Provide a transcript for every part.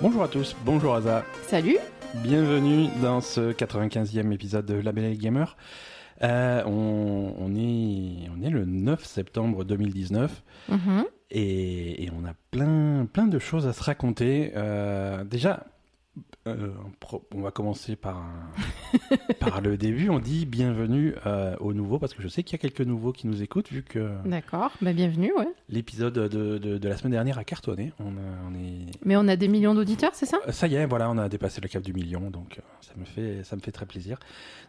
Bonjour à tous, bonjour Aza, Salut bienvenue dans ce 95e épisode de La Belle et le Gamer. Euh, on, on est, on est le 9 septembre 2019 Mhm. et, et on a plein, plein de choses à se raconter. Euh, déjà, euh, en pro- on va commencer par, un- par le début. On dit bienvenue euh, aux nouveaux parce que je sais qu'il y a quelques nouveaux qui nous écoutent vu que D'accord, bah, bienvenue, ouais. l'épisode de, de- de la semaine dernière a cartonné. On, a- on est Mais on a des millions d'auditeurs, c'est ça Ça y est, voilà, on a dépassé le cap du million, donc euh, ça me fait, ça me fait très plaisir.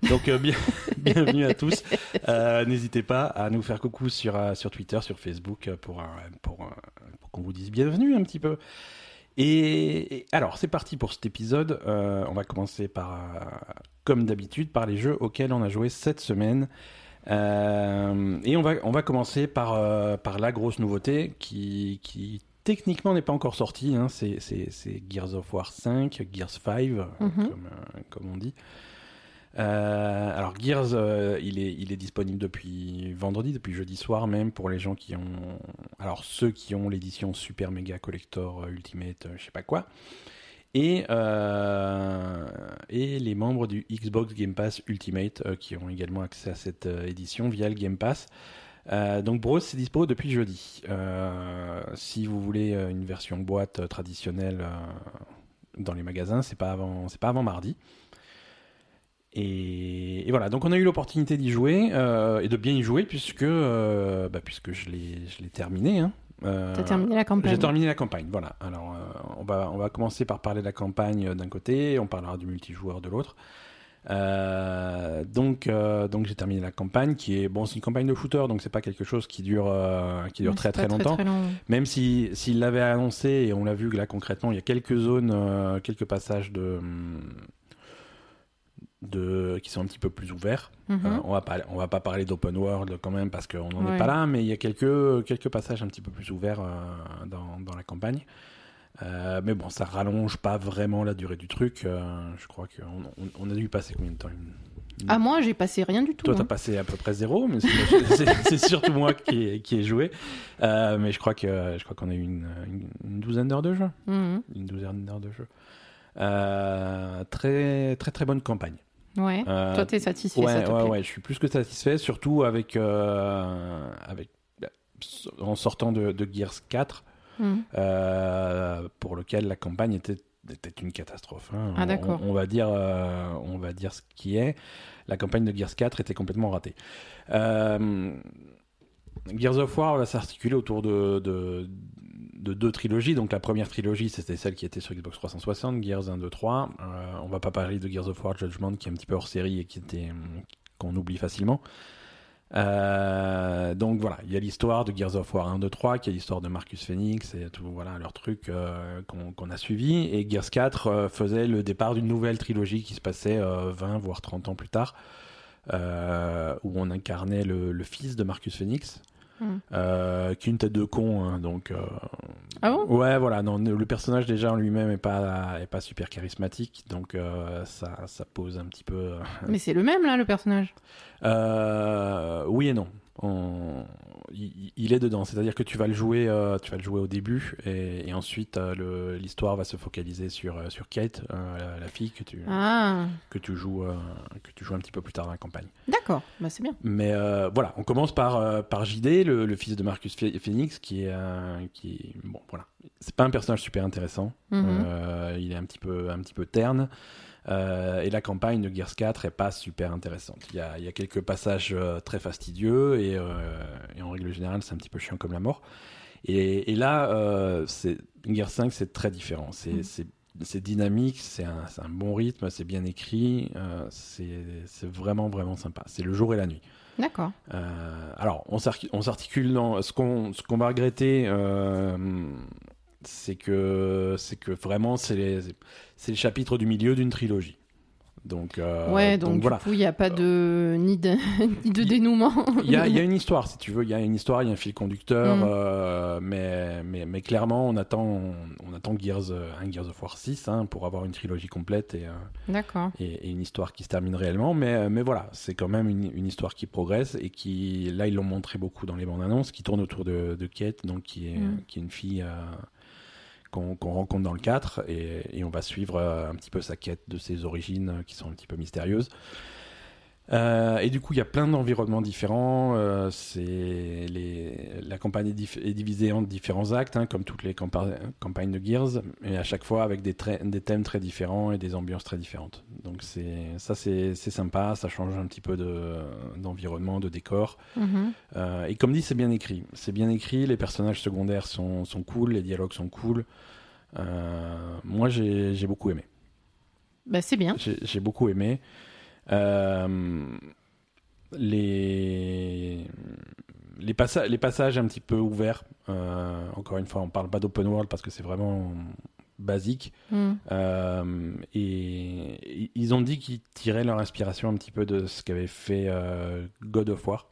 Donc euh, bien- bienvenue à tous. Euh, N'hésitez pas à nous faire coucou sur euh, sur Twitter, sur Facebook euh, pour un- pour, un- pour qu'on vous dise bienvenue un petit peu. Et, et alors c'est parti pour cet épisode. Euh, on va commencer par euh, comme d'habitude par les jeux auxquels on a joué cette semaine. Euh, et on va, on va commencer par, euh, par la grosse nouveauté qui, qui techniquement n'est pas encore sortie. hein. c'est, c'est- c'est Gears of War 5, Gears 5, euh, Mhm. comme, euh, comme on dit. Euh, alors Gears, euh, il, est, il est disponible depuis vendredi, depuis jeudi soir même pour les gens qui ont, alors ceux qui ont l'édition Super Mega Collector euh, Ultimate, euh, je sais pas quoi, et, euh, et les membres du Xbox Game Pass Ultimate euh, qui ont également accès à cette euh, édition via le Game Pass. Euh, donc Bros c'est dispo depuis jeudi. Euh, si vous voulez euh, une version boîte euh, traditionnelle euh, dans les magasins, c'est pas avant, c'est pas avant mardi. Et, et voilà, donc on a eu l'opportunité d'y jouer euh, et de bien y jouer puisque euh, bah, puisque je l'ai je l'ai terminé. Hein. Euh, T'as terminé la campagne j'ai terminé la campagne, voilà. Alors, euh, on, va, on va commencer par parler de la campagne euh, d'un côté, et on parlera du multijoueur de l'autre. Euh, donc, euh, donc j'ai terminé la campagne qui est bon, c'est une campagne de shooter, donc c'est pas quelque chose qui dure, euh, qui dure Ouais, très c'est très pas longtemps. long. Même si s'il l'avait annoncé et on l'a vu que là concrètement, il y a quelques zones, euh, quelques passages de, de qui sont un petit peu plus ouverts. Mhm. Euh, on va pas, on va pas parler d'open world quand même parce qu'on n'en est Ouais. pas là, mais il y a quelques quelques passages un petit peu plus ouverts euh, dans, dans la campagne. Euh, mais bon, ça rallonge pas vraiment la durée du truc. Euh, je crois qu'on on, on a dû passer combien de temps Une- une- Ah, moi, j'ai passé rien du tout. Toi, t'as hein. passé à peu près zéro, mais c'est- c'est c'est surtout moi qui ai, qui ai joué. Euh, mais je crois que je crois qu'on a eu une, une- une douzaine d'heures de jeu, Mhm. une douzaine d'heures de jeu. Euh, très très très bonne campagne. Ouais. Euh, Toi, t'es satisfait, ça Ouais, te ouais, plaît ouais, je suis plus que satisfait, surtout avec, euh, avec en sortant de, de Gears 4, Mhm. euh, pour lequel la campagne était, était une catastrophe. hein. Ah, On- d'accord. On, on va dire, euh, on va dire ce qui est. La campagne de Gears 4 était complètement ratée. Euh, Gears of War va s'articuler autour de, de, de deux trilogies. Donc la première trilogie, c'était celle qui était sur Xbox 360, Gears 1, 2, 3. Euh, on va pas parler de Gears of War Judgment, qui est un petit peu hors série et qui était hum, qu'on oublie facilement. Euh, donc voilà, il y a l'histoire de Gears of War 1, 2, 3, qui est l'histoire de Marcus Phoenix et tout, voilà, leur truc euh, qu'on qu'on a suivi. Et Gears 4 euh, faisait le départ d'une nouvelle trilogie qui se passait euh, 20 voire 30 ans plus tard, euh, où on incarnait le, le fils de Marcus Phoenix, Mm. euh, qui est une tête de con, hein, donc. euh, Ah bon Ouais, voilà, non, le personnage déjà en lui-même est pas, est pas super charismatique, donc euh, ça, ça pose un petit peu. euh, Mais c'est le même, là, le personnage. euh, oui et non. On- Il, il est dedans. C'est-à-dire que tu vas le jouer, euh, tu vas le jouer au début, et, et ensuite euh, le- l'histoire va se focaliser sur euh, sur Kate, euh, la, la fille que tu Ah, que tu joues euh, que tu joues un petit peu plus tard dans la campagne. d'accord. Bah, c'est bien. Mais euh, voilà, on commence par euh, par JD, le, le fils de Marcus Phe- Phoenix, qui est un- qui est- bon voilà, c'est pas un personnage super intéressant. Mhm. Euh, il est un petit peu, un petit peu terne. Euh, et la campagne de Gears 4 est pas super intéressante. Il y a, il y a quelques passages euh, très fastidieux et, euh, et en règle générale, c'est un petit peu chiant comme la mort. Et, et là, euh, c'est- Gears 5, c'est très différent. C'est Mhm. c'est- c'est dynamique, c'est un, c'est un bon rythme, c'est bien écrit, euh, c'est c'est vraiment, vraiment sympa. C'est le jour et la nuit. D'accord. Euh, alors, on s'arc- on s'articule dans ce qu'on ce qu'on va regretter, euh, c'est que c'est que vraiment c'est les c'est le chapitre du milieu d'une trilogie. Donc euh, ouais, donc, du voilà. Euh. coup, il n'y a pas de... Ni, de... ni de dénouement. Il y, a, il y a une histoire, si tu veux. Il y a une histoire, il y a un fil conducteur, Mm. euh, mais, mais, mais clairement, on attend, on, attend Gears, euh, un Gears of War 6 hein, pour avoir une trilogie complète et, euh, D'accord. et, et une histoire qui se termine réellement. Mais, euh, mais voilà, c'est quand même une, une histoire qui progresse et qui, là, ils l'ont montré beaucoup dans les bandes annonces, qui tourne autour de, de Kate, donc qui est, Mm. qui est une fille euh, qu'on qu'on rencontre dans le 4 et, et on va suivre euh, un petit peu sa quête de ses origines euh, qui sont un petit peu mystérieuses. Euh, et du coup, il y a plein d'environnements différents. euh, c'est les... La campagne est, dif- est divisée en différents actes, hein, comme toutes les campa- campagnes de Gears, et à chaque fois avec des, trai- des thèmes très différents et des ambiances très différentes. Donc c'est ça, c'est c'est sympa, ça change un petit peu de- d'environnement, de décor. Mhm. Euh, et comme dit, c'est bien écrit. C'est bien écrit, les personnages secondaires sont, sont cool, les dialogues sont cool. Euh, moi, j'ai j'ai beaucoup aimé. Bah, c'est bien. J'ai j'ai beaucoup aimé. Euh, les les, passa- les passages un petit peu ouverts. euh, encore une fois, on parle pas d'open world parce que c'est vraiment basique. Mhm. Euh, et i- ils ont dit qu'ils tiraient leur inspiration un petit peu de ce qu'avait fait euh, God of War.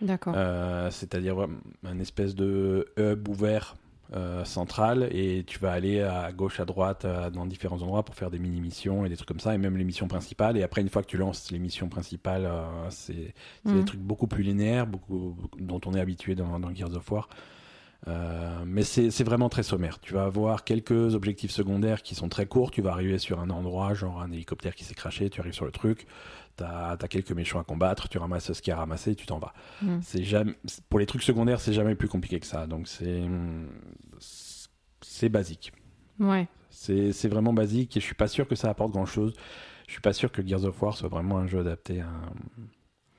D'accord. Euh, c'est-à-dire vraiment un espèce de hub ouvert euh, central et tu vas aller à gauche, à droite, euh, dans différents endroits pour faire des mini-missions et des trucs comme ça, et même les missions principales. Et après, une fois que tu lances les missions principales, euh, c'est c'est Mhm. des trucs beaucoup plus linéaires, beaucoup, dont on est habitué dans, dans Gears of War. Euh, mais c'est c'est vraiment très sommaire. Tu vas avoir quelques objectifs secondaires qui sont très courts. Tu vas arriver sur un endroit, genre un hélicoptère qui s'est craché, tu arrives sur le truc, t'as as quelques méchants à combattre, tu ramasses ce qu'il y a à ramasser et tu t'en vas. Mhm. C'est jamais pour les trucs secondaires, c'est jamais plus compliqué que ça. Donc c'est c'est basique. Mhm. Ouais. C'est c'est vraiment basique et je suis pas sûr que ça apporte grand chose. Je suis pas sûr que Gears of War soit vraiment un jeu adapté à,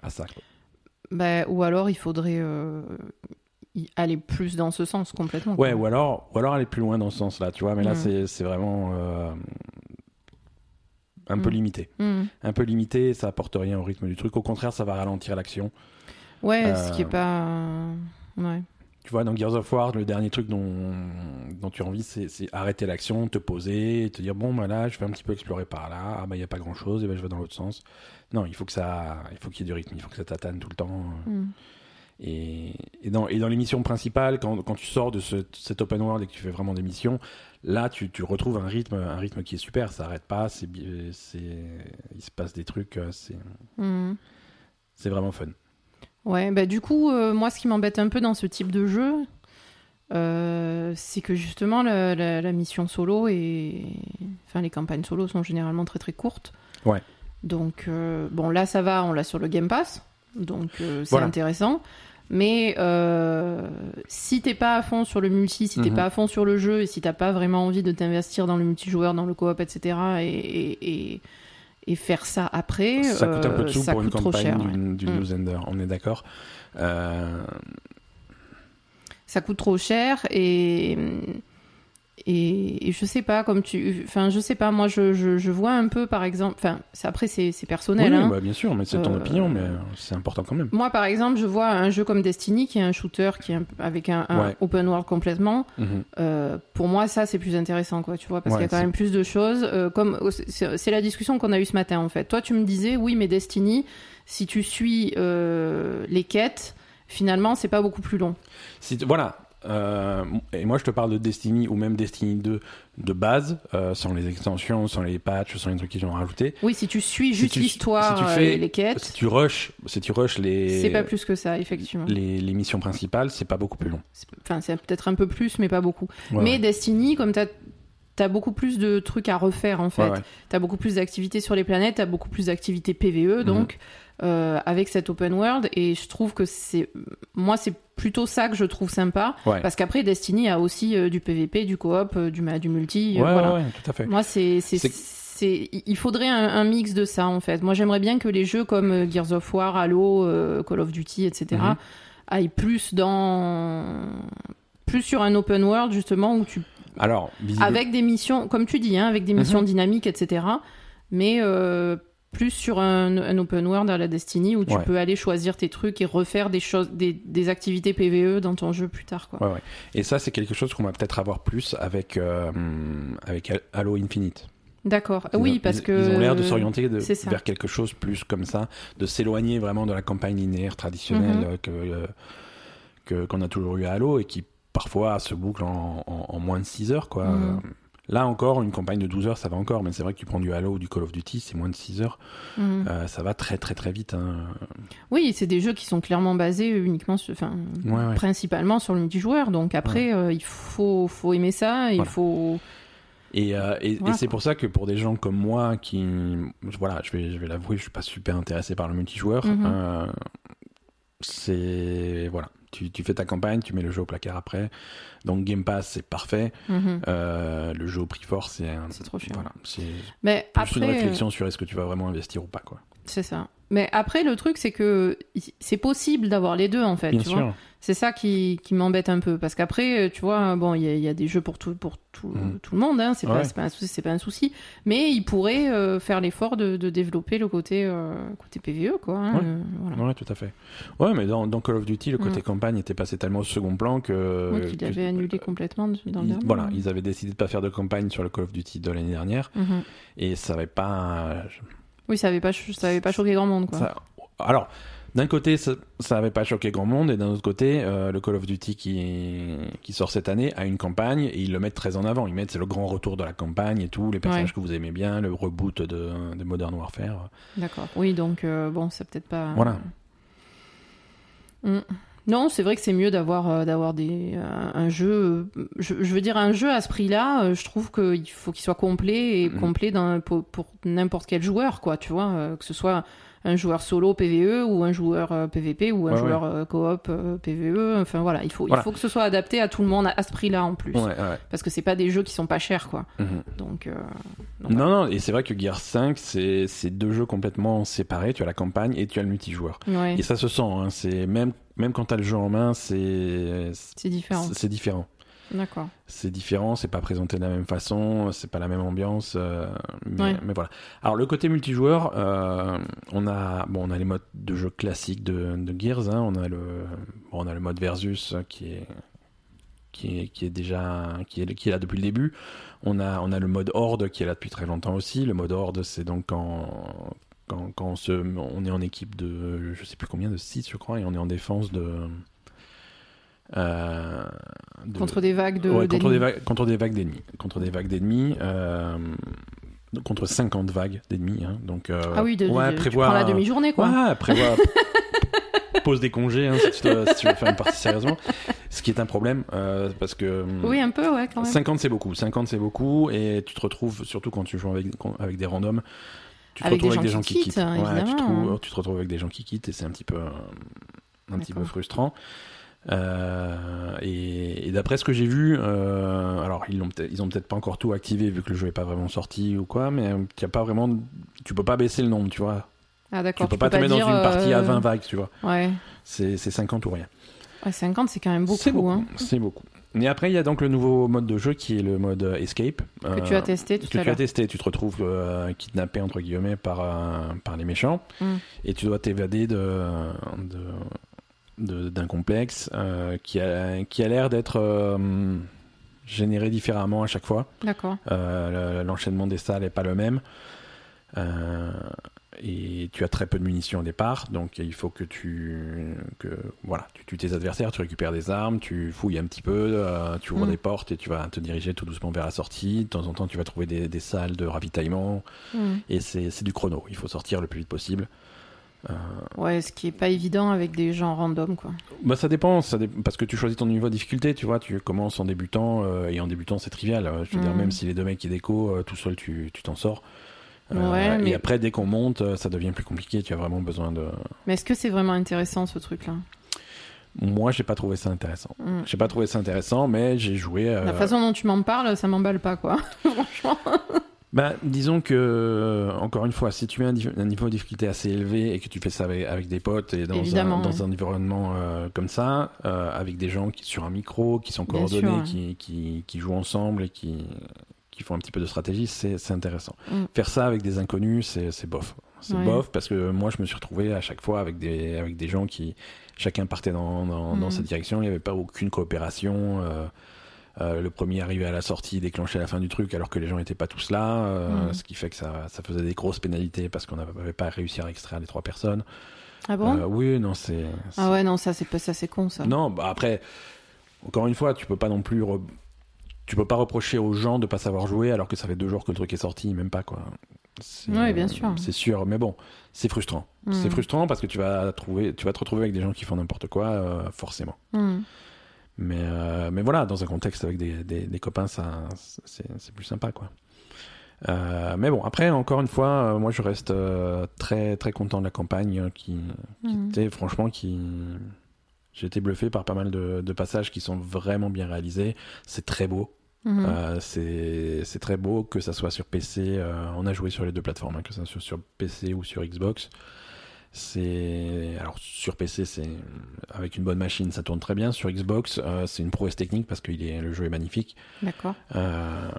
à ça. quoi. Bah, ou alors, il faudrait euh, y aller plus dans ce sens complètement. Ouais, quoi. ou alors ou alors aller plus loin dans ce sens-là, tu vois. Mais là Mm. c'est c'est vraiment euh, un peu Mm. limité. Mhm. Un peu limité, ça apporte rien au rythme du truc. Au contraire, ça va ralentir l'action. Ouais, Euh, ce qui est pas. euh, Ouais. Tu vois, dans Gears of War, le dernier truc dont, dont tu as envie, c'est c'est arrêter l'action, te poser, te dire bon, bah là, je vais un petit peu explorer par là, ah bah il n'y a pas grand chose, et ben je vais dans l'autre sens. Non, il faut que ça, il faut qu'il y ait du rythme, il faut que ça t'attane tout le temps. Mhm. Et, et dans, et dans les missions principales, quand, quand tu sors de ce- cet open world et que tu fais vraiment des missions, là, tu, tu retrouves un rythme, un rythme qui est super, ça arrête pas, c'est, bi- c'est, il se passe des trucs, euh, c'est, Mhm. c'est vraiment fun. Ouais, bah du coup, euh, moi, ce qui m'embête un peu dans ce type de jeu, euh, c'est que justement, la, la- la mission solo et. Enfin, les campagnes solo sont généralement très très courtes. Ouais. Donc, euh, bon, là, ça va, on l'a sur le Game Pass, donc euh, c'est Voilà. intéressant. Mais euh, si t'es pas à fond sur le multi, si t'es Mhm. pas à fond sur le jeu et si t'as pas vraiment envie de t'investir dans le multijoueur, dans le coop, etc., et, et, et- et faire ça après, Ça coûte un peu de euh, sous ça pour une coûte trop campagne cher, ouais. d'une, d'une Mm. douzaine d'heures, on est d'accord. Euh, ça coûte trop cher et et, et je sais pas comme tu enfin je sais pas moi je, je, je vois un peu par exemple enfin c'est- après c'est c'est Oui, personnel oui, hein. bah, bien sûr, mais c'est ton Euh, opinion, mais euh, c'est important quand même. moi par exemple je vois un jeu comme Destiny qui est un shooter qui est un- avec un, un Ouais. open world complètement Euh, pour moi ça c'est plus intéressant quoi tu vois parce Ouais, qu'il y a quand c'est- même plus de choses Euh, comme c'est c'est la discussion qu'on a eue ce matin en fait toi tu me disais oui mais Destiny si tu suis euh, les quêtes finalement c'est pas beaucoup plus long Si t- voilà. euh, et moi, je te parle de Destiny ou même Destiny 2 de base, euh, sans les extensions, sans les patchs, sans les trucs qu'ils ont rajoutés. oui si tu suis Si juste tu- l'histoire si tu euh, fais- et les quêtes Si tu rushes, si tu rushes les, C'est pas plus que ça, effectivement. les, les missions principales, c'est pas beaucoup plus long. C'est- Enfin, c'est peut-être un peu plus, mais pas beaucoup. Ouais, mais ouais. Destiny, comme t'as as beaucoup plus de trucs à refaire, en fait. euh, Ouais, ouais. T'as beaucoup plus d'activités sur les planètes, t'as beaucoup plus d'activités Mhm. PVE, donc, euh, avec cet open world. Et je trouve que c'est. Moi, c'est plutôt ça que je trouve sympa. Ouais. Parce qu'après, Destiny a aussi euh, du PVP, du coop, euh, du, ma- du multi. euh, Ouais, voilà. ouais, ouais, tout à fait. Moi, c'est. c'est- C'est- c'est- il- Il faudrait un, un mix de ça, en fait. Moi, j'aimerais bien que les jeux comme euh, Gears of War, Halo, euh, Call of Duty, etc., Mhm. aillent plus dans. plus sur un open world, justement, où tu. Alors, visible- avec des missions, comme tu dis, hein, avec Mhm. des missions dynamiques, etc., mais euh, plus sur un, un open world à la Destiny, où tu Ouais. peux aller choisir tes trucs et refaire des choses, des, des activités PVE dans ton jeu plus tard, quoi. Ouais, ouais. Et ça, c'est quelque chose qu'on va peut-être avoir plus avec, euh, hum, avec Halo Infinite. D'accord. Ils Oui, ont- parce ils- que. Ils ont l'air de s'orienter de- c'est ça. vers quelque chose plus comme ça, de s'éloigner vraiment de la campagne linéaire traditionnelle Mhm. euh, que, euh, que- qu'on a toujours eu à Halo et qui parfois se boucle en, en- en moins de 6 heures. Quoi. Mhm. Là encore, une campagne de 12 heures, ça va encore, mais c'est vrai que tu prends du Halo ou du Call of Duty, c'est moins de 6 heures. Mhm. Euh, ça va très très très vite. hein. Oui, c'est des jeux qui sont clairement basés uniquement, sur- enfin, Ouais, ouais. principalement sur le multijoueur. Donc après, euh, il faut, faut aimer ça, il Voilà. faut. Et, euh, et- et Voilà, c'est pour ça que pour des gens comme moi qui, je- voilà, je vais, je vais l'avouer, je suis pas super intéressé par le multijoueur. Mhm. euh, c'est voilà, tu, tu fais ta campagne, tu mets le jeu au placard après. Donc Game Pass c'est parfait. Mhm. Euh, le jeu au prix fort c'est un- C'est trop cher. Voilà, c'est Mais plus après, une euh, réflexion sur est-ce que tu vas vraiment investir ou pas quoi. c'est ça. Mais après, le truc, c'est que i- c'est possible d'avoir les deux en fait. Bien Bah, tu sûr. vois. C'est ça qui, qui m'embête un peu parce qu'après, euh, tu vois, bon, il y, a- il y a des jeux pour tout, pour tout, Mhm. tout le monde. hein, c'est pas, Ouais. c'est pas un souci, c'est pas un souci. Mais ils pourraient euh, faire l'effort de, de développer le côté euh, côté PVE, quoi. hein, Ouais. euh, voilà. Mm. Ouais, tout à fait. Ouais, mais dans, dans Call of Duty, le côté campagne était passé tellement au second plan que. Oui, qu'ils Euh, que- l'avaient annulé complètement dans le Ils- dernier. hein. voilà, ils avaient décidé de pas faire de campagne sur le Call of Duty de l'année dernière Mhm. et ça avait pas. Oui, ça avait pas, cho- ça avait pas choqué grand monde, quoi. ça- Alors, d'un côté, ça, ça avait pas choqué grand monde et d'un autre côté, euh, le Call of Duty qui qui sort cette année a une campagne et ils le mettent très en avant. Ils mettent c'est le grand retour de la campagne et tout, les personnages que vous aimez bien, le reboot de, de Modern Warfare. D'accord. Oui, donc euh, bon, c'est peut-être pas. Voilà. Mm. Non, c'est vrai que c'est mieux d'avoir euh, d'avoir des euh, un jeu. euh, Je, je veux dire un jeu à ce prix-là, euh, je trouve qu'il faut qu'il soit complet et Mhm. complet dans, pour, pour n'importe quel joueur, quoi. Tu vois, euh, que ce soit un joueur solo PVE ou un joueur euh, PVP ou un Ouais, ouais. joueur euh, coop euh, PVE. Enfin voilà, il faut Voilà. il faut que ce soit adapté à tout le monde à, à ce prix-là en plus, Ouais, ouais. parce que c'est pas des jeux qui sont pas chers, quoi. Mhm. Donc euh, donc voilà. Non, non, et c'est vrai que Gear 5, c'est c'est deux jeux complètement séparés. Tu as la campagne et tu as le multijoueur. ouais, Et ça se sent, hein, c'est même, même quand t'as le jeu en main, c'est c'est différent. c'est- c'est différent. D'accord. C'est différent, c'est pas présenté de la même façon, c'est pas la même ambiance, euh, mais, Ouais. mais voilà. Alors le côté multijoueur, euh, on a bon, on a les modes de jeu classiques de, de Gears, hein, on a le bon, on a le mode versus euh, qui est qui est, qui est déjà qui est, qui est là depuis le début. On a on a le mode horde qui est là depuis très longtemps aussi. Le mode horde, c'est donc quand quand, quand on, se, on est en équipe de je sais plus combien de 6 je crois et on est en défense de, euh, de- Contre des vagues de. Ouais, contre, d'ennemis. des vagues, contre des vagues d'ennemis. Contre des vagues d'ennemis. euh, donc, contre 50 vagues d'ennemis. hein. Donc, euh, Ah oui, de, de- ouais, de- tu prévoir- prends la demi-journée, quoi. Ouais, prévoir- pose des congés hein, si, tu dois- si tu veux faire une partie sérieusement. Ce qui est un problème euh, parce que. Oui, un peu, ouais, quand même. 50 c'est beaucoup, 50 c'est beaucoup, et tu te retrouves, surtout quand tu joues avec, avec des randoms, tu te Avec des retrouves avec des gens gens qui qui, quittent, quittent. Ouais, tu, te évidemment. trouves- tu te retrouves avec des gens qui quittent, et c'est un petit peu, euh, un petit peu D'accord. frustrant. Euh, et et d'après ce que j'ai vu, euh, alors ils l'ont peut-être- ils ont peut-être pas encore tout activé vu que le jeu est pas vraiment sorti ou quoi, mais euh, y a pas vraiment, tu peux pas baisser le nombre, tu vois. Ah, Tu d'accord. peux pas te mettre dans dire, une partie à euh, 20 vagues, tu vois. Ouais. C'est c'est 50 ou rien. Ouais, 50, c'est quand même beaucoup, C'est beaucoup. hein, C'est beaucoup. Et après, il y a donc le nouveau mode de jeu qui est le mode euh, escape. que Euh, tu as testé tout que à tu as l'heure. testé. Tu te retrouves euh, kidnappé entre guillemets par euh, par les méchants Mm. et tu dois t'évader de de- de- d'un complexe euh, qui a qui a l'air d'être euh, généré différemment à chaque fois. D'accord. Euh, le- L'enchaînement des salles est pas le même. Euh, et tu as très peu de munitions au départ, donc il faut que tu que voilà, tu tues tes adversaires, tu récupères des armes, tu fouilles un petit peu, euh, tu ouvres Mm. des portes et tu vas te diriger tout doucement vers la sortie. De temps en temps, tu vas trouver des, des salles de ravitaillement Mm. et c'est c'est du chrono. Il faut sortir le plus vite possible. Ouais, ce qui est pas évident avec des gens random, quoi. Bah ça dépend, ça dé- parce que tu choisis ton niveau de difficulté, tu vois, tu commences en débutant, euh, et en débutant c'est trivial, euh, je veux dire, Mm. même si les deux mecs ils déco, euh, tout seul tu tu t'en sors. Euh, Ouais, mais- Et après dès qu'on monte, euh, ça devient plus compliqué, tu as vraiment besoin de... Mais est-ce que c'est vraiment intéressant, ce truc-là Moi j'ai pas trouvé ça intéressant. Mm. J'ai pas trouvé ça intéressant, mais j'ai joué... euh, La façon dont tu m'en parles, ça m'emballe pas, quoi. Franchement. Bah, disons que, euh, encore une fois, si tu as un, di- un niveau de difficulté assez élevé et que tu fais ça avec, avec des potes et dans, Évidemment, un, dans ouais. un environnement euh, comme ça, euh, avec des gens qui, sur un micro, qui sont Bien coordonnés, sûr, ouais. qui, qui, qui jouent ensemble et qui, qui font un petit peu de stratégie, c'est c'est intéressant. Mm. Faire ça avec des inconnus, c'est c'est bof. C'est Ouais. bof parce que moi, je me suis retrouvé à chaque fois avec des, avec des gens qui, chacun partait dans, dans, dans Mm. sa direction, il n'y avait pas aucune coopération. euh, euh, le premier arrivé à la sortie déclenchait la fin du truc alors que les gens n'étaient pas tous là, euh, Mhm. ce qui fait que ça, ça faisait des grosses pénalités parce qu'on n'avait pas réussi à extraire les trois personnes. Ah bon Euh, oui, non, c'est. c'est- Ah ouais, non, ça, c'est pas ça, c'est con, ça. Non, bah après, encore une fois, tu peux pas non plus. re- tu peux pas reprocher aux gens de pas savoir jouer alors que ça fait deux jours que le truc est sorti, même pas quoi. C'est- Ouais, bien sûr. C'est sûr, mais bon, c'est frustrant. Mm. C'est frustrant parce que tu vas trouver, tu vas te retrouver avec des gens qui font n'importe quoi, euh, forcément. Hmm. Mais euh, mais voilà, dans un contexte avec des, des, des copains, ça c'est c'est plus sympa quoi. Euh, mais bon, après, encore une fois, euh, moi je reste euh, très très content de la campagne euh, qui, qui Hmm. était franchement qui. J'ai été bluffé par pas mal de, de passages qui sont vraiment bien réalisés. C'est très beau. Mhm. Euh, c'est c'est très beau que ça soit sur PC. euh, on a joué sur les deux plateformes, hein, que ça soit sur PC ou sur Xbox. C'est alors sur PC, c'est avec une bonne machine, ça tourne très bien. Sur Xbox, euh, c'est une prouesse technique parce que il est, le jeu est magnifique. D'accord. Euh,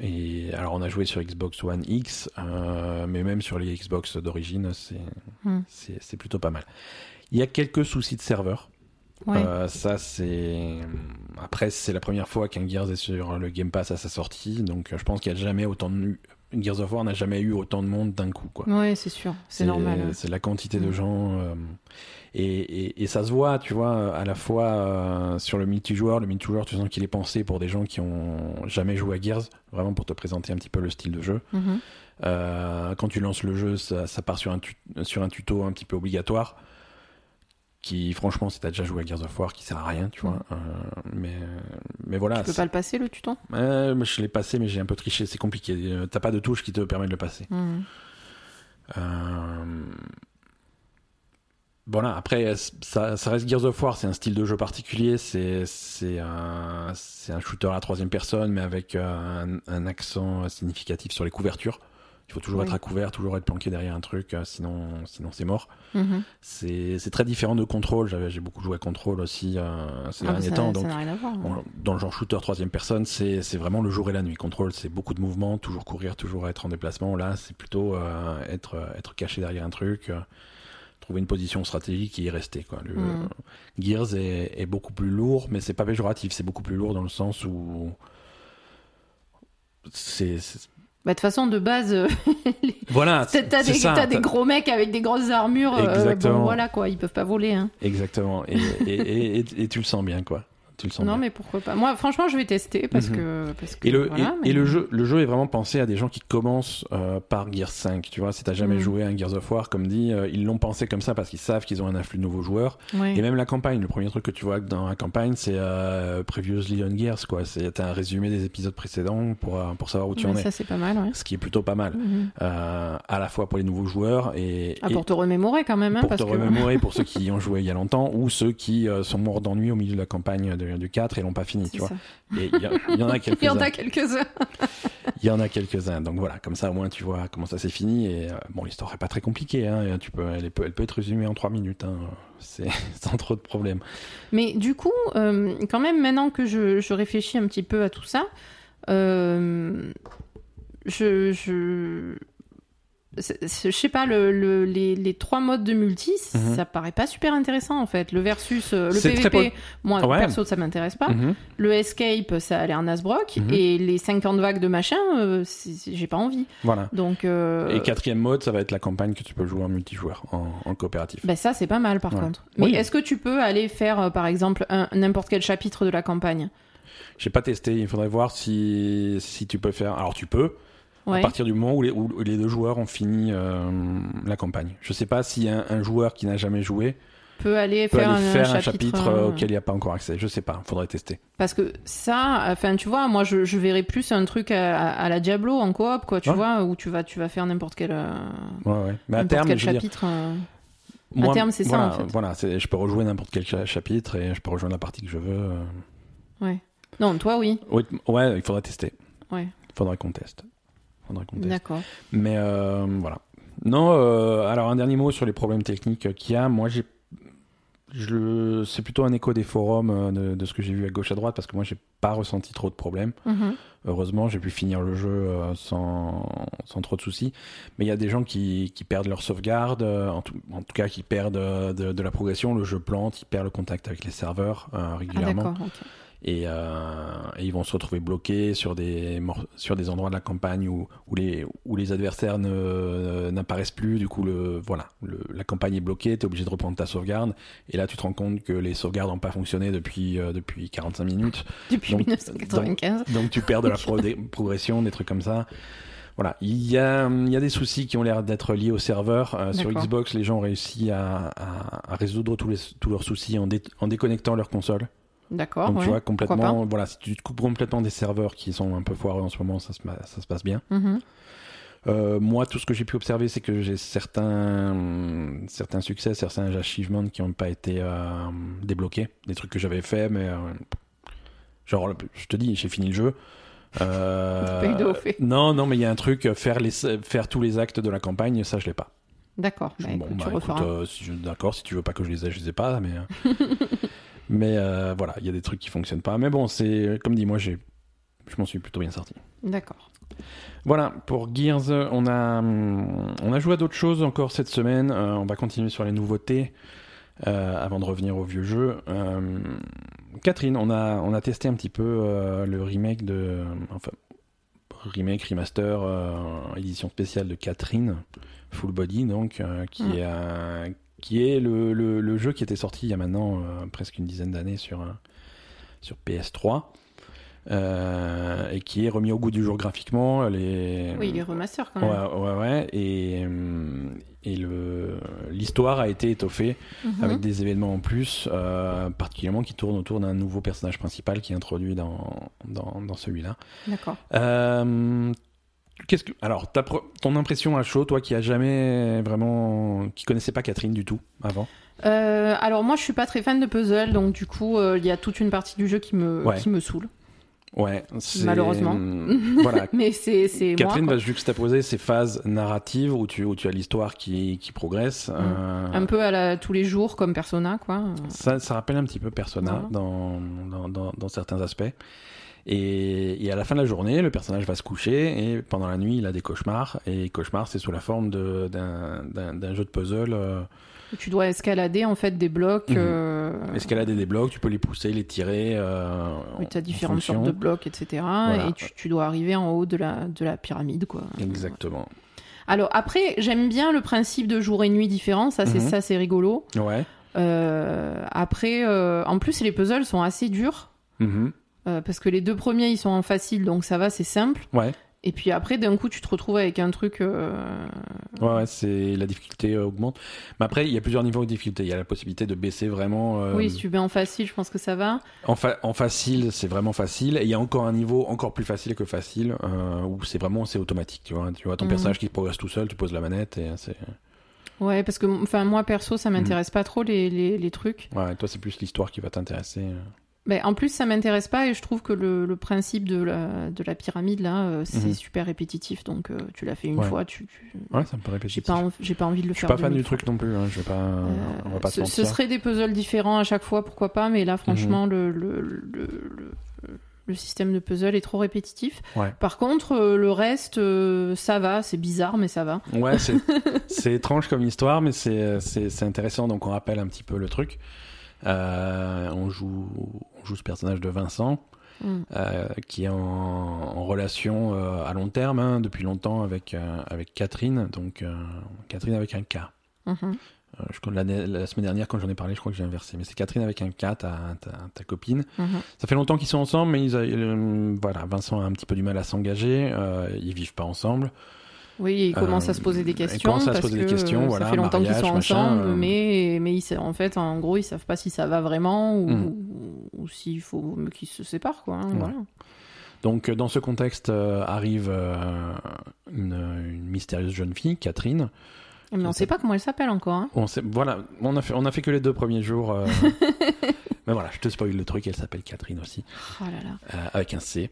et alors on a joué sur Xbox One X, euh, mais même sur les Xbox d'origine, c'est Hmm. c'est c'est plutôt pas mal. Il y a quelques soucis de serveur. Ouais. Euh, ça, c'est. Après, c'est la première fois qu'un Gears est sur le Game Pass à sa sortie, donc euh, je pense qu'il n'y a jamais autant de. Gears of War n'a jamais eu autant de monde d'un coup, quoi. Ouais, c'est sûr, c'est normal. C'est la quantité de Mm. gens. euh, et, et- et ça se voit, tu vois, à la fois euh, sur le multijoueur. Le multijoueur, tu sens qu'il est pensé pour des gens qui ont jamais joué à Gears, vraiment pour te présenter un petit peu le style de jeu. Mhm. Euh, quand tu lances le jeu, ça, ça part sur un, tu- sur un tuto un petit peu obligatoire. Qui, franchement, si t'as déjà joué à Gears of War, qui sert à rien, tu vois. Euh, mais, mais voilà. Mm. Tu peux Ah, c'est- pas le passer le tuton Euh, moi, je l'ai passé, mais j'ai un peu triché. C'est compliqué. Euh, T'as pas de touche qui te permet de le passer. Mhm. Euh, Voilà, après, ça, ça reste Gears of War, c'est un style de jeu particulier, c'est c'est un, c'est un shooter à la troisième personne, mais avec euh, un, un accent significatif sur les couvertures. Il faut toujours Oui. être à couvert, toujours être planqué derrière un truc, euh, sinon, sinon c'est mort. Mhm. C'est c'est très différent de Control, j'avais- j'ai beaucoup joué à Control aussi euh, ces Ah, bah, derniers ça- temps, ça donc n'a rien à voir. en- dans le genre shooter troisième personne, c'est c'est vraiment le jour et la nuit. Control, c'est beaucoup de mouvements, toujours courir, toujours être en déplacement. Là, c'est plutôt euh, être, être caché derrière un truc, euh, trouver une position stratégique et y rester. Quoi. Le, Mm. Gears est, est beaucoup plus lourd, mais c'est pas péjoratif. C'est beaucoup plus lourd dans le sens où c'est c'est- Bah, de toute façon, de base, euh, voilà. t'as c'est t'as des, ça, t'as des t'as- gros mecs avec des grosses armures. euh, bon, Exactement. voilà quoi, ils peuvent pas voler. hein. Exactement. Et, et, et- et- et tu le sens bien, quoi. Tu le sens Non, bien. mais pourquoi pas Moi, franchement, je vais tester parce Mhm. que. Parce que Et, le, voilà, et, mais- et le, jeu, le jeu est vraiment pensé à des gens qui commencent euh, par Gears 5. Tu vois, si t'as jamais Mm. joué à un Gears of War, comme dit, euh, ils l'ont pensé comme ça parce qu'ils savent qu'ils ont un afflux de nouveaux joueurs. Ouais. Et même la campagne, le premier truc que tu vois dans la campagne, c'est euh, Previously on Gears, quoi. C'est t'as un résumé des épisodes précédents pour, euh, pour savoir où tu Ouais, en es. ça, c'est pas mal, ouais. Ce qui est plutôt pas mal. Mhm. Euh, à la fois pour les nouveaux joueurs et, Ah, et pour te remémorer quand même, hein, pour parce te que. remémorer pour ceux qui y ont joué il y a longtemps ou ceux qui euh, sont morts d'ennui au milieu de la campagne de- du 4 et l'ont pas fini, C'est tu vois. ça. Et il y, a- il y en a Il y en quelques-uns. a quelques-uns. Il y en a quelques-uns, donc voilà, comme ça au moins tu vois comment ça s'est fini. Et euh, bon, l'histoire est pas très compliquée, hein, et tu peux, elle, peut, elle peut être résumée en trois minutes, hein, euh, c'est sans trop de problèmes. Mais du coup, euh, quand même, maintenant que je, je réfléchis un petit peu à tout ça, euh, je, je, c'est- c'est- je sais pas, le, le- les, les trois modes de multi, Mhm. ça paraît pas super intéressant en fait. Le versus, euh, le C'est PVP, très moi Ouais. perso, ça m'intéresse pas. Mhm. Le escape, ça a l'air Nasbrock. Mhm. Et les 50 vagues de machin, euh, c'est- c'est- j'ai pas envie. Voilà. Donc, euh, Et quatrième mode, ça va être la campagne que tu peux jouer en multijoueur, en, en coopératif. ben ça, c'est pas mal par Ouais. contre. Mais Oui. est-ce que tu peux aller faire, euh, par exemple, un- n'importe quel chapitre de la campagne J'ai pas testé, il faudrait voir si, si tu peux faire. Alors tu peux, à Ouais. partir du moment où les, où les deux joueurs ont fini euh, la campagne. Je sais pas si un, un joueur qui n'a jamais joué peut aller peut faire, aller un, faire un un chapitre, euh, euh, auquel il n'y a pas encore accès. Je sais pas, faudrait tester. Parce que ça, enfin, tu vois, moi, je, je verrais plus un truc à, à- à la Diablo en coop, quoi, tu Ouais. vois, où tu vas, tu vas faire n'importe quel, euh, Ouais, ouais. Mais à n'importe terme, quel je veux dire, chapitre. euh. À terme, c'est ça, voilà, en fait. Voilà, c'est- je peux rejouer n'importe quel cha- chapitre et je peux rejoindre la partie que je veux. euh. Non, toi, oui. Ouais, t- ouais, il faudra tester. Ouais. Il faudra qu'on teste. Faudra qu'on teste. D'accord. Mais euh, voilà. Non, euh, alors un dernier mot sur les problèmes techniques qu'il y a. Moi, j'ai. Je, le- c'est plutôt un écho des forums euh, de, de ce que j'ai vu à gauche à droite parce que moi j'ai pas ressenti trop de problèmes. Mhm. Heureusement, j'ai pu finir le jeu euh, sans, sans trop de soucis. Mais il y a des gens qui, qui perdent leur sauvegarde, euh, en, tout, en tout cas qui perdent euh, de, de la progression. Le jeu plante, ils perdent le contact avec les serveurs euh, Ah, régulièrement. d'accord. ok. et, euh, et ils vont se retrouver bloqués sur des, mor- sur des endroits de la campagne où, où, les, où les adversaires ne- euh, n'apparaissent plus. Du coup, le, voilà, le- la campagne est bloquée, tu es obligé de reprendre ta sauvegarde. Et là, tu te rends compte que les sauvegardes n'ont pas fonctionné depuis, euh, depuis 45 minutes. depuis Donc, 1995. Donc tu perds de la pro- des- progression, des trucs comme ça. Voilà, il y a, hum, il y a des soucis qui ont l'air d'être liés au serveur. Euh, sur D'accord. Xbox, les gens ont réussi à, à- à résoudre tous, les, tous leurs soucis en, dé- en déconnectant leur console. D'accord, Donc Oh, ouais. tu vois, pourquoi complètement, voilà, si tu te coupes complètement des serveurs qui sont un peu foireux en ce moment, ça se, ma- ça se passe bien. Mhm. Euh, moi, tout ce que j'ai pu observer, c'est que j'ai certains, certains succès, certains achievements qui n'ont pas été euh, débloqués. Des trucs que j'avais fait, mais. euh, genre, je te dis, j'ai fini le jeu. Euh, T'as pas eu de haut fait. non, non, mais il y a un truc, euh, faire, les, faire tous les actes de la campagne, ça, je l'ai pas. D'accord, Je bah, dis, bon, écoute, bah, tu écoute, referas. euh, si je- d'accord, si tu veux pas que je les ai, je les ai pas, mais. euh, mais euh, voilà, il y a des trucs qui fonctionnent pas. Mais bon, c'est. Comme dit, moi, j'ai. Je m'en suis plutôt bien sorti. D'accord. Voilà, pour Gears, euh, on a, hum, on a joué à d'autres choses encore cette semaine. Euh, on va continuer sur les nouveautés euh, avant de revenir au vieux jeu. Euh, Catherine, on a, on a testé un petit peu euh, le remake de. Enfin, remake, remaster, euh, édition spéciale de Catherine, Full Body, donc, euh, qui, Mm. est, euh, qui est le, le- le jeu qui était sorti il y a maintenant euh, presque une dizaine d'années sur, euh, sur PS3. euh, et qui est remis au goût du jour graphiquement. Les... Oui, il est remaster quand euh, Ouais, même. ouais, ouais. Et, euh, et le, l'histoire a été étoffée Mhm. avec des événements en plus, euh, particulièrement qui tournent autour d'un nouveau personnage principal qui est introduit dans, dans, dans celui-là. D'accord. Euh, qu'est-ce que, alors, ta pro- ton impression à chaud, toi qui a jamais vraiment, qui connaissais pas Catherine du tout avant. Euh, alors moi, je suis pas très fan de puzzle, donc du coup, euh, il y a toute une partie du jeu qui me, Ouais. qui me saoule. Ouais, c'est- hmm, Malheureusement. voilà. Mais c'est c'est moi. Catherine quoi. va juxtaposer ces phases narratives où tu, où tu as l'histoire qui, qui Mmh. progresse. euh, Un peu à la, tous les jours comme Persona, quoi. Euh, Ça, ça rappelle un petit peu Persona Voilà. dans, dans, dans- dans certains aspects. Et, et à la fin de la journée, le personnage va se coucher et pendant la nuit, il a des cauchemars. Et cauchemar, c'est sous la forme de- d'un- d'un d'un jeu de puzzle. euh, Tu dois escalader en fait des blocs. Mhm. euh, escalader des blocs, tu peux les pousser, les tirer. Euh, Oui, en- t'as en différentes fonction. sortes de blocs, etc. Et tu, tu dois arriver en haut de la, de la pyramide, quoi. Exactement. Alors après, j'aime bien le principe de jour et nuit différents, ça c'est Mhm. ça c'est rigolo. Ouais. Euh, après, euh, en plus les puzzles sont assez durs Mhm. euh, parce que les deux premiers ils sont en facile, donc ça va, c'est simple. Ouais. Et puis après, d'un coup, tu te retrouves avec un truc. euh, Ouais, ouais, c'est la difficulté euh, augmente. Mais après, il y a plusieurs niveaux de difficulté. Il y a la possibilité de baisser vraiment. euh, Oui, si tu mets en facile, je pense que ça va. En, fa- en facile, c'est vraiment facile. Et il y a encore un niveau encore plus facile que facile euh, où c'est vraiment c'est automatique. Tu vois, hein. tu vois ton Mhm. personnage qui progresse tout seul, tu poses la manette et euh, c'est. Ouais, parce que enfin moi perso, Mhm. ça m'intéresse pas trop les, les, les trucs. Ouais, toi c'est plus l'histoire qui va t'intéresser. Mais en plus, ça m'intéresse pas et je trouve que le, le principe de la, de la pyramide là, euh, c'est Mhm. super répétitif. Donc euh, tu l'as fait une Ouais. fois, tu, tu- Ouais, ça me paraît j'ai répétitif. pas env- j'ai pas envie de le Je suis faire. pas fan 2000 du truc non plus. hein. Je vais pas. fois. Euh, on va pas se ce, ce mentir. Mhm. serait des puzzles différents à chaque fois, pourquoi pas, mais là, franchement, le, le, le, le- le système de puzzle est trop répétitif. Ouais. Par contre, euh, le reste, euh, ça va, c'est bizarre, mais ça va. Ouais, c'est- c'est étrange comme histoire, mais c'est c'est- c'est intéressant. Donc on rappelle un petit peu le truc. Euh, on joue on joue ce personnage de Vincent. Mm. euh, qui est en, en relation euh, à long terme hein, depuis longtemps avec, euh, avec Catherine, donc euh, Catherine avec un K. Mhm. Euh, je, crois que l'année- la semaine dernière, quand j'en ai parlé, je crois que j'ai inversé, mais c'est Catherine avec un K, ta, ta- ta copine. Mhm. Ça fait longtemps qu'ils sont ensemble, mais ils a- euh, voilà, Vincent a un petit peu du mal à s'engager, euh, ils vivent pas ensemble. Oui, ils Euh, commencent à se poser des ils questions. commencent à se parce poser des que, questions, euh, voilà, ça fait longtemps qu'ils sont mariage, machin, ensemble, euh. mais, mais ils, sa- en fait, en gros, ils savent pas si ça va vraiment ou, Mm. ou- ou s'il faut mieux qu'ils se séparent, quoi. hein, Ouais. voilà. Donc euh, dans ce contexte euh, arrive euh, une, une mystérieuse jeune fille, Catherine. Mais on Ça, sait pas comment elle s'appelle encore. hein. On sait- voilà, on a, fait, on a fait que les deux premiers jours. euh, mais voilà, je te spoil le truc, elle s'appelle Catherine aussi. Oh là là. euh, avec un C.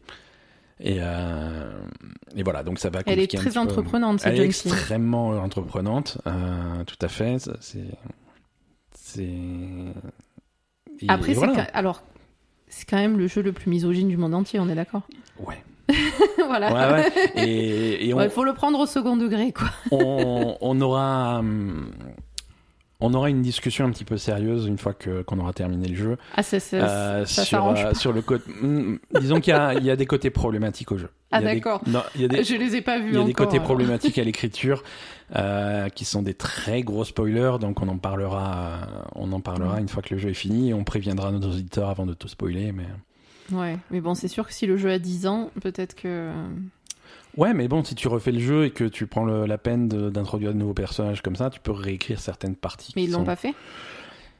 Et, euh, et voilà, donc ça va. Elle est compliquer un très petit peu. entreprenante, cette Elle est jeune fille. extrêmement entreprenante, euh, tout à fait. ça, C'est. c'est- et- Après, et c'est voilà. quand- alors, c'est quand même le jeu le plus misogyne du monde entier, on est d'accord Ouais. Voilà. Ouais, ouais. Et, et Il on, faut le prendre au second degré, quoi. on, on aura. hum, on aura une discussion un petit peu sérieuse une fois que qu'on aura terminé le jeu. Ah, c'est, c'est- Euh, ça sur, s'arrange euh, pas. sur le côté, Mm, disons qu'il y a, il y a des côtés problématiques au jeu. Ah, Il y a des- d'accord. non, Il y a des, Je les ai pas vus il y a encore. des côtés euh. problématiques à l'écriture euh, qui sont des très gros spoilers, donc on en parlera, euh, on en parlera une fois que le jeu est fini et on préviendra nos auditeurs avant de tout spoiler. Mais Ouais, mais bon, c'est sûr que si le jeu a 10 ans, peut-être que. ouais, mais bon, si tu refais le jeu et que tu prends le- la peine de- d'introduire de nouveaux personnages comme ça, tu peux réécrire certaines parties. Mais qui ils l'ont sont- pas fait.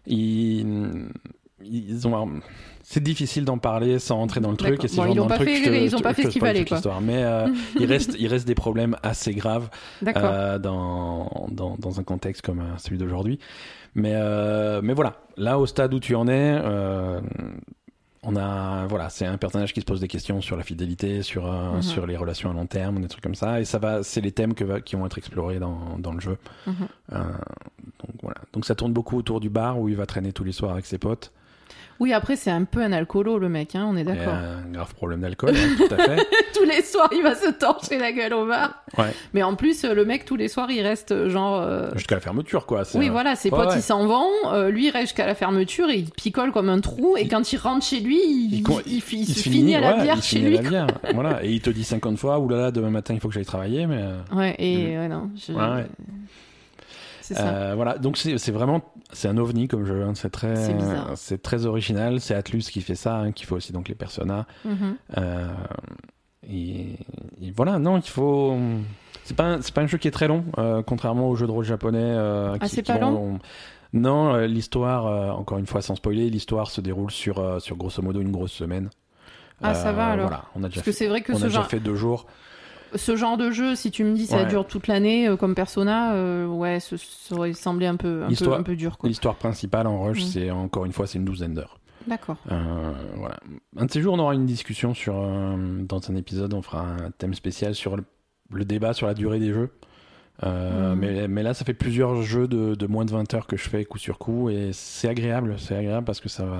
Ils, ils ont. C'est difficile d'en parler sans entrer dans le truc. D'accord. Et si Bon, je ils rentre l'ont dans le pas truc, fait, je te- ils je ont te- pas je fait te ce qu'il spoil fallait, toute quoi. l'histoire. Mais euh, il reste, il reste des problèmes assez graves. D'accord. euh, dans, dans, dans un contexte comme euh, celui d'aujourd'hui. Mais, euh, mais voilà, là au stade où tu en es, euh, on a voilà, c'est un personnage qui se pose des questions sur la fidélité, sur, euh, Mhm. sur les relations à long terme, des trucs comme ça. Et ça va, c'est les thèmes que va- qui vont être explorés dans, dans le jeu. Mhm. Euh, donc voilà, donc ça tourne beaucoup autour du bar où il va traîner tous les soirs avec ses potes. Oui, après, c'est un peu un alcoolo, le mec, hein, on est Il y a d'accord. un euh, grave problème d'alcool, hein, tout à fait. Tous les soirs, il va se torcher la gueule au bar. Ouais. Mais en plus, euh, le mec, tous les soirs, il reste euh, genre. euh, Jusqu'à la fermeture, quoi. C'est Oui, un- voilà, ses Ouais, potes, ouais. ils s'en vont. euh, lui, il reste jusqu'à la fermeture et il picole comme un trou. Et Il- quand il rentre chez lui, il, Il con- il- il il se finit à la ouais, bière il chez finit lui. à la bière, voilà. Et il te dit 50 fois, oulala, demain matin, il faut que j'aille travailler. Mais euh, Ouais, et ouais, non. je- Ouais, ouais. C'est ça. euh, voilà, donc c'est c'est vraiment, c'est un ovni comme jeu. hein. C'est très, C'est bizarre. c'est très original. C'est Atlus qui fait ça, hein, qui fait aussi donc les personas. Mhm. Euh, et, et voilà, non, il faut. C'est pas, un- c'est pas un jeu qui est très long, euh, contrairement aux jeux de rôle japonais. euh, Ah, qui- c'est qui pas ont- ont- Non, euh, l'histoire, euh, encore une fois, sans spoiler, l'histoire se déroule sur, euh, sur grosso modo une grosse semaine. Euh, Ah, ça va, alors. Voilà, on a déjà Parce fait, que c'est vrai que on a ce déjà genre, fait deux jours. ce genre de jeu, si tu me dis ça Ouais. dure toute l'année euh, comme Persona, euh, ouais, ce- ça aurait semblé un peu, un peu, Histoire- un peu dur. Quoi. L'histoire principale en rush, Mm. c'est encore une fois, c'est une douzaine d'heures. D'accord. Euh, voilà. Un de ces jours, on aura une discussion sur. euh, dans un épisode, on fera un thème spécial sur le, le débat sur la durée des jeux. Euh, Mm. mais, mais là, ça fait plusieurs jeux de, de moins de 20 heures que je fais coup sur coup et c'est agréable. C'est agréable parce que ça va.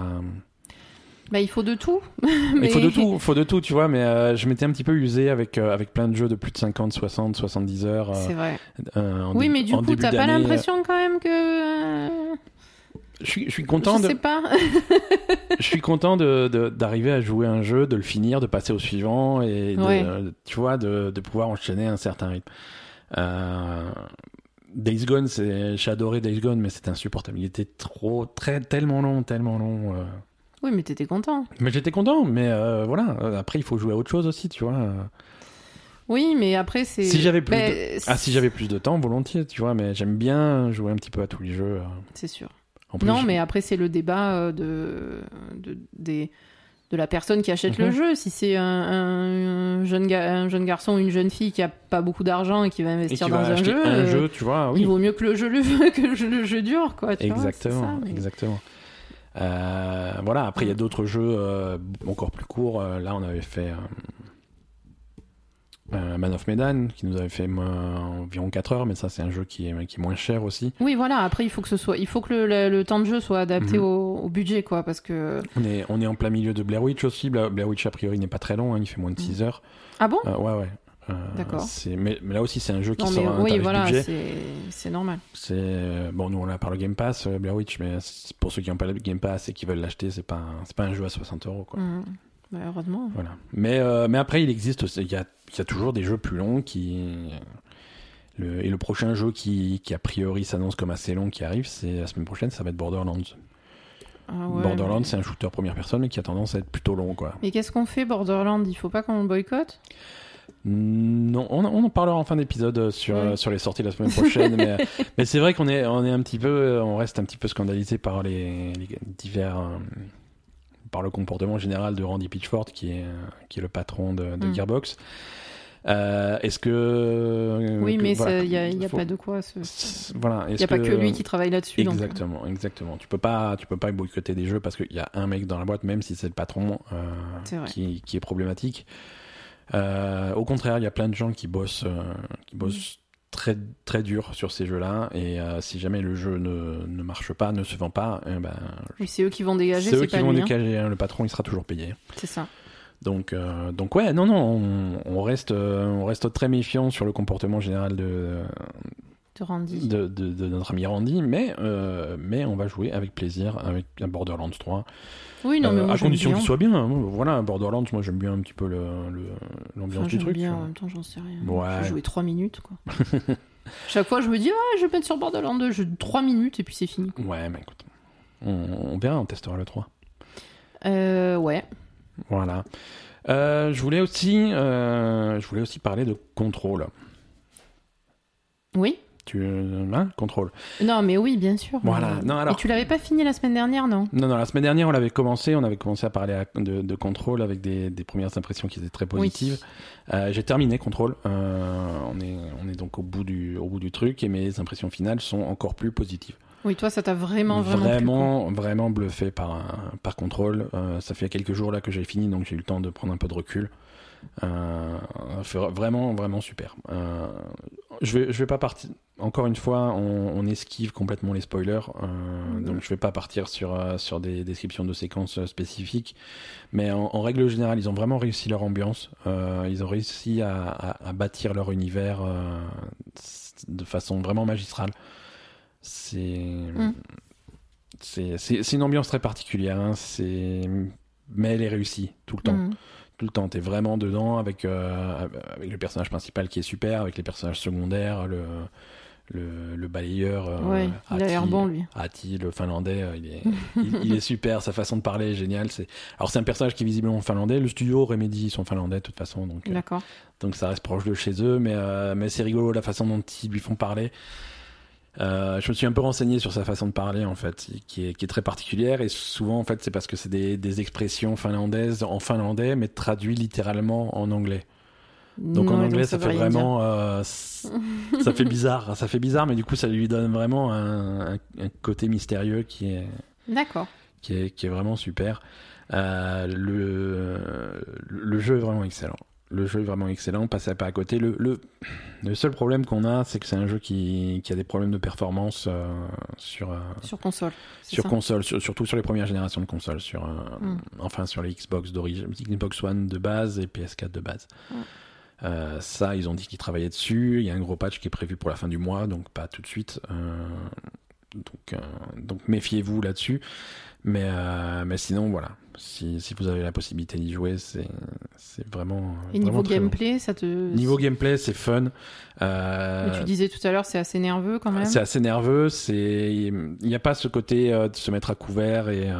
Bah, il faut de tout. Il faut Mais- de tout, faut de tout, tu vois. Mais euh, je m'étais un petit peu usé avec, euh, avec plein de jeux de plus de 50, 60, 70 heures. euh, C'est vrai. euh, en oui, dé- mais du en coup, début t'as pas d'année. l'impression quand même que. euh, Je suis, je suis content je de. sais pas. je suis content de- de- d'arriver à jouer un jeu, de le finir, de passer au suivant et de- Ouais. tu vois de, de pouvoir enchaîner un certain rythme. Euh, Days Gone, c'est j'ai adoré Days Gone, mais c'est insupportabilité trop très tellement long, tellement long. euh. oui, mais t'étais content. Mais j'étais content, mais euh, voilà. euh, Après, il faut jouer à autre chose aussi, tu vois. euh. Oui, mais après, c'est. Si j'avais plus Bah, Ah, si j'avais plus de temps, volontiers, tu vois. Mais j'aime bien jouer un petit peu à tous les jeux. euh. C'est sûr. En plus, non, mais après, c'est le débat euh, de, de, des- de la personne qui achète le Mhm. jeu. Si c'est un, un- un jeune ga- un jeune garçon ou une jeune fille qui a pas beaucoup d'argent et qui va et investir tu dans vas un acheter jeu, un euh, jeu, tu vois. Oui. il vaut mieux que le jeu le que le jeu, le jeu dure, quoi. tu vois, c'est Exactement, ça, mais- exactement. Euh, voilà, après il y a d'autres jeux euh, encore plus courts. Euh, là, on avait fait euh, euh, Man of Medan qui nous avait fait euh, environ 4 heures, mais ça, c'est un jeu qui est, qui est moins cher aussi. Oui, voilà. Après, il faut que ce soit, il faut que le, le- le temps de jeu soit adapté Mhm. au, au budget, quoi, parce que. On est, on est en plein milieu de Blair Witch aussi. Bla- Blair Witch, a priori, n'est pas très long, hein, il fait moins de 6 heures. Ah bon Euh, ouais, ouais. Euh, D'accord. c'est- Mais, mais là aussi, c'est un jeu qui Non, sort mais à un oui, tarif voilà, budget. c'est c'est normal. C'est euh, bon, nous on l'a par le Game Pass, euh, Blair Witch, mais c'est- pour ceux qui n'ont pas le Game Pass et qui veulent l'acheter, c'est pas un- c'est pas un jeu à 60 euros quoi. Mhm. Bah, heureusement. Voilà. Mais, euh, mais après, il existe, aussi- il y a, il y a toujours des jeux plus longs qui. Le, et le prochain jeu qui, qui a priori s'annonce comme assez long qui arrive, c'est la semaine prochaine, ça va être Borderlands. Ah ouais, Borderlands, mais- c'est un shooter première personne mais qui a tendance à être plutôt long, quoi. Mais qu'est-ce qu'on fait, Borderland Il faut pas qu'on le boycotte Mm, Non, on, on en parlera en fin d'épisode sur, Ouais. euh, sur les sorties la semaine prochaine, mais, mais c'est vrai qu'on est, on est un petit peu, euh, on reste un petit peu scandalisé par les, les divers, euh, par le comportement général de Randy Pitchford, qui est, euh, qui est le patron de, de Mm. Gearbox. Euh, est-ce que Oui, Euh, que- mais il voilà, n'y a, y a faut- pas de quoi. Il voilà, est-ce n'y a pas que lui qui travaille là-dessus. donc, euh, Exactement, exactement. Tu peux pas, tu peux pas boycotter des jeux parce qu'il y a un mec dans la boîte, même si c'est le patron euh, C'est vrai. qui, qui est problématique. Euh, au contraire, il y a plein de gens qui bossent, euh, qui bossent très très dur sur ces jeux-là. Et euh, si jamais le jeu ne, ne marche pas, ne se vend pas, eh ben, oui, c'est eux qui vont dégager, c'est eux c'est qui pas vont lui. hein. décager. hein. Le patron, il sera toujours payé. C'est ça. Donc, euh, donc ouais, non, non, on, on reste, euh, on reste très méfiant sur le comportement général de de Randy. de, de- de notre ami Randy, mais, euh, mais on va jouer avec plaisir avec un Borderlands 3. Oui, non, mais Euh, moi, à j'aime condition bien. qu'il soit bien. hein. Voilà, Borderlands, moi j'aime bien un petit peu le- le- l'ambiance Enfin, du j'aime truc. bien, tu en vois. même temps, j'en sais rien. Ouais. J'ai joué 3 minutes, quoi. Chaque fois, je me dis, ah, je vais mettre sur Borderlands 2, je 3 minutes et puis c'est fini. Ouais, mais écoute, on, on verra, on testera le 3. Euh, ouais. Voilà. Euh, je voulais aussi, euh, je voulais aussi parler de contrôle. Oui. Tu, hein, contrôle. Non, mais oui, bien sûr. Voilà. Euh, Non, alors- Et tu l'avais pas fini la semaine dernière, non Non, non, la semaine dernière, on l'avait commencé, on avait commencé à parler à- de, de contrôle avec des, des premières impressions qui étaient très positives. Euh, J'ai terminé contrôle. Euh, on est, on est donc au bout du, au bout du truc et mes impressions finales sont encore plus positives. Oui, toi, ça t'a vraiment, vraiment. plu, vraiment, vraiment bluffé par, un- par contrôle. Euh, ça fait quelques jours là que j'ai fini, donc j'ai eu le temps de prendre un peu de recul. Euh, c'est vraiment, vraiment super. Euh, je vais, je vais pas partir. Encore une fois, on, on esquive complètement les spoilers, Mmh. euh, donc je vais pas partir sur euh, sur des descriptions de séquences euh, spécifiques. Mais en, en règle générale, ils ont vraiment réussi leur ambiance. Euh, ils ont réussi à, à- à bâtir leur univers euh, de façon vraiment magistrale. C'est Mm. c'est- c'est c'est une ambiance très particulière. hein. C'est mais elle est réussie tout le quoi. temps. Mm. Tout le temps, t'es vraiment dedans avec euh, avec le personnage principal qui est super, avec les personnages secondaires, le le, le balayeur. euh, Ouais, il a l'air Hati. bon, lui. Hati, le finlandais, euh, il est, il, il est super, sa façon de parler est géniale. C'est, alors c'est un personnage qui est visiblement finlandais, le studio Remedy ils sont finlandais de toute façon, donc, euh, D'accord. donc ça reste proche de chez eux, mais, euh, mais c'est rigolo la façon dont ils lui font parler. Euh, je me suis un peu renseigné sur sa façon de parler en fait, qui est, qui est très particulière et souvent en fait c'est parce que c'est des, des expressions finlandaises en finlandais mais traduites littéralement en anglais. Donc en Ouais, anglais, ça, veut fait rien dire. vraiment, euh, s- ça fait bizarre, ça fait bizarre, mais du coup, ça lui donne vraiment un, un- un côté mystérieux qui est, D'accord. qui est, qui est vraiment super. Euh, le, euh, le jeu est vraiment excellent. Le jeu est vraiment excellent, passez pas à côté. Le, le, le seul problème qu'on a, c'est que c'est un jeu qui, qui a des problèmes de performance euh, sur, euh, Sur console. c'est sur ça console, sur- surtout sur les premières générations de consoles, sur euh, Mm. enfin sur les Xbox d'origine, Xbox One de base et PS4 de base. Mm. Euh, ça, ils ont dit qu'ils travaillaient dessus. Il y a un gros patch qui est prévu pour la fin du mois, donc pas tout de suite. Euh, donc, euh, donc méfiez-vous là-dessus. Mais, euh, mais sinon, voilà. Si, si vous avez la possibilité d'y jouer, c'est c'est vraiment. Et vraiment niveau très bon. gameplay, ça te. Niveau gameplay, c'est fun. Euh, Mais Tu disais tout à l'heure, c'est assez nerveux quand même. c'est assez nerveux, c'est il n'y a pas ce côté euh, de se mettre à couvert et euh,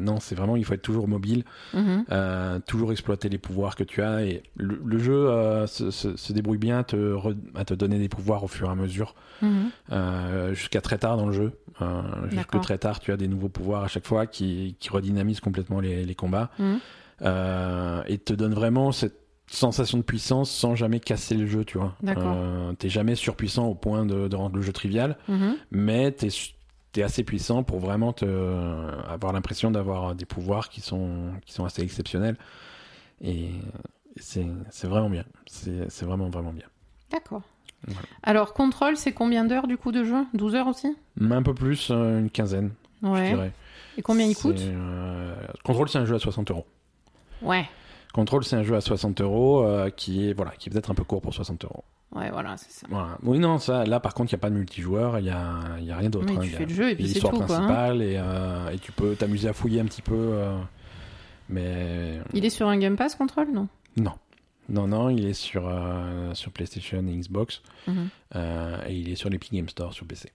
non, c'est vraiment il faut être toujours mobile, Mhm. euh, toujours exploiter les pouvoirs que tu as et le, le jeu euh, se, se- se débrouille bien à te, re- à te donner des pouvoirs au fur et à mesure Mhm. euh, jusqu'à très tard dans le jeu, euh, jusque D'accord. très tard tu as des nouveaux pouvoirs à chaque fois qui, qui redynamisent complètement les, les combats Mhm. euh, et te donne vraiment cette sensation de puissance sans jamais casser le jeu, tu vois. D'accord. Euh, T'es jamais surpuissant au point de- de rendre le jeu trivial Mhm. mais t'es es assez puissant pour vraiment te, avoir l'impression d'avoir des pouvoirs qui sont, qui sont assez exceptionnels. Et c'est c'est vraiment bien. C'est c'est vraiment, vraiment bien. D'accord. Voilà. Alors, contrôle, c'est combien d'heures du coup de jeu 12 heures aussi Mais Un peu plus, euh, une quinzaine, je Ouais. dirais. Et combien il C'est, coûte euh, Control, c'est un jeu à 60 euros. Ouais. Control, c'est un jeu à 60 euros euh, qui est, voilà, qui est peut-être un peu court pour 60 euros. Ouais, voilà, c'est ça. Voilà. Oui, non, ça, là par contre, il n'y a pas de multijoueur, il n'y a, il y a rien d'autre. Mais hein, tu il y a- fais le jeu et Et puis c'est tout l'histoire quoi. hein. principale et, euh, et tu peux t'amuser à fouiller un petit peu. euh, mais Il est sur un Game Pass contrôle, non non. Non, non, il est sur, euh, sur PlayStation et Xbox Mhm. euh, et il est sur l'Epic Game Store sur PC.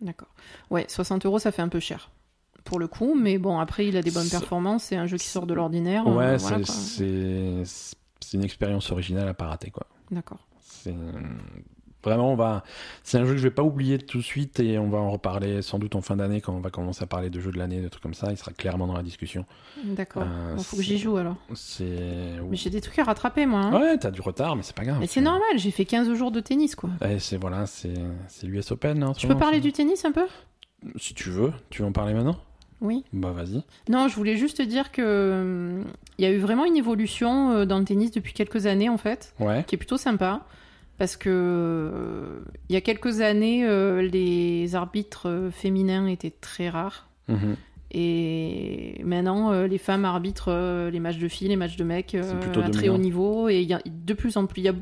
D'accord. Ouais, 60 euros, ça fait un peu cher. Pour le coup, mais bon, après, il a des bonnes C'est- performances, c'est un jeu qui sort de l'ordinaire. ouais, euh, c'est- voilà, quoi. c'est c'est une expérience originale à pas rater. Quoi. D'accord. C'est vraiment, on va. C'est un jeu que je vais pas oublier tout de suite et on va en reparler sans doute en fin d'année quand on va commencer à parler de jeux de l'année, de trucs comme ça. Il sera clairement dans la discussion. D'accord. Euh, Bon, faut que c'est- j'y joue alors. C'est. Mais j'ai des trucs à rattraper, moi. hein. Ouais, t'as du retard, mais c'est pas grave. Mais c'est Tu- normal, j'ai fait 15 jours de tennis, quoi. Eh, c'est voilà, c'est c'est l'US Open. Là, en ce Je peux moment, parler c'est- du tennis un peu Si tu veux, tu veux en parler maintenant Oui. Bah vas-y. Non, je voulais juste te dire que hum, il y a eu vraiment une évolution euh, dans le tennis depuis quelques années, en fait, Ouais. qui est plutôt sympa. Parce que euh, il y a quelques années, euh, les arbitres euh, féminins étaient très rares. Mhm. Et maintenant, euh, les femmes arbitrent euh, les matchs de filles, les matchs de mecs euh, plutôt à très dominant. haut niveau. Et il y a de plus en plus, il y a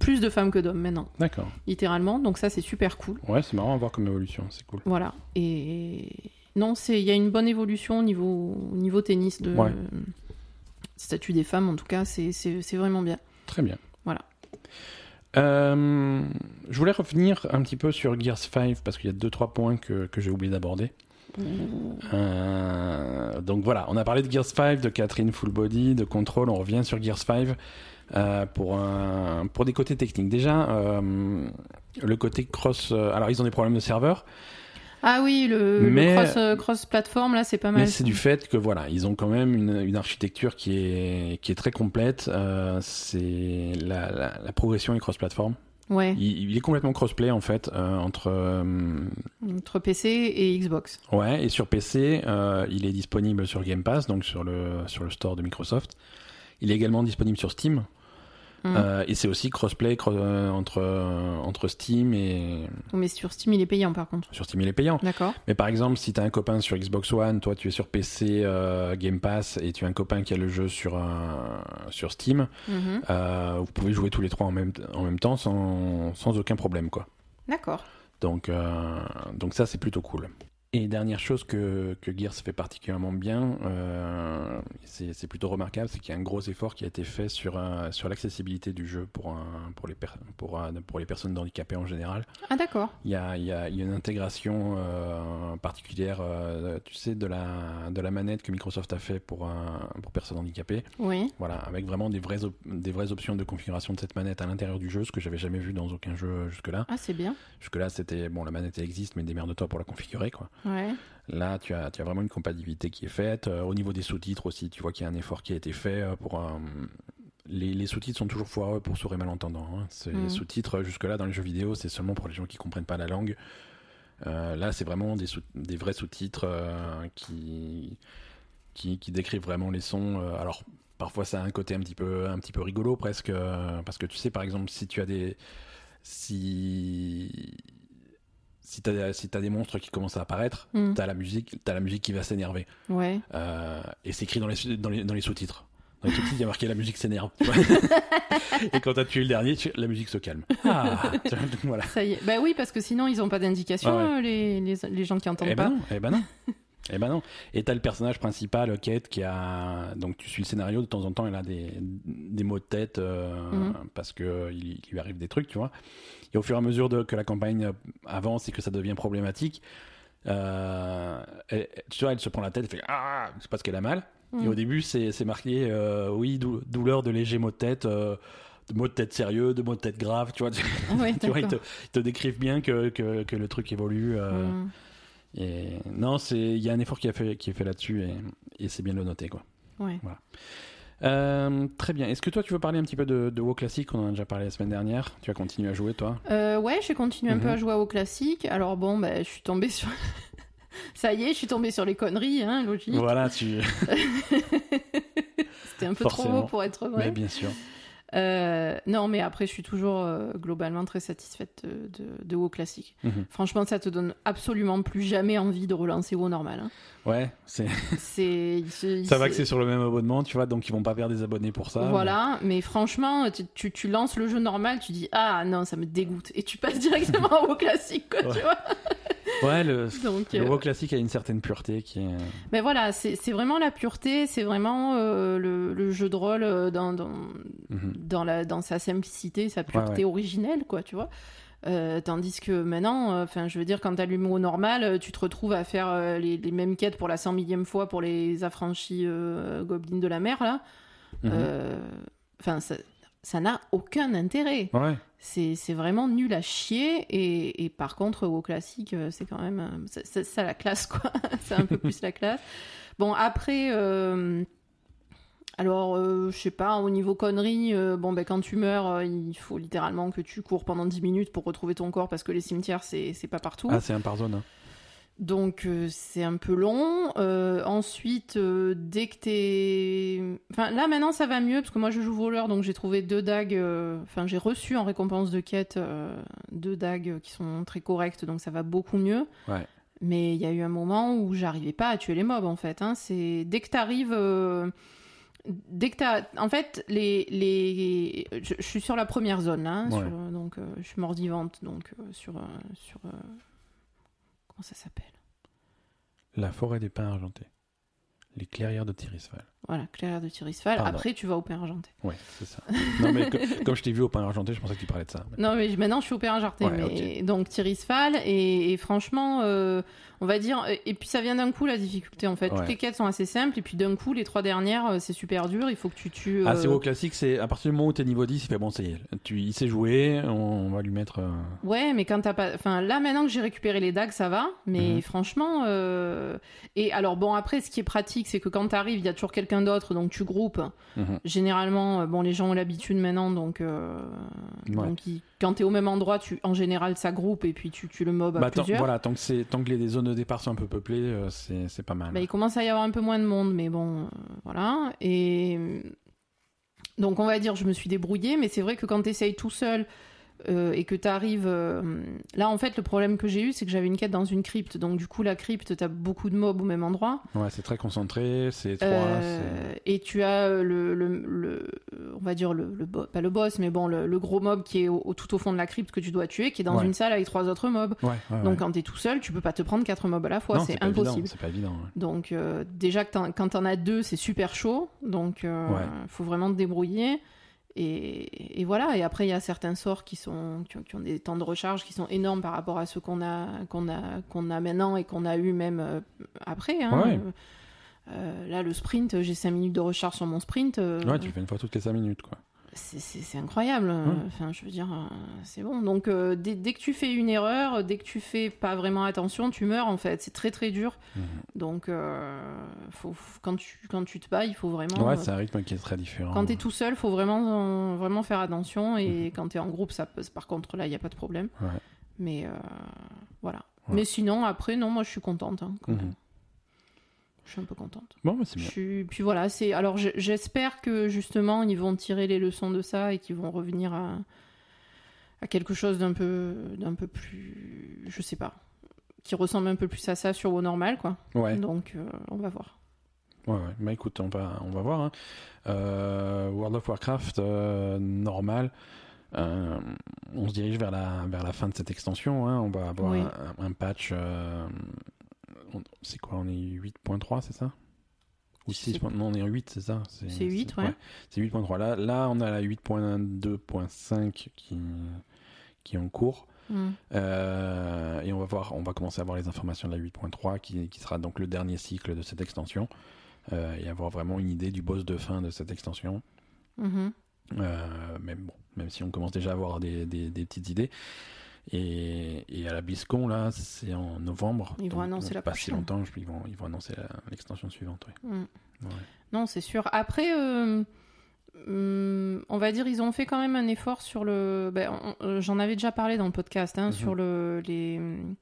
plus de femmes que d'hommes maintenant, D'accord. littéralement. Donc ça, c'est super cool. Ouais, c'est marrant à voir comme évolution, c'est cool. Voilà. Et non, c'est il y a une bonne évolution au niveau, au niveau tennis de Ouais. statut des femmes, en tout cas, c'est- c'est c'est vraiment bien. Très bien. Voilà. Euh, je voulais revenir un petit peu sur Gears 5 parce qu'il y a deux trois points que, que j'ai oublié d'aborder. Mmh. Euh, donc voilà, on a parlé de Gears 5, de Catherine Full Body, de Control. On revient sur Gears 5 euh, pour un pour des côtés techniques. Déjà, euh, le côté cross. euh, alors ils ont des problèmes de serveur, Ah oui, le, le Mais- cross, euh, cross-platform, là, Ah c'est pas mal. mais c'est du fait que voilà, ils ont quand même une, une architecture qui est qui est très complète. Euh, c'est la, la, la progression est cross-platform. Ouais, Il, il est complètement crossplay en fait euh, entre euh, entre PC et Xbox. ouais et sur PC euh, il est disponible sur Game Pass donc sur le sur le store de Microsoft. Il est également disponible sur Steam Hmm. Euh, et c'est aussi crossplay cro- euh, entre euh, entre Steam et Mais sur Steam, il est payant, par contre. sur Steam il est payant. D'accord. Mais par exemple si t'as un copain sur Xbox One, toi tu es sur PC euh, Game Pass et tu as un copain qui a le jeu sur un- sur Steam, Mhm. euh, vous pouvez jouer tous les trois en même en même temps sans sans aucun problème quoi. D'accord. Donc, euh, donc ça, c'est plutôt cool. Et dernière chose que, que Gears fait particulièrement bien, euh, c'est c'est plutôt remarquable, c'est qu'il y a un gros effort qui a été fait sur, euh, sur l'accessibilité du jeu pour, un- pour, les per- pour, un- pour les personnes handicapées en général. Ah d'accord. Il y a, il y a- il y a une intégration euh, particulière, euh, tu sais, de la, de la manette que Microsoft a fait pour, un- pour personnes handicapées. Oui. Voilà, avec vraiment des vraies, op- des vraies options de configuration de cette manette à l'intérieur du jeu, ce que j'avais jamais vu dans aucun jeu jusque-là. Ah c'est bien. Jusque-là, c'était bon, la manette elle existe, mais démerde-toi pour la configurer. Quoi. Ouais. Là, tu as, tu as vraiment une compatibilité qui est faite. Euh, au niveau des sous-titres aussi, tu vois qu'il y a un effort qui a été fait euh, pour. euh, les, les sous-titres sont toujours foireux pour sourds et malentendants. hein. C'est- Mhm. Les sous-titres, euh, jusque-là, dans les jeux vidéo, c'est seulement pour les gens qui comprennent pas la langue. Euh, là, c'est vraiment des, sous- des vrais sous-titres euh, qui, qui, qui décrivent vraiment les sons. Euh, alors, parfois, ça a un côté un petit peu, un petit peu rigolo presque. euh, parce que tu sais, par exemple, si tu as des. Si. Si t'as si t'as des monstres qui commencent à apparaître, Hmm. t'as la musique, t'as la musique qui va s'énerver. Ouais. Euh, et c'est écrit dans les, su- dans les, dans les sous-titres. Dans les sous-titres, il y a marqué la musique s'énerve. tu vois. et quand t'as tué le dernier, tu- la musique se calme. Ah, tu vois, donc voilà. Ça y est. Bah oui, parce que sinon ils ont pas d'indication Ah ouais. euh, les, les, les gens qui entendent Eh ben pas. non, eh ben non. Eh ben non. Et t'as le personnage principal, Kate, qui a. Donc tu suis le scénario, de temps en temps, elle a des, des maux de tête euh, Mhm. parce qu'il lui arrive des trucs, tu vois. Et au fur et à mesure de, que la campagne euh, avance et que ça devient problématique, euh, elle- tu vois, elle se prend la tête, elle fait Ah C'est parce qu'elle a mal. Et Mm. au début, c'est c'est marqué euh, Oui, dou- douleur de léger maux de tête, euh, de maux de tête sérieux, de maux de tête grave, tu vois. Tu, Ah ouais, tu vois, ils te, d'accord. ils te décrivent bien que, que, que le truc évolue. euh, Hmm. et non, c'est il y a un effort qui, a fait, qui est fait là-dessus et, et c'est bien de le noter quoi. Ouais. Euh, très bien. Est-ce que toi tu veux parler un petit peu de, de WoW classique On en a déjà parlé la semaine dernière. Tu vas continuer à jouer toi Euh, ouais, j'ai continué un peu Mhm. à jouer au classique. Alors bon, bah, je suis tombée sur. Ça y est, je suis tombée sur les conneries, hein, logique. Voilà, tu. C'était un peu forcément. trop beau pour être vrai. Mais bien sûr. Euh, non, mais après, je suis toujours euh, globalement très satisfaite de, de, de WoW classique. Mhm. Franchement, ça te donne absolument plus jamais envie de relancer WoW normal. hein. Ouais, c'est. C'est il se- il Ça va se- que c'est sur le même abonnement, tu vois, donc ils vont pas perdre des abonnés pour ça. Voilà, mais franchement, tu, tu- tu lances le jeu normal, tu dis ah non, ça me dégoûte, et tu passes directement au classique, quoi, Ouais. tu vois. mais- Ouais, le. Donc, Le euh, WoW classique a une certaine pureté qui est... euh, mais voilà, c'est c'est vraiment la pureté, c'est vraiment euh, le, le jeu de rôle euh, dans, dans, Mhm. dans, la, dans sa simplicité, sa pureté Ouais, ouais. originelle, quoi, tu vois. Euh, tandis que maintenant, euh, enfin, je veux dire, quand t'allumes au normal, euh, tu te retrouves à faire euh, les, les mêmes quêtes pour la cent millième fois pour les affranchis euh, gobelins de la mer, là. Mhm. Euh, Enfin, ça- ça n'a aucun intérêt. Ouais. C'est c'est vraiment nul à chier. Et, et par contre, au classique, euh, c'est quand même. euh, ça- Ça ça la classe, quoi. c'est un peu plus la classe. Bon, après. euh, alors, euh, je sais pas, au niveau conneries, euh, bon, ben, quand tu meurs, euh, il faut littéralement que tu cours pendant 10 minutes pour retrouver ton corps parce que les cimetières, c'est c'est pas partout. Ah, c'est un par zone. hein. Donc euh, c'est un peu long. Euh, ensuite, euh, dès que t'es... Enfin là maintenant ça va mieux parce que moi je joue voleur donc j'ai trouvé deux dagues... euh, Enfin j'ai reçu en récompense de quête euh, deux dagues qui sont très correctes donc ça va beaucoup mieux. Ouais. Mais il y a eu un moment où j'arrivais pas à tuer les mobs en fait. hein. C'est dès que t'arrives... euh, Dès que t'as. En fait, les. les... Je, je suis sur la première zone, là. hein, Ouais. sur, euh, donc, euh, je suis mordivante, donc, euh, sur. euh, sur euh, Comment ça s'appelle La forêt des pins argentés. Les clairières de Tirisfal. Voilà, Claire de Tirisfal. Pardon. Après, tu vas au Père Argenté. Ouais, c'est ça. non, mais co- comme je t'ai vu au pain argenté, je pensais que tu parlais de ça. Non, mais je- maintenant, je suis au Père Argenté. Ouais, mais... Donc, Tirisfal. Et, et franchement, euh, on va dire. et- Et puis, ça vient d'un coup, la difficulté, en fait. Ouais. Toutes les quêtes sont assez simples. Et puis, d'un coup, les trois dernières, euh, c'est super dur. Il faut que tu tues. Ah, euh, c'est au classique, c'est à partir du moment où t'es niveau 10, il fait bon, ça y est, tu, il sait jouer, on, va lui mettre. euh, Ouais, mais quand t'as pas. Enfin, là, maintenant que j'ai récupéré les dagues, ça va. Mais Mhm. franchement. euh, Et alors, bon, après, ce qui est pratique, c'est que quand t'arrives, il y a toujours quelqu'un d'autre, donc tu groupes. mhm. Généralement, euh, bon, les gens ont l'habitude maintenant, donc. euh, Ouais. donc ils- quand t'es au même endroit, tu... en général, ça groupe et puis tu, tu le mob à Bah, tant, plusieurs. voilà, tant que, c'est- tant que les zones de départ sont un peu peuplées, euh, c'est c'est pas mal. Bah, il commence à y avoir un peu moins de monde, mais bon, euh, voilà. Et euh, donc, on va dire, je me suis débrouillée, mais c'est vrai que quand t'essayes tout seul euh, et que t'arrives. euh, Là, en fait, le problème que j'ai eu, c'est que j'avais une quête dans une crypte. Donc, du coup, la crypte, t'as beaucoup de mobs au même endroit. Ouais, c'est très concentré, c'est étroit. c'est- Euh, et tu as euh, le, le, le- On va dire le, le bo- Pas le boss, mais bon, le, le gros mob qui est au- au- tout au fond de la crypte que tu dois tuer, qui est dans Ouais. une salle avec trois autres mobs. Ouais, ouais, Donc, ouais. quand t'es tout seul, tu peux pas te prendre quatre mobs à la fois. Non, C'est pas évident, impossible. C'est pas évident. ouais. Donc euh, déjà que t'en- quand t'en as deux, c'est super chaud, donc euh, Ouais. faut vraiment te débrouiller. Et, et voilà. Et après, il y a certains sorts qui sont qui ont, qui ont des temps de recharge qui sont énormes par rapport à ceux qu'on a qu'on a qu'on a maintenant et qu'on a eu même euh, après. hein. Ouais. Euh, là, le sprint, j'ai 5 minutes de recharge sur mon sprint. euh, Ouais, tu le fais une fois toutes les 5 minutes, quoi. c'est- C'est c'est incroyable. Enfin, je veux dire, euh, c'est bon. Donc, euh, dès, dès que tu fais une erreur, dès que tu fais pas vraiment attention, tu meurs en fait. C'est très très dur. Mhm. Donc, euh, faut, faut- quand, tu, quand tu te bats, il faut vraiment. Ouais, euh, c'est un rythme qui est très différent. quand t'es tout seul, faut vraiment, euh, vraiment faire attention. Et quand t'es en groupe, ça peut- par contre, là, il n'y a pas de problème. Mhm. Ouais. Mais euh, voilà. Ouais. Mais sinon, après, non, moi, je suis contente. hein, quand Mhm. même. Je suis un peu contente. Bon, bah, c'est Je bien. suis- Puis voilà, c'est. Alors je- j'espère que justement ils vont tirer les leçons de ça et qu'ils vont revenir à, à quelque chose d'un peu, d'un peu plus, je sais pas, qui ressemble un peu plus à ça sur WoW normal quoi. Ouais, Donc euh, on va voir. ouais, ouais. Bah, écoute, on va, on va voir. hein. Euh, World of Warcraft, euh, normal. euh, on se dirige vers la, vers la fin de cette extension. hein. On va avoir Oui. un, un patch. euh, on- c'est quoi On est 8.3, c'est ça Ou Je sais 6. point- Non, on est en 8, c'est ça C'est 8, ouais. C'est 8.3. Là, là, on a la 8.2.5 qui, qui est en cours. Mm. Euh, et on va voir, on va commencer à voir les informations de la 8.3 qui, qui sera donc le dernier cycle de cette extension euh, et avoir vraiment une idée du boss de fin de cette extension. Mhm. Euh, même bon, même si on commence déjà à avoir des, des- des petites idées. Et, et à la Biscon là, c'est en novembre. Ils vont donc, annoncer donc la pas si prochaine. longtemps, je- ils vont ils vont annoncer la- l'extension suivante. ouais. Mm. Ouais. Non, c'est sûr. Après, euh, hum, on va dire, ils ont fait quand même un effort sur le. ben, on- euh, J'en avais déjà parlé dans le podcast, hein, Mhm. sur le, les, mm,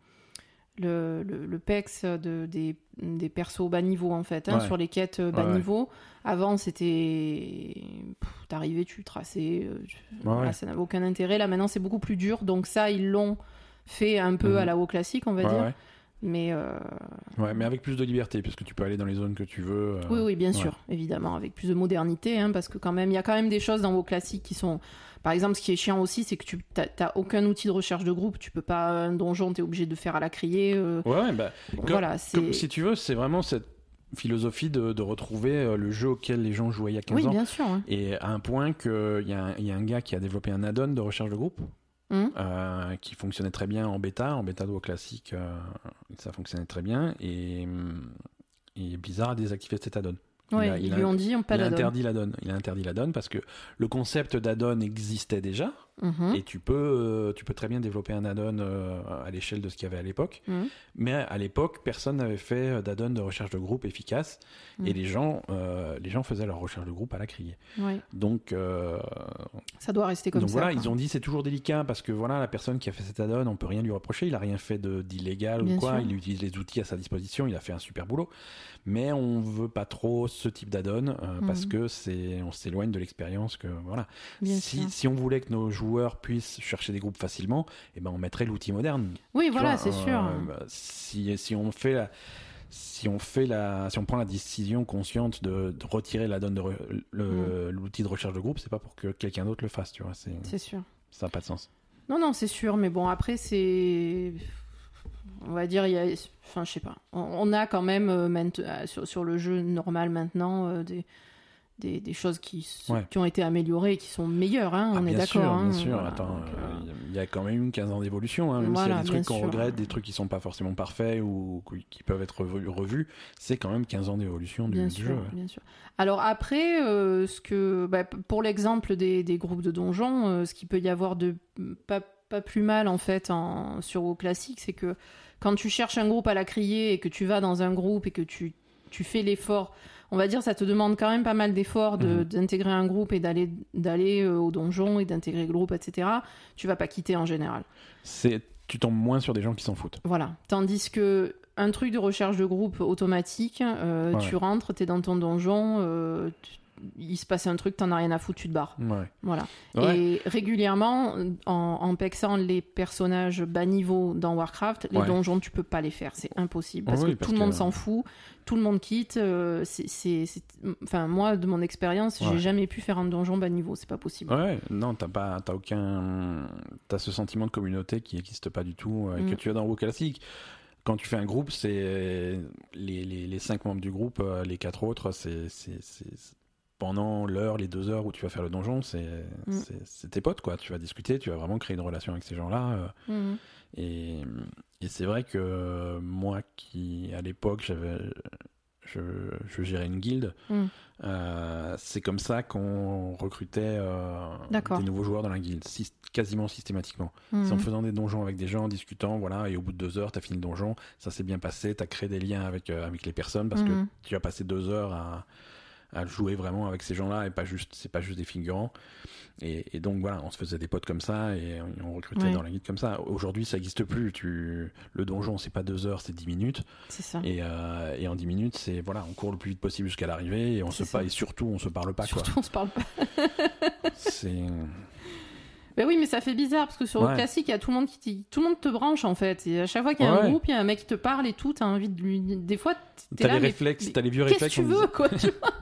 le, le, le PEX de, des, des persos bas niveau, en fait, hein, Ouais. sur les quêtes bas Ouais, ouais. niveau. Avant, c'était. pff, T'arrivais, tu traçais. euh, tu- Ouais, voilà, ouais. ça n'avait aucun intérêt. Là, maintenant, c'est beaucoup plus dur. Donc, ça, ils l'ont fait un peu Mhm. à la haut classique, on va Ouais, dire. ouais. Mais. euh, Ouais, mais avec plus de liberté puisque tu peux aller dans les zones que tu veux. euh, Oui, oui, bien ouais. sûr, évidemment, avec plus de modernité, hein, parce que quand même, il y a quand même des choses dans vos classiques qui sont. Par exemple, ce qui est chiant aussi, c'est que tu n'as aucun outil de recherche de groupe. Tu peux pas un donjon, tu es obligé de faire à la criée. euh, Ouais, ouais, bah, Comme- voilà, Comme, c'est. si tu veux, c'est vraiment cette philosophie de, de retrouver euh, le jeu auquel les gens jouaient il y a 15 Oui, ans. bien sûr. hein. Et à un point qu'il y, a un- il y a un gars qui a développé un add-on de recherche de groupe Mhm. euh, qui fonctionnait très bien en bêta, en bêta de WoW classique, euh, ça fonctionnait très bien. Et, hum, et Blizzard a désactivé cet add-on. il Ouais, a- il ils a- lui ont dit, on pas Il a, d'addon. interdit l'add-on. il a interdit l'add-on parce que le concept d'add-on existait déjà Mhm. et tu peux, euh, tu peux très bien développer un add-on euh, à l'échelle de ce qu'il y avait à l'époque. Mhm. Mais à l'époque, personne n'avait fait euh, d'add-on de recherche de groupe efficace et Mhm. les gens, euh, les gens faisaient leur recherche de groupe à la criée. Ouais, Donc, euh, Ça doit rester comme donc ça. voilà, quoi. ils ont dit c'est toujours délicat parce que voilà, la personne qui a fait cet add-on, on peut rien lui reprocher, il a rien fait de- d'illégal ou Bien quoi, sûr. il utilise les outils à sa disposition, il a fait un super boulot. Mais on veut pas trop ce type d'add-on euh, Mhm. parce que c'est, on s'éloigne de l'expérience que voilà Bien sûr. si, si on voulait que nos joueurs puissent chercher des groupes facilement, eh ben on mettrait l'outil moderne. Oui, Tu voilà, vois, c'est euh, sûr. bah, si, si on fait la- si on fait la, si on prend la décision consciente de, de retirer la donne de re- Mm. le- l'outil de recherche de groupe, c'est pas pour que quelqu'un d'autre le fasse, tu vois. C'est, c'est sûr. ça n'a pas de sens. Non, non, c'est sûr, mais bon, après, c'est. On va dire, il y a. Enfin, je sais pas. On- On a quand même euh, mainte- euh, sur, sur le jeu normal maintenant euh, des, des, des choses qui, se- Ouais. qui ont été améliorées et qui sont meilleures, hein, Ah, on est bien d'accord. sûr, hein, bien sûr. voilà, Attends, donc, euh, euh, il y a quand même une 15 ans d'évolution, hein, même s'il y Voilà, a des trucs bien qu'on sûr. regrette, des trucs qui sont pas forcément parfaits ou qui- qui peuvent être revu- revus, c'est quand même 15 ans d'évolution du, Bien du sûr, jeu. ouais. bien sûr. Alors après, euh, ce que, bah, p- pour l'exemple des, des groupes de donjons, euh, ce qui peut y avoir de mm, pas, pas plus mal en fait en, sur WoW classique, c'est que quand tu cherches un groupe à la crier et que tu vas dans un groupe et que tu, tu fais l'effort, on va dire ça te demande quand même pas mal d'efforts de- Mhm. d'intégrer un groupe et d'aller d'aller euh, au donjon et d'intégrer le groupe, etc. Tu vas pas quitter en général. C'est, tu tombes moins sur des gens qui s'en foutent. Voilà. Tandis que un truc de recherche de groupe automatique, euh, Ouais. tu rentres, t'es dans ton donjon, euh, tu- il se passe un truc, t'en as rien à foutre, tu te barres. Ouais. Voilà. Ouais. Et régulièrement, en, en pexant les personnages bas niveau dans Warcraft, les Ouais. donjons, tu peux pas les faire, c'est impossible parce Oui, que parce tout le monde que- s'en fout, tout le monde quitte. euh, c'est, c'est- c'est- enfin, moi, de mon expérience, Ouais. j'ai jamais pu faire un donjon bas niveau, c'est pas possible. Ouais, non, t'as pas, t'as aucun, t'as ce sentiment de communauté qui n'existe pas du tout euh, et que Mm. tu as dans WoW classique. Quand tu fais un groupe, c'est euh, les, les, les cinq membres du groupe, euh, les quatre autres, c'est, c'est, c'est- c'est- pendant l'heure, les deux heures où tu vas faire le donjon, c'est, Mm. c'est, c'est tes potes quoi. Tu vas discuter, tu vas vraiment créer une relation avec ces gens-là. euh, Mhm. et, et c'est vrai que euh, moi qui, à l'époque, j'avais, je, je gérais une guilde, Mm. euh, c'est comme ça qu'on recrutait euh, D'accord. des nouveaux joueurs dans la guilde, syst- quasiment systématiquement. C'est en Mhm. faisant des donjons avec des gens, en discutant, voilà, et au bout de deux heures, t'as fini le donjon, ça s'est bien passé, t'as créé des liens avec, euh, avec les personnes parce que Mhm. tu as passé deux heures à, à jouer vraiment avec ces gens-là et pas juste, c'est pas juste des figurants. Et, et donc voilà, on se faisait des potes comme ça et on- on recrutait Ouais. dans la guide comme ça. Aujourd'hui, ça n'existe plus. Tu, le donjon, c'est pas deux heures, c'est dix minutes. C'est ça. Et, euh, et en dix minutes, c'est voilà, on court le plus vite possible jusqu'à l'arrivée et on C'est se pas ça. et surtout on se parle pas Surtout, on se parle pas. quoi. c'est Ben oui, mais ça fait bizarre parce que sur Ouais. le classique, il y a tout le monde qui t'y- tout le monde te branche en fait. Et à chaque fois qu'il y a Ouais. un groupe, il y a un mec qui te parle et tout, t'as envie de lui. Des fois, t'es t'as là, les mais réflexes, mais t'as les vieux qu'est-ce que réflexes. tu on disait- veux quoi tu vois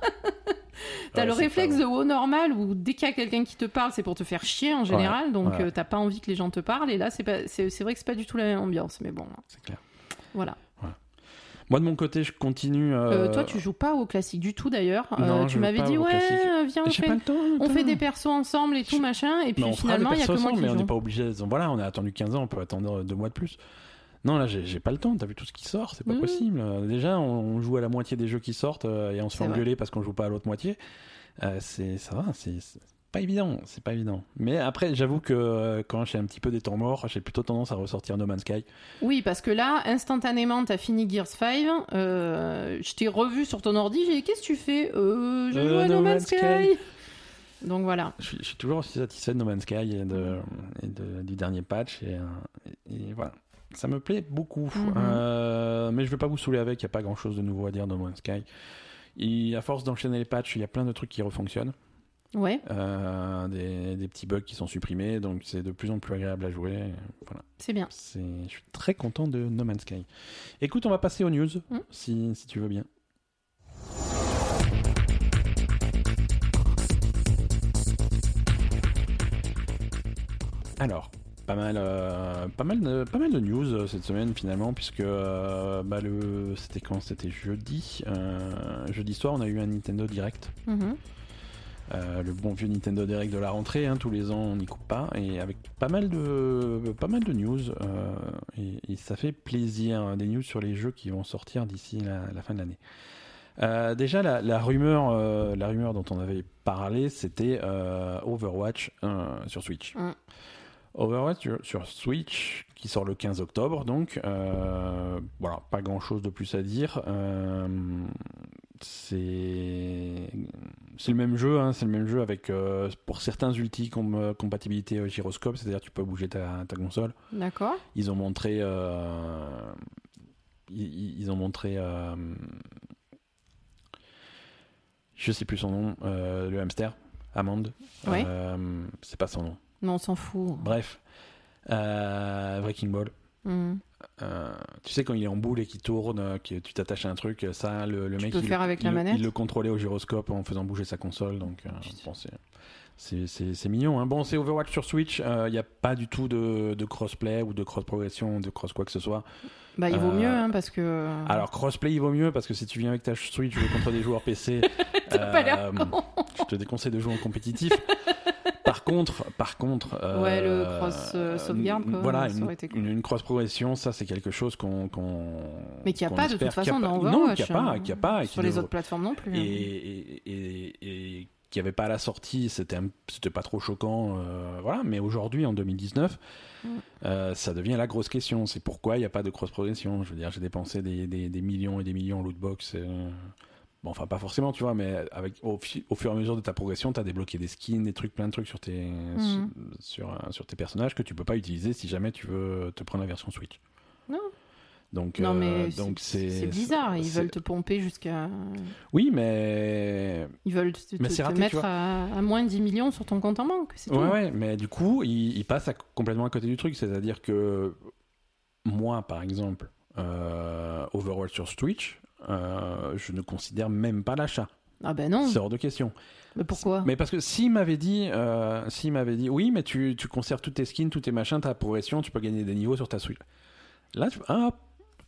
T'as Ouais, le c'est pas réflexe bon. de haut normal où dès qu'il y a quelqu'un qui te parle, c'est pour te faire chier en général, donc ouais. euh, t'as pas envie que les gens te parlent. Et là, c'est pas, c'est c'est vrai que c'est pas du tout la même ambiance, mais bon, C'est clair. voilà. Moi de mon côté, je continue. euh, Euh, toi, tu joues pas au classique du tout d'ailleurs. Euh, non, je tu joue m'avais pas dit au ouais, classique. euh, viens, on J'ai pas fait, le temps, on fait attends. des persos ensemble et tout Je- machin. Et puis Mais on fera des finalement, il y a que persos moi ensemble, qui mais on joue. n'est pas obligé. Voilà, on a attendu 15 ans, on peut attendre deux mois de plus. Non, là, j'ai j'ai pas le temps. T'as vu tout ce qui sort, c'est pas Mhm. possible. Euh, Déjà, on on joue à la moitié des jeux qui sortent euh, et on se fait C'est vrai. engueuler parce qu'on joue pas à l'autre moitié. Euh, c'est ça va, c'est c'est pas évident, c'est pas évident. Mais après, j'avoue que euh, quand j'ai un petit peu des temps morts, j'ai plutôt tendance à ressortir No Man's Sky. Oui, parce que là, instantanément, t'as fini Gears 5. euh, je t'ai revu sur ton ordi. J'ai dit, qu'est-ce que tu fais euh, Je Euh, joue à No Man's Sky. Donc voilà. Je suis, je suis toujours aussi satisfait de No Man's Sky et, de, et de- du dernier patch. Et, euh, et- et voilà. Ça me plaît beaucoup. Mhm. Euh, mais je ne vais pas vous saouler avec. Il n'y a pas grand chose de nouveau à dire de No Man's Sky. Et à force d'enchaîner les patchs, il y a plein de trucs qui refonctionnent. Ouais, Euh, des, des petits bugs qui sont supprimés. Donc c'est de plus en plus agréable à jouer. Et Voilà. c'est bien. C'est- Je suis très content de No Man's Sky. Écoute, on va passer aux news, Mhm. si, si tu veux bien. Alors, pas mal, euh, pas mal, de, pas mal de news euh, cette semaine finalement, puisque euh, bah, le, c'était quand C'était jeudi. euh, jeudi soir, on a eu un Nintendo Direct. Mhm. Euh, le bon vieux Nintendo Direct de la rentrée, hein, tous les ans on n'y coupe pas, et avec pas mal de, pas mal de news, euh, et, et ça fait plaisir, hein, des news sur les jeux qui vont sortir d'ici la, la fin de l'année. Euh, déjà la, la rumeur, euh, la rumeur dont on avait parlé, c'était euh, Overwatch euh, sur Switch. Mm. Overwatch sur, sur Switch qui sort le 15 octobre, donc euh, voilà, pas grand chose de plus à dire. Euh, c'est c'est le même jeu, hein, c'est le même jeu avec euh, pour certains ultis com- compatibilité euh, gyroscope, c'est-à-dire tu peux bouger ta, ta console. D'accord. Ils ont montré, euh, ils, ils ont montré, euh, je sais plus son nom, euh, le hamster, Amande. Ouais. Euh, c'est pas son nom. Non, on s'en fout. Bref, euh, Breaking Ball. Mhm. Euh, tu sais quand il est en boule et qu'il tourne, euh, que tu t'attaches à un truc, euh, ça le, le Tu mec peux il, faire avec la il- manette il le contrôlait au gyroscope en faisant bouger sa console, donc euh, Putain. bon, c'est- c'est- c'est c'est mignon. hein. Bon, c'est Overwatch sur Switch, euh, il n'y a pas du tout de, de crossplay ou de cross progression, de cross quoi que ce soit. Bah, il vaut Euh, mieux, hein, parce que. Alors crossplay il vaut mieux parce que si tu viens avec ta Switch jouer contre des joueurs PC, T'as pas l'air euh, je te déconseille de jouer en compétitif. Par contre, par contre, euh, Ouais, le cross, euh, sauvegarde, quoi, voilà, ça une, aurait été cool. cross progression, ça c'est quelque chose qu'on, qu'on- Mais qu'il y a qu'on pas de espère toute qu'il y a façon pas- dans non, qu'il y a Overwatch, pas, hein. qu'il y a pas, et qu'il Sur les devrait- autres plateformes non plus. ah, et, hein. et, et, et qu'il n'y avait pas à la sortie, c'était un- c'était pas trop choquant, euh, voilà. Mais aujourd'hui, en 2019, Mm. euh, ça devient la grosse question. C'est pourquoi il n'y a pas de cross progression. Je veux dire, j'ai dépensé des, des- des millions et des millions en lootbox. euh, Bon, enfin, pas forcément, tu vois, mais avec, au, fi- au fur et à mesure de ta progression, tu as débloqué des skins, des trucs, plein de trucs sur tes, Mhm. sur, sur, sur tes personnages que tu peux pas utiliser si jamais tu veux te prendre la version Switch. Non. Donc, Non, euh, mais c'est- donc c'est c'est bizarre. Ils c'est- veulent te pomper jusqu'à. Oui, mais Ils veulent te, Mais te- c'est te raté, tu mettre vois. à, à moins de 10 millions sur ton compte en banque. C'est Ouais, tout. ouais, mais du coup, il, il passe à- complètement à côté du truc. C'est-à-dire que moi, par exemple, euh, Overwatch sur Twitch, euh, je ne considère même pas l'achat. Ah ben non. C'est hors de question. Mais pourquoi Mais parce que s'il m'avait dit, euh, s'il m'avait dit, oui, mais tu, tu conserves tous tes skins, tous tes machins, ta progression, tu peux gagner des niveaux sur ta Switch. Là, tu ah,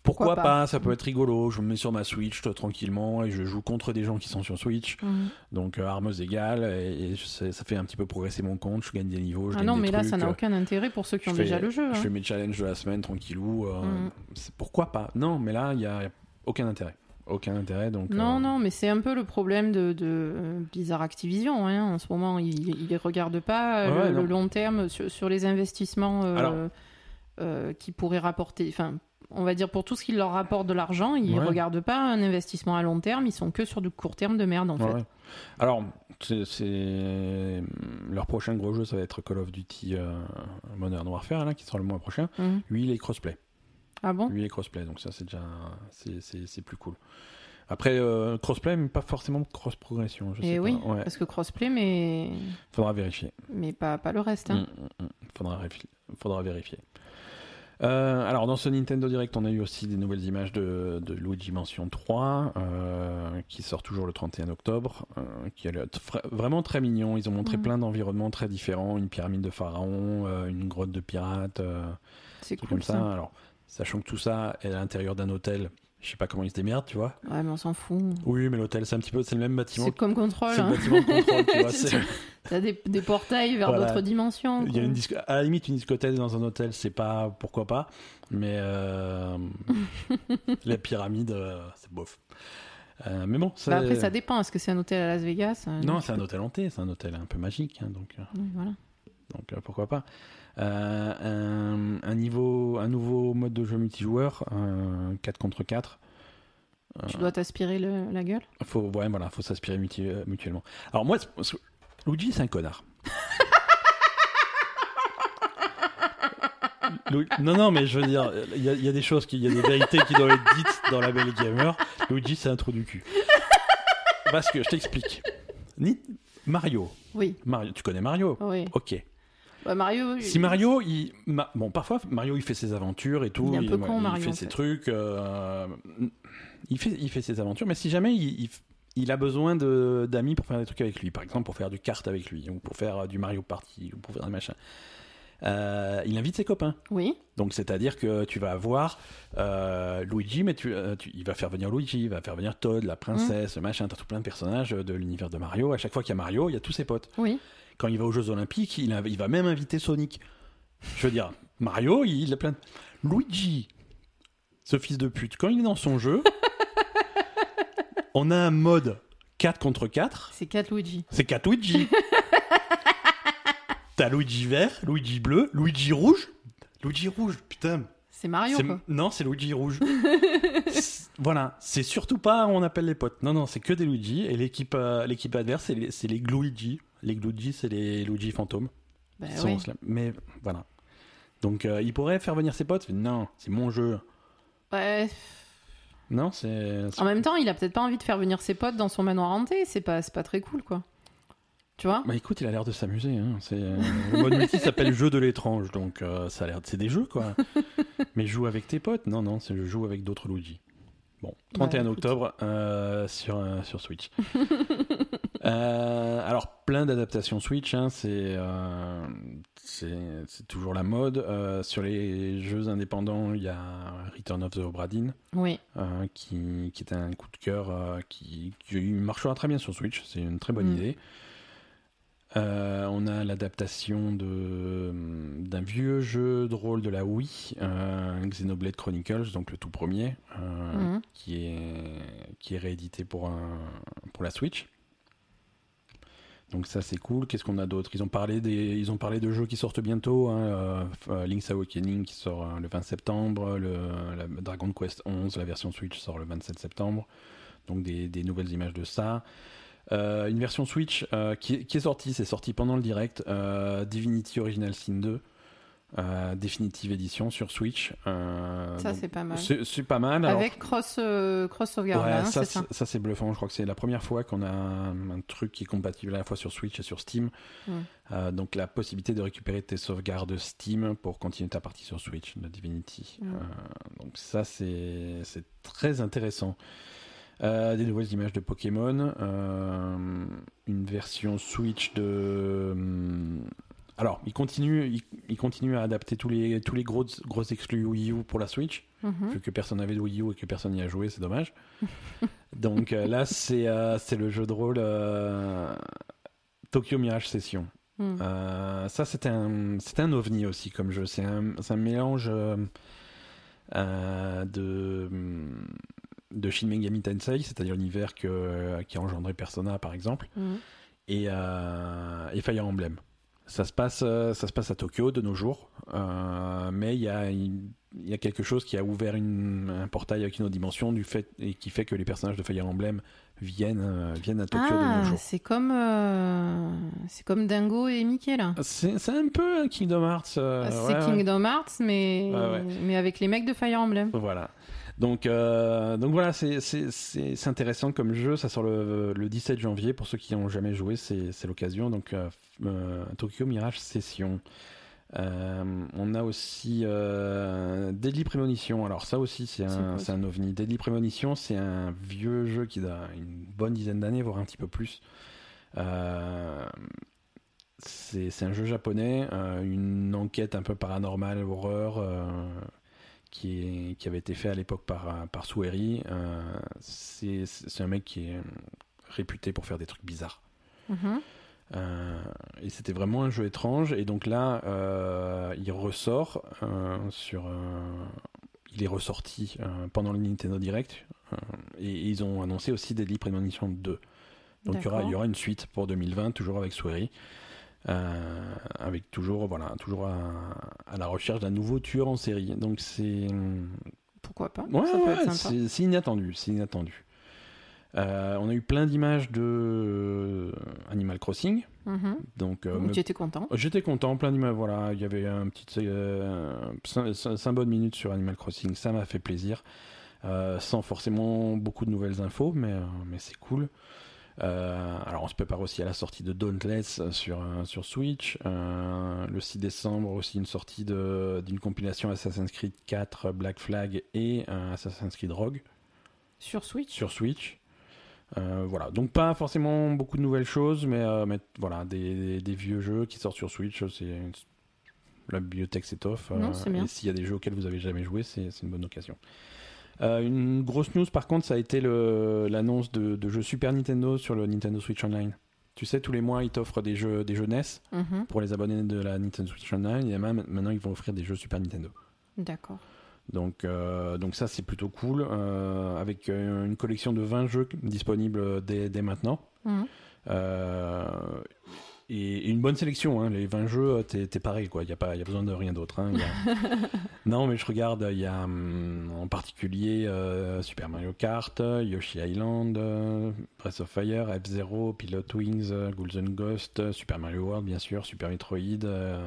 pourquoi, Pourquoi pas, pas Ça peut être rigolo. Je me mets sur ma Switch toi, tranquillement et je joue contre des gens qui sont sur Switch. Mhm. Donc, euh, armes égales. Et, et je sais- ça fait un petit peu progresser mon compte. Je gagne des niveaux. Je Ah gagne non, des mais là, trucs, ça n'a euh, aucun intérêt pour ceux qui je ont fais- déjà le jeu. Je hein. fais mes challenges de la semaine tranquillou. euh, Mm. c'est- Pourquoi pas Non, mais là, il n'y a aucun intérêt. Aucun intérêt. Donc, Non, euh, non, mais c'est un peu le problème de, de euh, Blizzard Activision. hein. En ce moment, ils ne regardent pas euh, Ouais, le, non. le long terme sur, sur les investissements euh, Alors- euh, qui pourraient rapporter. Enfin, on va dire pour tout ce qui leur rapporte de l'argent, ils ne Ouais. regardent pas un investissement à long terme. Ils sont que sur du court terme de merde, en ouais, fait. ouais. Alors, c'est- c'est mm, leur prochain gros jeu, ça va être Call of Duty euh, Modern Warfare, là, qui sera le mois prochain. Mhm. Lui, il est crossplay. Ah bon Lui, il est crossplay. Donc ça, c'est déjà, c'est- c'est c'est plus cool. Après, euh, crossplay, mais pas forcément cross progression. Je Eh sais oui, pas. Ouais, parce que crossplay, mais, faudra vérifier. mais pas, pas le reste. hein. Mm, mm, mm. Faudra, réfi- faudra vérifier. Euh, alors dans ce Nintendo Direct, on a eu aussi des nouvelles images de, de Luigi Mansion 3, euh, qui sort toujours le 31 octobre, euh, qui est vraiment très mignon. Ils ont montré Mm. plein d'environnements très différents, une pyramide de pharaon, euh, une grotte de pirate, euh, C'est trucs cool comme ça. Alors sachant que tout ça est à l'intérieur d'un hôtel, je sais pas comment ils se démerdent, tu vois. Ouais, mais on s'en fout. Oui, mais l'hôtel c'est un petit peu, c'est le même bâtiment. C'est comme contrôle. C'est le hein. bâtiment de contrôle, tu vois. c'est- T'as des, des portails vers Voilà. d'autres dimensions. Il y a quoi. une disco- à la limite, une discothèque dans un hôtel, c'est pas pourquoi pas, mais euh, la pyramide, euh, c'est bof. Euh, mais bon, c'est- Bah, après, ça dépend. Est-ce que c'est un hôtel à Las Vegas euh, non, c'est un hôtel hanté, c'est un hôtel un peu magique, hein, donc, euh, oui, voilà. donc euh, pourquoi pas. Euh, un, un niveau, un nouveau mode de jeu multijoueur, euh, 4 contre 4. Euh, Tu dois t'aspirer le- la gueule. faut, ouais, voilà, faut s'aspirer mutu- euh, mutuellement. Alors moi, c'est- c'est- Luigi, c'est un connard. Lu- Non, non, mais je veux dire, il y, a- il y a des choses, qui- il y a des vérités qui doivent être dites dans la belle gamer. Luigi, c'est un trou du cul. Parce que je t'explique. Ni Mario, Oui. Mario, tu connais Mario. Oui. Ok. Bah, Mario. Oh. Si Mario, il, ma- bon, parfois Mario, il fait ses aventures et tout. Il est un peu con, Mario, fait en ses fait. trucs. euh, il fait, il fait ses aventures. Mais si jamais il, il, il a besoin de d'amis pour faire des trucs avec lui, par exemple pour faire du kart avec lui, ou pour faire euh, du Mario Party, ou pour faire des machins, euh, il invite ses copains. Oui. Donc c'est-à-dire que tu vas avoir euh, Luigi, mais tu, euh, tu- il va faire venir Luigi, il va faire venir Todd, la princesse, Mmh. machin, t'as tout plein de personnages euh, de l'univers de Mario. À chaque fois qu'il y a Mario, il y a tous ses potes Oui. quand il va aux Jeux Olympiques, il, inv- il va même inviter Sonic. Je veux dire, Mario, il, il a plein de... Luigi, ce fils de pute, quand il est dans son jeu, on a un mode 4 contre 4, C'est 4 Luigi. c'est 4 Luigi. T'as Luigi vert, Luigi bleu, Luigi rouge. Luigi rouge, putain. C'est Mario, C'est- quoi. Non, c'est Luigi rouge. C'est- voilà, c'est surtout pas on appelle les potes. Non, non, c'est que des Luigi et l'équipe euh, l'équipe adverse, c'est les, c'est les Gluigi. Les Gluigi, c'est les Luigi fantômes. Bah, Ils sont ouais. slam- Mais voilà. Donc euh, il pourrait faire venir ses potes. mais non, c'est mon jeu. Ouais. Non, c'est. c'est- En même temps, il a peut-être pas envie de faire venir ses potes dans son manoir hanté. C'est pas, c'est pas très cool, quoi. Tu vois Bah écoute, il a l'air de s'amuser. hein. C'est, euh, le mode multi s'appelle jeu de l'étrange, donc euh, ça a l'air, c'est des jeux quoi. Mais joue avec tes potes. Non, non, c'est je joue avec d'autres Luigi. Bon, 31 Bah, écoute. octobre euh, sur euh, sur Switch. Euh, alors plein d'adaptations Switch, hein, c'est euh, c'est c'est toujours la mode. Euh, sur les jeux indépendants, il y a Return of the Obra Dinn, Oui. euh, qui, qui est un coup de cœur euh, qui, qui marchera très bien sur Switch, c'est une très bonne Mm. idée. Euh, on a l'adaptation de- d'un vieux jeu de rôle de la Wii, euh, Xenoblade Chronicles, donc le tout premier, euh, Mhm. qui, est, qui est réédité pour, un, pour la Switch. Donc ça c'est cool. Qu'est-ce qu'on a d'autre Ils ont parlé des, ils ont parlé de jeux qui sortent bientôt. hein, euh, f- euh, Link's Awakening qui sort euh, le 20 septembre, le la Dragon Quest 11, la version Switch sort le 27 septembre. Donc des, des nouvelles images de ça. Euh, une version Switch euh, qui, est- qui est sortie, c'est sorti pendant le direct. euh, Divinity Original Sin 2, euh, définitive édition sur Switch. euh, Ça, donc c'est pas mal. c'est c'est pas mal. alors- Avec cross, euh, cross sauvegarde, Ouais, là, hein, ça, c'est ça. c'est- ça, c'est bluffant. Je crois que c'est la première fois qu'on a un, un truc qui est compatible à la fois sur Switch et sur Steam. Mm. Euh, donc la possibilité de récupérer tes sauvegardes Steam pour continuer ta partie sur Switch de Divinity. Mm. Euh, donc ça c'est c'est très intéressant. Euh, des nouvelles images de Pokémon, euh, une version Switch de. hum, Alors, il continue, il, il continue à adapter tous les tous les gros gros exclus Wii U pour la Switch Mhm. vu que personne n'avait de Wii U et que personne n'y a joué, c'est dommage. Donc euh, là, c'est euh, c'est le jeu de rôle euh, Tokyo Mirage Session. Mhm. Euh, ça, c'est un, c'est un ovni aussi comme jeu. C'est un, c'est un mélange euh, euh, de, hmm, de Shin Megami Tensei, c'est-à-dire l'univers que, euh, qui a engendré Persona, par exemple Mhm. et, euh, et Fire Emblem. Ça se passe, euh, ça se passe à Tokyo de nos jours, euh, mais il y a, une- il y a quelque chose qui a ouvert une- un portail avec une autre dimension du fait et qui fait que les personnages de Fire Emblem viennent, euh, viennent à Tokyo de nos Ah, jours. c'est comme, euh, c'est comme Dingo et Mickey, là. C'est c'est un peu un Kingdom Hearts. euh, Ah, ouais, c'est ouais. Kingdom Hearts, mais... Ouais, ouais. mais avec les mecs de Fire Emblem. Voilà. Donc, euh, donc voilà, c'est- c'est c'est- c'est intéressant comme jeu. Ça sort le, le 17 janvier. Pour ceux qui n'ont jamais joué, c'est c'est l'occasion. Donc, euh, f- euh, Tokyo Mirage Session. Euh, on a aussi euh, Deadly Premonition. Alors, ça aussi, c'est C'est un, quoi, c'est un ovni. Deadly Premonition, c'est un vieux jeu qui a une bonne dizaine d'années, voire un petit peu plus. Euh, c'est c'est un jeu japonais, euh, une enquête un peu paranormale, horreur, euh, qui, est- qui avait été fait à l'époque par, euh, par Sueri. Euh, c'est c'est un mec qui est euh, réputé pour faire des trucs bizarres. Mhm. Euh, et c'était vraiment un jeu étrange. Et donc là, euh, il ressort euh, sur. euh, il est ressorti euh, pendant le Nintendo Direct. euh, et ils ont annoncé aussi Deadly Premonition 2. Donc il y, aura, D'accord. il y aura une suite pour 2020, toujours avec Swery. Euh, avec toujours, voilà, toujours à, à la recherche d'un nouveau tueur en série. Donc c'est. Pourquoi pas Ouais, Ça peut ouais, être sympa. c'est c'est inattendu, c'est inattendu. Euh, on a eu plein d'images de euh, Animal Crossing, Mhm. donc euh, Donc, me- tu étais content. j'étais content, plein d'images. Voilà, il y avait un petit euh, cin- cin- cinq bonnes minutes sur Animal Crossing, ça m'a fait plaisir, Euh, sans forcément beaucoup de nouvelles infos, mais euh, mais c'est cool. Euh, alors on se prépare aussi à la sortie de Dauntless sur euh, sur Switch. Euh, le 6 décembre aussi une sortie de d'une compilation Assassin's Creed 4, Black Flag et euh, Assassin's Creed Rogue Sur Switch sur Switch. Euh, voilà, donc pas forcément beaucoup de nouvelles choses, mais, euh, mais voilà, des, des- des vieux jeux qui sortent sur Switch, c'est la bibliothèque s'étoffe. Non, c'est bien. et s'il y a des jeux auxquels vous avez jamais joué, c'est c'est une bonne occasion. Euh, une grosse news par contre, ça a été le- l'annonce de, de jeux Super Nintendo sur le Nintendo Switch Online. Tu sais, tous les mois, ils t'offrent des jeux, des jeux NES Mhm. pour les abonnés de la Nintendo Switch Online, et même maintenant, ils vont offrir des jeux Super Nintendo. D'accord. Donc, euh, donc ça c'est plutôt cool, euh, avec euh, une collection de 20 jeux disponibles dès, dès maintenant. Mhm. Euh, et, et une bonne sélection, hein. les 20 jeux, euh, t'es, t'es pareil, quoi. Il n'y a, pas- y a besoin de rien d'autre. hein. Y a- non, mais je regarde, il y a hum, en particulier euh, Super Mario Kart, euh, Yoshi Island, euh, Breath of Fire, F-Zero, Pilot Wings, euh, Ghouls and Ghost, euh, Super Mario World, bien sûr, Super Metroid, euh,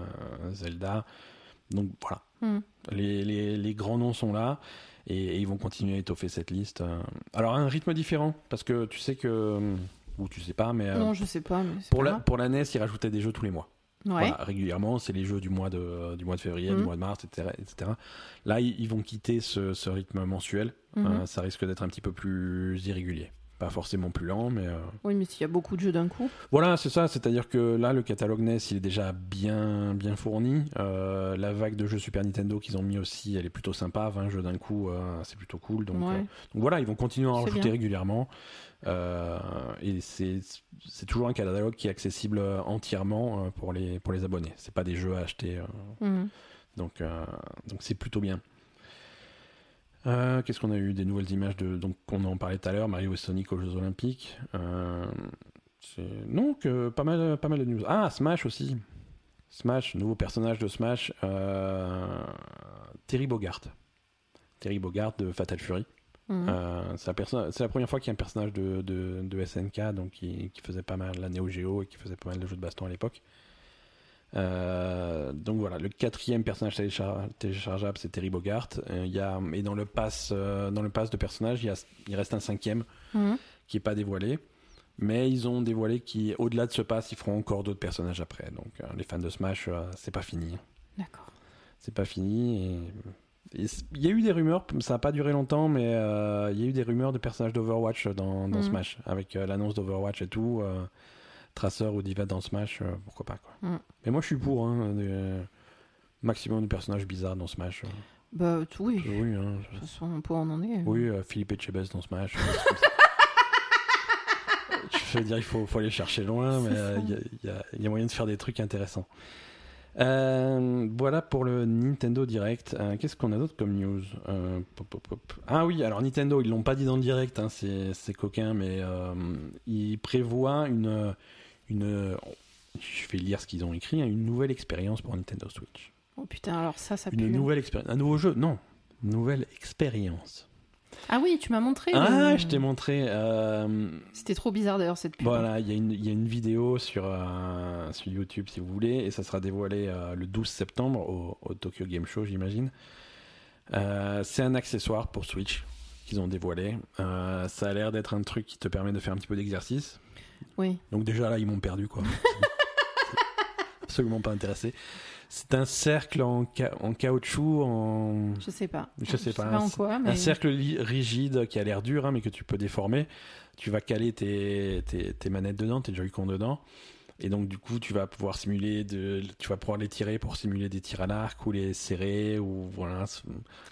Zelda. Donc voilà. Mhm. Les, les- les grands noms sont là et, et ils vont continuer à étoffer cette liste. euh. Alors à un rythme différent, parce que tu sais que hum, Ou tu sais pas, mais. euh, Non, je sais pas. Mais c'est pour, pas la, pour la NES, ils rajoutaient des jeux tous les mois. grave. Ouais. Voilà, régulièrement, c'est les jeux du mois de, du mois de février, Mhm. du mois de mars, etc. etc. Là, ils, ils vont quitter ce, ce rythme mensuel. Mhm. Euh, ça risque d'être un petit peu plus irrégulier. Pas forcément plus lent, mais. euh, Oui, mais s'il y a beaucoup de jeux d'un coup. Voilà, c'est ça. C'est-à-dire que là, le catalogue NES, il est déjà bien, bien fourni. Euh, la vague de jeux Super Nintendo qu'ils ont mis aussi, elle est plutôt sympa. 20 jeux d'un coup, euh, c'est plutôt cool. Donc, euh, ouais. donc voilà, ils vont continuer à en C'est rajouter bien. régulièrement. Euh, et c'est c'est toujours un catalogue qui est accessible euh, entièrement euh, pour les, pour les abonnés. C'est pas des jeux à acheter. euh, Mhm. donc euh, donc c'est plutôt bien. Euh, Qu'est-ce qu'on a eu des nouvelles images de donc on en parlait tout à l'heure Mario et Sonic aux Jeux Olympiques. Euh, c'est- non que pas mal pas mal de news. Ah Smash aussi. Smash nouveau personnage de Smash euh, Terry Bogart. Terry Bogart de Fatal Fury. Mhm. Euh, c'est la perso- c'est la première fois qu'il y a un personnage de, de- de SNK donc qui, qui faisait pas mal la Neo Geo et qui faisait pas mal de jeux de baston à l'époque. Euh, donc voilà, le quatrième personnage téléchar- téléchargeable, c'est Terry Bogart. Euh, il y a, et dans le pass, euh, dans le pass de personnage, il, y a- il reste un cinquième Mhm. qui est pas dévoilé. Mais ils ont dévoilé qu'au-delà de ce pass, ils feront encore d'autres personnages après. Donc euh, les fans de Smash, euh, c'est pas fini D'accord. c'est pas fini. et- et c- Il y a eu des rumeurs, ça n'a pas duré longtemps, mais euh, il y a eu des rumeurs de personnages d'Overwatch dans, dans Mhm. Smash, avec euh, l'annonce d'Overwatch et tout. euh, Traceur ou Diva dans Smash, euh, pourquoi pas quoi. Mhm. Mais moi je suis pour, hein, des- maximum de personnages bizarres dans Smash. euh, Bah, tout, oui. Oui, hein, De toute façon, pour en en est. oui euh, Philippe Etchebest dans Smash. euh, c'est comme ça. Je veux dire, il faut, faut aller chercher loin, mais C'est ça. il y, a- y a moyen de faire des trucs intéressants. Euh, voilà pour le Nintendo Direct. Euh, Qu'est-ce qu'on a d'autre comme news Euh, pop, pop, pop. Ah oui, alors Nintendo, ils l'ont pas dit dans le direct, hein, c'est c'est coquin, mais euh, ils prévoient une, une. Je vais lire ce qu'ils ont écrit hein, une nouvelle expérience pour Nintendo Switch. Oh putain, alors ça, ça Une pue. nouvelle expérience. Un nouveau jeu Non, une nouvelle expérience. Ah oui, tu m'as montré. Ah, le- je t'ai montré. euh, C'était trop bizarre d'ailleurs cette pub. voilà, il y, a une- il y a une vidéo sur, euh, sur YouTube si vous voulez, et ça sera dévoilé euh, le 12 septembre au, au Tokyo Game Show, j'imagine. Euh, c'est un accessoire pour Switch qu'ils ont dévoilé. Euh, ça a l'air d'être un truc qui te permet de faire un petit peu d'exercice. Oui. Donc déjà là, ils m'ont perdu quoi. C'est absolument pas intéressé. C'est un cercle en, ca- en caoutchouc, en Je sais pas. Je sais pas, en un- quoi, mais. un cercle li- rigide qui a l'air dur, hein, mais que tu peux déformer. Tu vas caler tes, tes, tes manettes dedans, tes Joy-Con dedans. Et donc, du coup, tu vas pouvoir simuler, de, tu vas pouvoir les tirer pour simuler des tirs à l'arc ou les serrer ou voilà, se-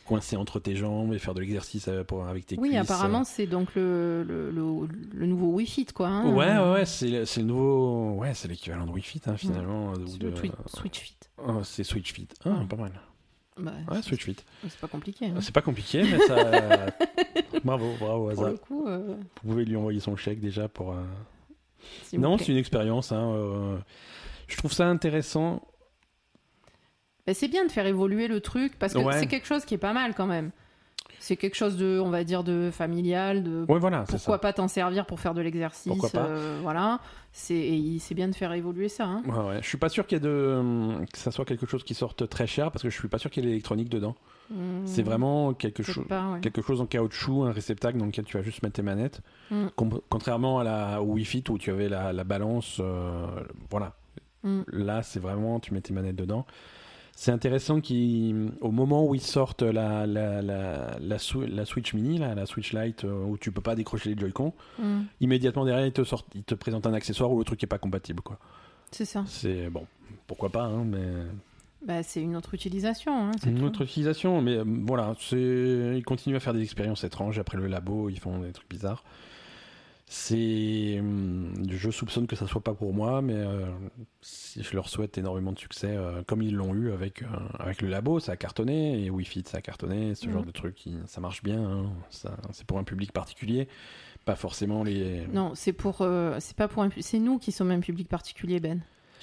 coincer entre tes jambes et faire de l'exercice euh, pour- avec tes Oui, cuisses. apparemment, c'est donc le, le, le, le nouveau Wii Fit, quoi. hein. Ouais, ouais, ouais, c'est le, c'est le nouveau. Ouais, c'est l'équivalent de Wii Fit, hein, finalement. ou Sur de- le Twi- Switch Mm. Fit. Oh, c'est Switch Fit. Ah, pas mal. Bah, Ouais, Switch Fit. Ah, C'est pas compliqué. hein. C'est pas compliqué, mais ça. bravo, bravo, au Pour hasard. le coup, euh, Vous pouvez lui envoyer son chèque déjà pour. euh, s'il vous Non, plaît. c'est une expérience. hein, euh, je trouve ça intéressant. Bah, c'est bien de faire évoluer le truc parce que Ouais. c'est quelque chose qui est pas mal quand même. C'est quelque chose de, on va dire, de familial, de Ouais, voilà, c'est pourquoi ça. pas t'en servir pour faire de l'exercice. Pourquoi pas. euh, voilà, c'est et il- c'est bien de faire évoluer ça. hein. Ouais, ouais. Je suis pas sûr qu'il y ait de euh, que ça soit quelque chose qui sorte très cher parce que je suis pas sûr qu'il y ait de l'électronique dedans. Hmm, C'est vraiment quelque peut-être chose pas, ouais. quelque chose en caoutchouc, un réceptacle dans lequel tu vas juste mettre tes manettes. Mm. Com- contrairement à la au Wii Fit où tu avais la, la balance, euh, voilà. Mm. Là, c'est vraiment, tu mets tes manettes dedans. C'est intéressant qu'au moment où ils sortent la, la, la, la, sou- la Switch Mini, là, la Switch Lite, euh, où tu peux pas décrocher les Joy-Con, Hmm, immédiatement derrière, ils te, sortent, ils te présentent un accessoire où le truc est pas compatible. quoi. C'est ça. C'est bon, pourquoi pas, hein, mais Bah, c'est une autre utilisation. hein, c'est une tout. autre utilisation. Mais euh, voilà, c'est- ils continuent à faire des expériences étranges. Après le labo, ils font des trucs bizarres. C'est, hum, je soupçonne que ça soit pas pour moi, mais euh, si- je leur souhaite énormément de succès, euh, comme ils l'ont eu avec euh, avec le labo, ça a cartonné et Wi-Fi, ça a cartonné. Ce Mhm. genre de truc, il- ça marche bien. hein. Ça, c'est pour un public particulier, pas forcément les. Non, c'est pour, euh, c'est pas pour un, pu- c'est nous qui sommes un public particulier, Ben.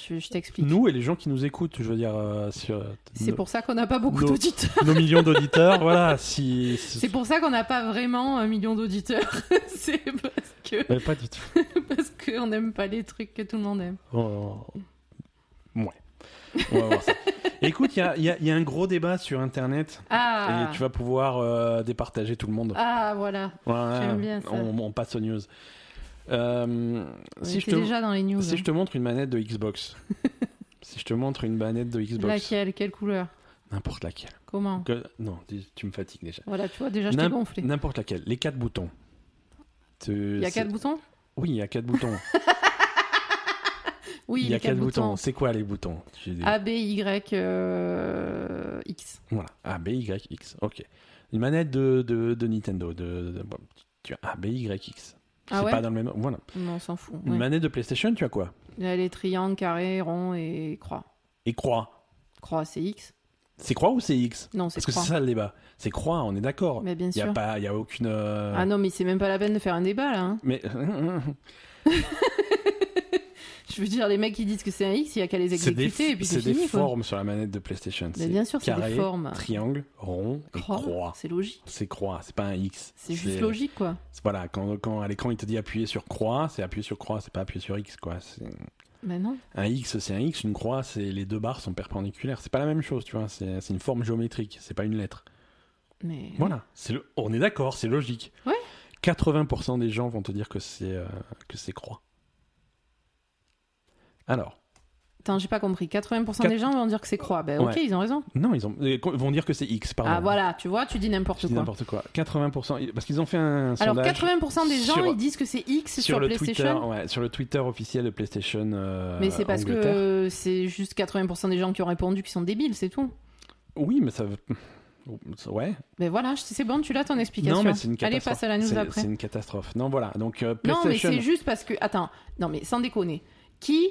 Je, je t'explique. Nous et les gens qui nous écoutent, je veux dire, euh, sur C'est nos- pour ça qu'on n'a pas beaucoup Nous. d'auditeurs. nos millions d'auditeurs, voilà. Si, C'est pour ça qu'on n'a pas vraiment un million d'auditeurs. c'est parce que Mais pas du tout. parce qu'on n'aime pas les trucs que tout le monde aime. Oh. Ouais. On va voir ça. Écoute, il y a, il y a- il y a un gros débat sur Internet. Ah, Et tu vas pouvoir euh, départager tout le monde. ah voilà. Voilà. j'aime bien ça. On, on passe aux news. Euh, On si, je était te, déjà dans les news. si je hein. te montre une manette de Xbox, si je te montre une manette de Xbox, Laquelle Ah. Quelle couleur n'importe laquelle. Comment Que- non, dis- tu me fatigues déjà. Voilà, tu vois, déjà, je t'ai N'im- gonflé. N'importe laquelle. Les quatre boutons. Tu- Il y a c'est- quatre boutons Oui, il y a quatre boutons. Oui, il y a quatre boutons. C'est quoi les boutons J'ai des- A, B, Y, euh, X. Voilà. A, B, Y, X. Ok. Une manette de, de, de Nintendo. De, de- bon, tu as A, B, Y, X. Ah c'est ouais pas dans le même. Voilà. Non, on s'en fout. Une ouais. manette de PlayStation, tu as quoi Là, les triangles, carrés, ronds et croix. Et croix. Croix, c'est X C'est croix ou c'est X Non, c'est Parce que croix. c'est ça le débat. C'est croix, on est d'accord. Mais bien Il n'y sûr. a, pas- il y a aucune. euh, Ah non, mais c'est même pas la peine de faire un débat là. hein. Mais Je veux dire, les mecs qui disent que c'est un X, il y a qu'à les c'est des, exécuter et puis c'est c'est des fini quoi. formes sur la manette de PlayStation. Mais C'est bien sûr, c'est carré, des formes. triangle, rond et Croix, croix. c'est logique. C'est croix, c'est pas un X. C'est juste logique quoi. c'est- euh, Voilà, quand, quand à l'écran il te dit appuyer sur croix, c'est appuyer sur croix, c'est pas appuyer sur X quoi. C'est- Mais Bah non. Un X c'est un X, une croix c'est les deux barres sont perpendiculaires. C'est pas la même chose, tu vois. C'est c'est une forme géométrique, c'est pas une lettre. Mais Voilà, c'est le- on est d'accord, c'est logique. Ouais. 80% des gens vont te dire que c'est euh, que c'est croix. Alors, Attends, j'ai pas compris. 80% Quatre- des gens vont dire que c'est croix. Ben ok, Ouais. ils ont raison. non, ils ont, euh, vont dire que c'est X, pardon. Ah voilà, tu vois, tu dis Je n'importe dis quoi. n'importe quoi. 80%, parce qu'ils ont fait un Alors sondage 80% des gens sur- ils disent que c'est X sur, le Twitter, PlayStation. ouais, sur le Twitter officiel de PlayStation. euh, mais c'est parce Angleterre. que c'est juste 80% des gens qui ont répondu qui sont débiles, c'est tout. Oui, mais ça. veut- Ouais. Ben voilà, je- c'est bon, tu l'as ton explication. Non, mais c'est une Allez, catastrophe. passe à la news C'est- après. C'est une catastrophe. Non, voilà. Donc euh, Non, mais PlayStation. c'est juste parce que. Attends, non, mais sans déconner. Qui,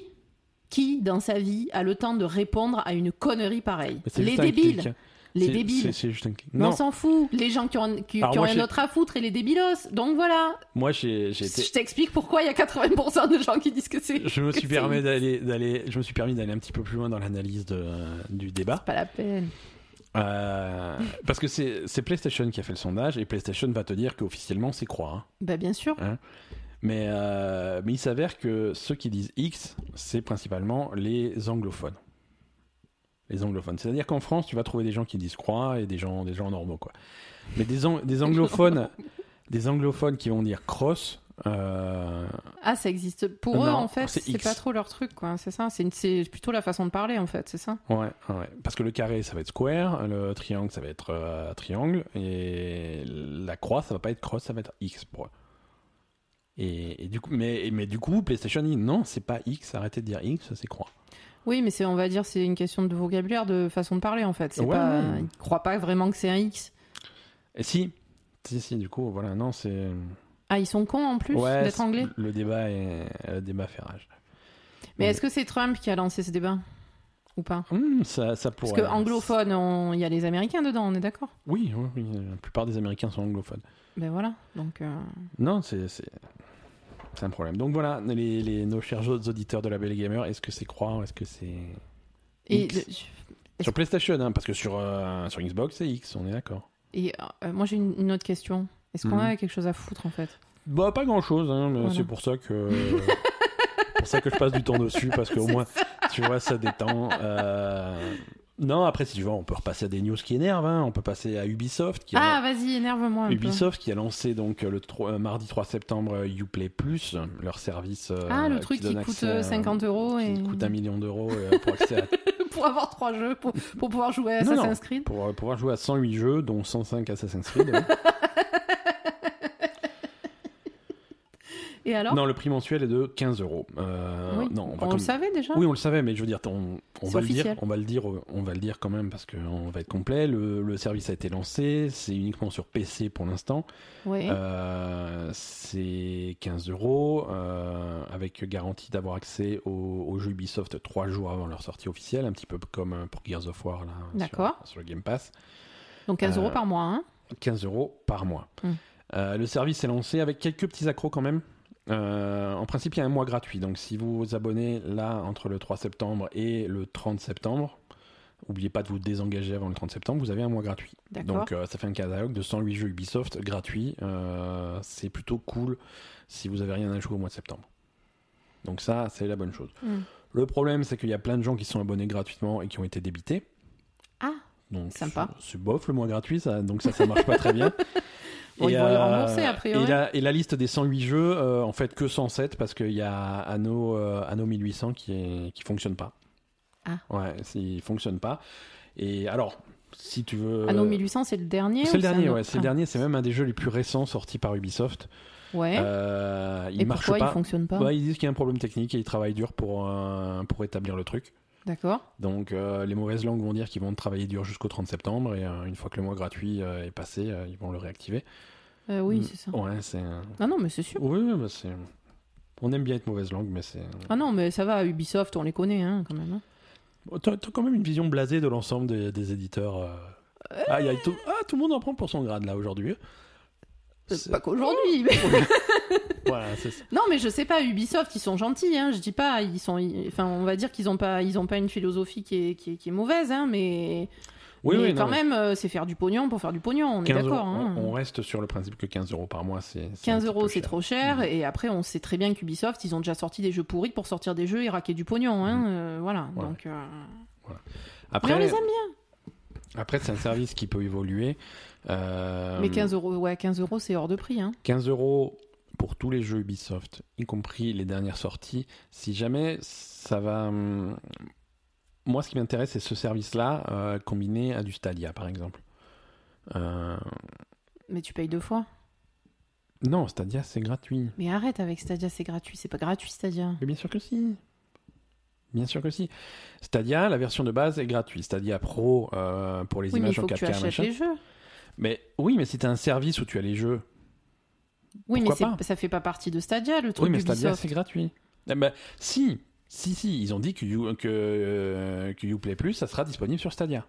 qui dans sa vie a le temps de répondre à une connerie pareille Mais c'est Les juste un clic. débiles Les C'est- c'est- débiles C'est juste un clic. Mais on Non, s'en fout, les gens qui ont, qui, Alors qui ont moi, rien j'ai- d'autre à foutre et les débilos. Donc voilà, moi j'ai j'ai été je t'explique pourquoi il y a 80% de gens qui disent que c'est. je me que suis c'est- permis d'aller d'aller je me suis permis d'aller un petit peu plus loin dans l'analyse de, euh, du débat Pas la peine. Euh, parce que c'est c'est PlayStation qui a fait le sondage et PlayStation va te dire qu'officiellement c'est croix hein. Bah bien sûr. mais euh, mais il s'avère que ceux qui disent X c'est principalement les anglophones les anglophones c'est à dire qu'en France tu vas trouver des gens qui disent croix et des gens des gens normaux quoi mais des an- des anglophones des anglophones qui vont dire cross euh, Ah, ça existe. Pour Non, eux, en fait, c'est c'est X. pas trop leur truc, quoi. C'est ça. C'est une- c'est plutôt la façon de parler, en fait. C'est ça. Ouais, ouais. Parce que le carré, ça va être square, le triangle, ça va être euh, triangle, et la croix, ça va pas être cross, ça va être X pour eux. Et, et du coup, mais, mais du coup, PlayStation dit non, c'est pas X, arrêtez de dire X, c'est croix. Oui, mais c'est, on va dire, c'est une question de vocabulaire, de façon de parler, en fait. C'est Ouais, pas. ouais. Ils croient pas vraiment que c'est un X. Et si, si, si, du coup, voilà, non, c'est. Ah, ils sont cons en plus Ouais, d'être c'est- anglais. Le débat, est, le débat fait rage. Mais est-ce que c'est Trump qui a lancé ce débat ou pas Hum, ça, ça Parce pourrait. que anglophone, on- il y a les Américains dedans, on est d'accord. Oui, oui, oui, la plupart des Américains sont anglophones. Ben voilà. Donc euh, Non, c'est c'est c'est un problème. Donc voilà, les, les- nos chers auditeurs de la Belle Gamer, est-ce que c'est croix, est-ce que c'est et, X. sur PlayStation, hein, parce que sur euh, sur Xbox c'est X, on est d'accord. et, euh, moi j'ai une, une autre question. Est-ce qu'on Mhm. a quelque chose à foutre en fait Bah pas grand chose, mais Voilà. c'est pour ça que pour ça que je passe du temps dessus parce qu'au moins tu vois ça détend. euh, Non, après si tu veux, on peut repasser à des news qui énervent. hein. On peut passer à Ubisoft qui a Ah vas-y, énerve-moi un Ubisoft qui a lancé donc le tro- euh, mardi 3 septembre euh, Uplay Plus, leur service. euh, peu. Ah le truc qui, donne coûte accès à- euh, 50 euros et qui coûte un million d'euros euh, pour, accès à- pour avoir trois jeux pour, pour pouvoir jouer à Non, non. Assassin's Creed. pour euh, pouvoir jouer à 108 jeux, dont 105 Assassin's Creed. ouais. Et alors non, le prix mensuel est de 15 euros. Euh, Oui. Non, on, on, va quand le même- savait déjà. Oui, on le savait, mais je veux dire, on, on C'est va le dire, officiel. on va le dire, euh, on va le dire quand même parce qu'on va être complet. Le, le service a été lancé, c'est uniquement sur PC pour l'instant. Ouais. Euh, c'est 15 euros euh, avec garantie d'avoir accès aux, aux jeux Ubisoft 3 jours avant leur sortie officielle, un petit peu comme euh, pour Gears of War là, sur- D'accord. sur le Game Pass. Donc 15 euros euh, par mois. hein. 15 euros par mois. Mm. Euh, le service est lancé avec quelques petits accros quand même. Euh, en principe, il y a un mois gratuit. Donc, si vous vous abonnez là entre le 3 septembre et le 30 septembre, n'oubliez pas de vous désengager avant le 30 septembre, vous avez un mois gratuit. D'accord. Donc, euh, ça fait un catalogue de 108 jeux Ubisoft gratuits. Euh, c'est plutôt cool si vous avez rien à jouer au mois de septembre. Donc, ça, c'est la bonne chose. Mm. Le problème, c'est qu'il y a plein de gens qui sont abonnés gratuitement et qui ont été débités. Ah, donc sympa. C'est c'est bof le mois gratuit, ça, donc ça, ça marche pas très bien. euh, Bon, ils vont les rembourser, a priori. et la, et la liste des 108 jeux, euh, en fait, que 107 parce qu'il y a Anno, euh, Anno 1800 qui est, qui fonctionne pas. Ah. Ouais, c'est- il fonctionne pas. Et alors, si tu veux. Anno 1800, c'est le dernier euh, C'est ou le dernier, un ouais. autre Ah, C'est le dernier. C'est même un des jeux les plus récents sortis par Ubisoft. Ouais. Euh, il et marche pourquoi pas. il fonctionne pas Ouais, ils disent qu'il y a un problème technique et ils travaillent dur pour, euh, pour établir le truc. D'accord. Donc euh, les mauvaises langues vont dire qu'ils vont travailler dur jusqu'au 30 septembre et euh, une fois que le mois gratuit euh, est passé, euh, ils vont le réactiver. Euh, oui, Mm. c'est ça. Ah Ouais, c'est. Non, non, mais c'est sûr. Oui, oui, bah, c'est. On aime bien être mauvaise langue, mais c'est. Ah non, mais ça va, Ubisoft, on les connaît hein, quand même. hein. Bon, T'as t'as quand même une vision blasée de l'ensemble des, des éditeurs. euh. Ah, y a tout... ah, tout le monde en prend pour son grade là aujourd'hui. hein. C'est C'est- Euh, Pas qu'aujourd'hui. mais- Voilà, c'est ça. non, mais je sais pas, Ubisoft, ils sont gentils. Hein, je dis pas, ils sont. Enfin, on va dire qu'ils ont pas, ils ont pas une philosophie qui est, qui est, qui est mauvaise, hein, mais. Oui, mais oui, non, quand mais même, euh, c'est faire du pognon pour faire du pognon, on 15 est euros, d'accord. hein. on, on reste sur le principe que 15 euros par mois, c'est. c'est un 15 petit euros, peu c'est cher. trop cher. Mhm. Et après, on sait très bien qu'Ubisoft, ils ont déjà sorti des jeux pourris pour sortir des jeux et raquer du pognon. Hein, euh, voilà. Mm. Ouais. Donc, euh, mais Après, on les aime bien. après c'est un service qui peut évoluer. Euh, Mais 15 euros, ouais, 15 euros, c'est hors de prix. Hein. 15 euros pour tous les jeux Ubisoft, y compris les dernières sorties. Si jamais ça va. hum, Moi, ce qui m'intéresse, c'est ce service-là euh, combiné à du Stadia, par exemple. Euh, Mais tu payes deux fois. Non, Stadia, c'est gratuit. Mais arrête avec Stadia, c'est gratuit. C'est pas gratuit, Stadia. Mais bien sûr que si. Bien sûr que si. Stadia, la version de base est gratuite. Stadia Pro euh, pour les Oui, mais il images en faut que tu 4K, achètes machin. les jeux. Mais oui, mais si t'as un service où tu as les jeux, Oui, Pourquoi mais c'est- pas ça fait pas partie de Stadia, le truc Oui, mais Stadia, d'Ubisoft. c'est gratuit. Eh ben, si, si, si, ils ont dit que, You- que, euh, que Uplay Plus, ça sera disponible sur Stadia.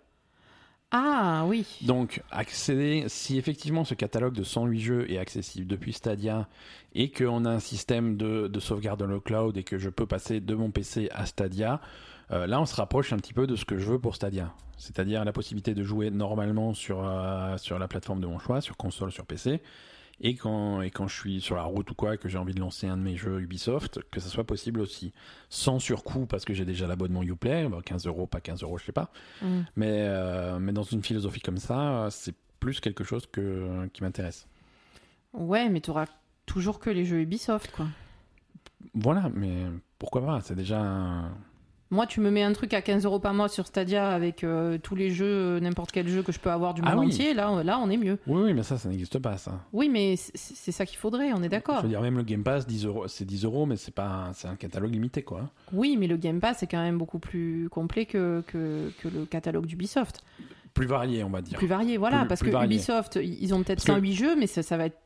Ah oui. Donc, accéder, si effectivement ce catalogue de 108 jeux est accessible depuis Stadia et qu'on a un système de, de sauvegarde dans le cloud et que je peux passer de mon PC à Stadia, euh, là on se rapproche un petit peu de ce que je veux pour Stadia. C'est-à-dire la possibilité de jouer normalement sur, euh, sur la plateforme de mon choix, sur console, sur PC. Et quand, et quand je suis sur la route ou quoi, que j'ai envie de lancer un de mes jeux Ubisoft, que ça soit possible aussi. Sans surcoût parce que j'ai déjà l'abonnement Uplay, bah, 15 euros, pas 15 euros, je sais pas. Mm. Mais, euh, mais dans une philosophie comme ça, euh, c'est plus quelque chose que, qui m'intéresse. Ouais, mais t'auras toujours que les jeux Ubisoft, quoi. Voilà, mais pourquoi pas C'est déjà. un- Moi, tu me mets un truc à 15 euros par mois sur Stadia avec euh, tous les jeux, euh, n'importe quel jeu que je peux avoir du monde Ah oui. entier. Là, on- là, on est mieux. Oui, oui, mais ça, ça n'existe pas, ça. Oui, mais c'est- c'est ça qu'il faudrait, on est Je d'accord. veux dire, même le Game Pass, 10 euros, c'est 10 euros, mais c'est pas, un- c'est un catalogue limité, quoi. Oui, mais le Game Pass est quand même beaucoup plus complet que, que, que le catalogue d'Ubisoft. Plus varié, on va dire. Plus varié, voilà, Plus- parce plus que varié. Ubisoft, ils ont peut-être Parce que- 108 jeux, mais ça, ça va être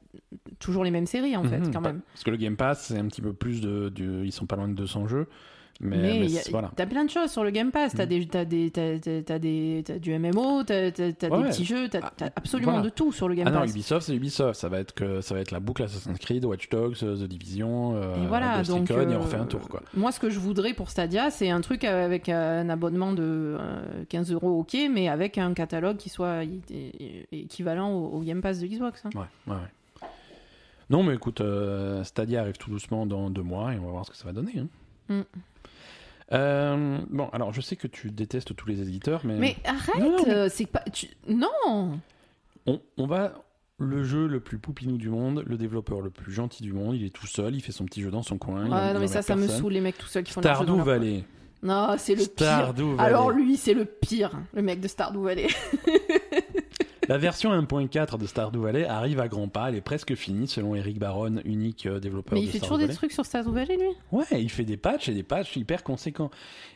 toujours les mêmes séries, en fait, Mhm, quand pas- même. Parce que le Game Pass, c'est un petit peu plus de, du- Ils sont pas loin de 200 jeux. Mais, Mais mais y a- c'est- voilà. t'as plein de choses sur le Game Pass. T'as Mm. des, t'as des, t'as, t'as- t'as des, t'as du MMO, t'as, t'as- t'as Ouais, des petits jeux, t'as, Ah, t'as absolument voilà. de tout sur le Game Ah non, Pass. Ubisoft, c'est Ubisoft. Ça va être que ça va être la boucle Assassin's Creed, Watch Dogs, The Division, euh, Et voilà, Ghost donc, Recon, et on euh, refait un tour, quoi. Moi, ce que je voudrais pour Stadia, c'est un truc avec un abonnement de euh, 15 euros, ok, mais avec un catalogue qui soit i- i- équivalent au, au Game Pass de Xbox. hein. Ouais, ouais, ouais. Non, mais écoute, euh, Stadia arrive tout doucement dans deux mois et on va voir ce que ça va donner. hein. Mm. Euh, bon, alors je sais que tu détestes tous les éditeurs, mais, Mais arrête, Mm. Non, non, mais- euh, c'est pas. tu- Non On, on va. Le jeu le plus poupinou du monde, le développeur le plus gentil du monde, il est tout seul, il fait son petit jeu dans son coin. il en- Ah, il Non, mais emmerde ça, ça me personne. saoule les mecs tout seuls qui font leur jeu Stardew dans leur coin. Valley. Non, c'est le pire. Stardew Valley. Alors lui, c'est le pire, le mec de Stardew Valley. La version 1.4 de Stardew Valley arrive à grands pas, elle est presque finie selon Eric Baron, unique euh, développeur Mais de il fait Stardew toujours Valley. des trucs sur Stardew Valley, lui Ouais, il fait des patchs et des patchs hyper conséquents.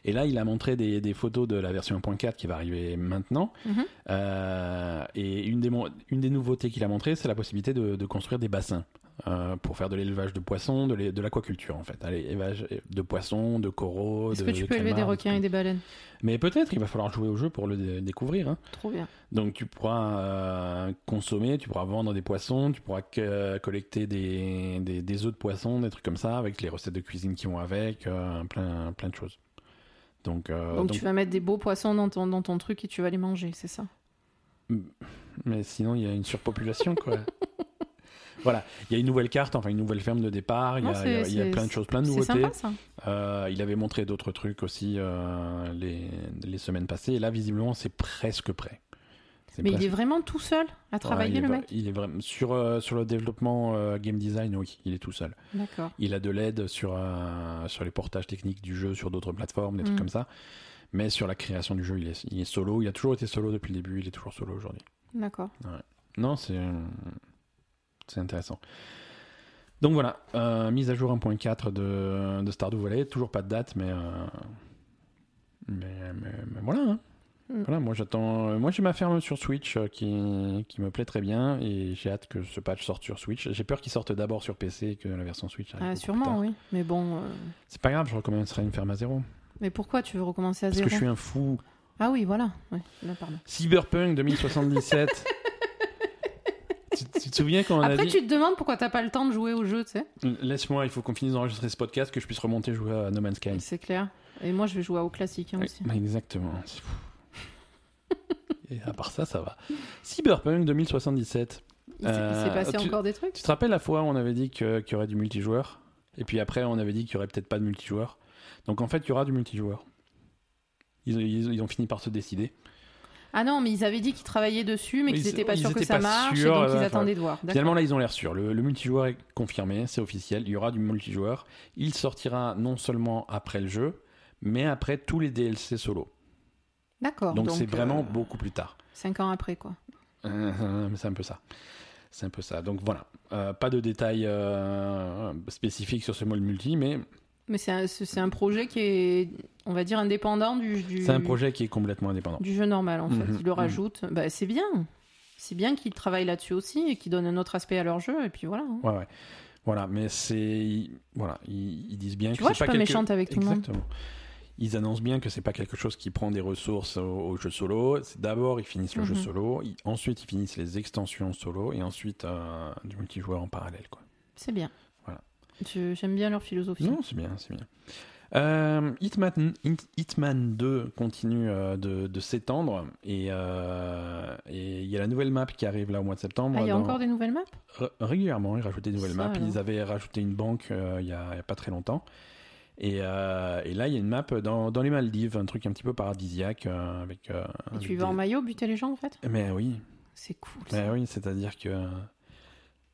Et là, il a montré des, des photos de la version 1.4 qui va arriver maintenant. Mhm. Euh, et une des, mon- une des nouveautés qu'il a montré, c'est la possibilité de, de construire des bassins euh, pour faire de l'élevage de poissons, de l'é- de l'aquaculture en fait. Allez, élevage de poissons, de coraux. Est-ce de- que tu de peux élever des calmars, requins et trucs. des baleines Mais peut-être, il va falloir jouer au jeu pour le dé- découvrir. hein. Trop bien. Donc tu pourras euh, consommer, tu pourras vendre des poissons, tu pourras que- euh, collecter des, des, des œufs de poisson, des trucs comme ça, avec les recettes de cuisine qui vont avec, euh, plein, plein de choses. Donc, euh, donc, donc- tu vas mettre des beaux poissons dans ton, dans ton truc et tu vas les manger, c'est ça mais sinon il y a une surpopulation quoi. voilà, il y a une nouvelle carte, enfin une nouvelle ferme de départ, il y Non, a, il y a- c'est- il y a c'est- plein de choses, plein de C'est nouveautés. sympa, ça. Euh, il avait montré d'autres trucs aussi euh, les, les semaines passées, et là visiblement c'est presque prêt. Mais il est vraiment tout seul à travailler Ouais, il est le vra- mec Il est vraiment sur euh, sur le développement euh, game design, oui, il est tout seul. D'accord. Il a de l'aide sur euh, sur les portages techniques du jeu sur d'autres plateformes, des trucs Mm. comme ça. Mais sur la création du jeu, il est, il est solo. Il a toujours été solo depuis le début. Il est toujours solo aujourd'hui. D'accord. Non, c'est euh, c'est intéressant. Donc voilà, euh, mise à jour 1.4 de, de Stardew Valley. Toujours pas de date, mais euh, mais, mais- mais voilà. hein. Mm. Voilà, moi j'attends. euh, Moi j'ai ma ferme sur Switch euh, qui, qui me plaît très bien et j'ai hâte que ce patch sorte sur Switch. J'ai peur qu'il sorte d'abord sur PC et que la version Switch arrive. Ah, beaucoup plus sûrement, tard. oui. Mais bon. euh, C'est pas grave, je recommencerai une ferme à zéro. Mais pourquoi tu veux recommencer à Parce zéro que je suis un fou. Ah oui, voilà. Ouais. Là, pardon. Cyberpunk 2077. tu, tu te souviens quand on a Après, dit. tu te demandes pourquoi t'as pas le temps de jouer au jeu, tu sais. Laisse-moi, il faut qu'on finisse d'enregistrer ce podcast, que je puisse remonter jouer à No Man's Sky. C'est clair. Et moi, je vais jouer au classique hein, aussi. Ouais, Exactement. C'est fou. Et à part ça, ça va. Cyberpunk 2077. Il s'est- il s'est Euh, passé tu- encore des trucs Tu te rappelles la fois où on avait dit que- qu'il y aurait du multijoueur Et puis après, on avait dit qu'il y aurait peut-être pas de multijoueur. Donc en fait, il y aura du multijoueur. Ils, ils- ils ont fini par se décider. Ah non, mais ils avaient dit qu'ils travaillaient dessus, mais Ils- qu'ils étaient pas ils sûrs que étaient ça pas marche, sûrs, et donc euh, ils enfin, attendaient de voir. D'accord. Finalement, là, ils ont l'air sûrs. Le, le multijoueur est confirmé, c'est officiel. Il y aura du multijoueur. Il sortira non seulement après le jeu, mais après tous les DLC solo. D'accord. Donc c'est vraiment euh, beaucoup plus tard. Cinq ans après, quoi. Euh, mais c'est un peu ça. C'est un peu ça. Donc voilà. Euh, pas de détails euh, spécifiques sur ce mode multi, mais Mais c'est un, c'est- c'est un projet qui est, on va dire, indépendant du, du- c'est un projet qui est complètement indépendant. du jeu normal, en fait. Mhm, Ils le mhm. rajoutent. Bah, c'est bien. C'est bien qu'ils travaillent là-dessus aussi et qu'ils donnent un autre aspect à leur jeu, et puis voilà. hein. Ouais, ouais. Voilà, mais c'est. Voilà, ils, ils disent bien Tu que vois, je c'est suis pas quelque- méchante avec tout le monde. Exactement. Ils annoncent bien que c'est pas quelque chose qui prend des ressources au, au jeu solo. C'est D'abord, ils finissent le jeu Mhm. solo, ils- ensuite, ils finissent les extensions solo, et ensuite, euh, du multijoueur en parallèle, quoi. C'est bien. Voilà. Je- J'aime bien leur philosophie. Non, c'est bien, c'est bien. Euh, Hitman, Hit- Hitman 2 continue euh, de, de s'étendre et euh, et il y a la nouvelle map qui arrive là au mois de septembre. Ah, il y a Dans- encore des nouvelles maps r- Régulièrement, ils rajoutaient des nouvelles Ça, maps. Ils alors. avaient rajouté une banque euh, il y a, il y a pas très longtemps. Et, euh, et là, il y a une map dans, dans les Maldives, un truc un petit peu paradisiaque euh, avec. euh, Et avec tu y vas en des- maillot buter les gens, en fait Mais oui, C'est cool. ça. mais Ben oui, c'est-à-dire que.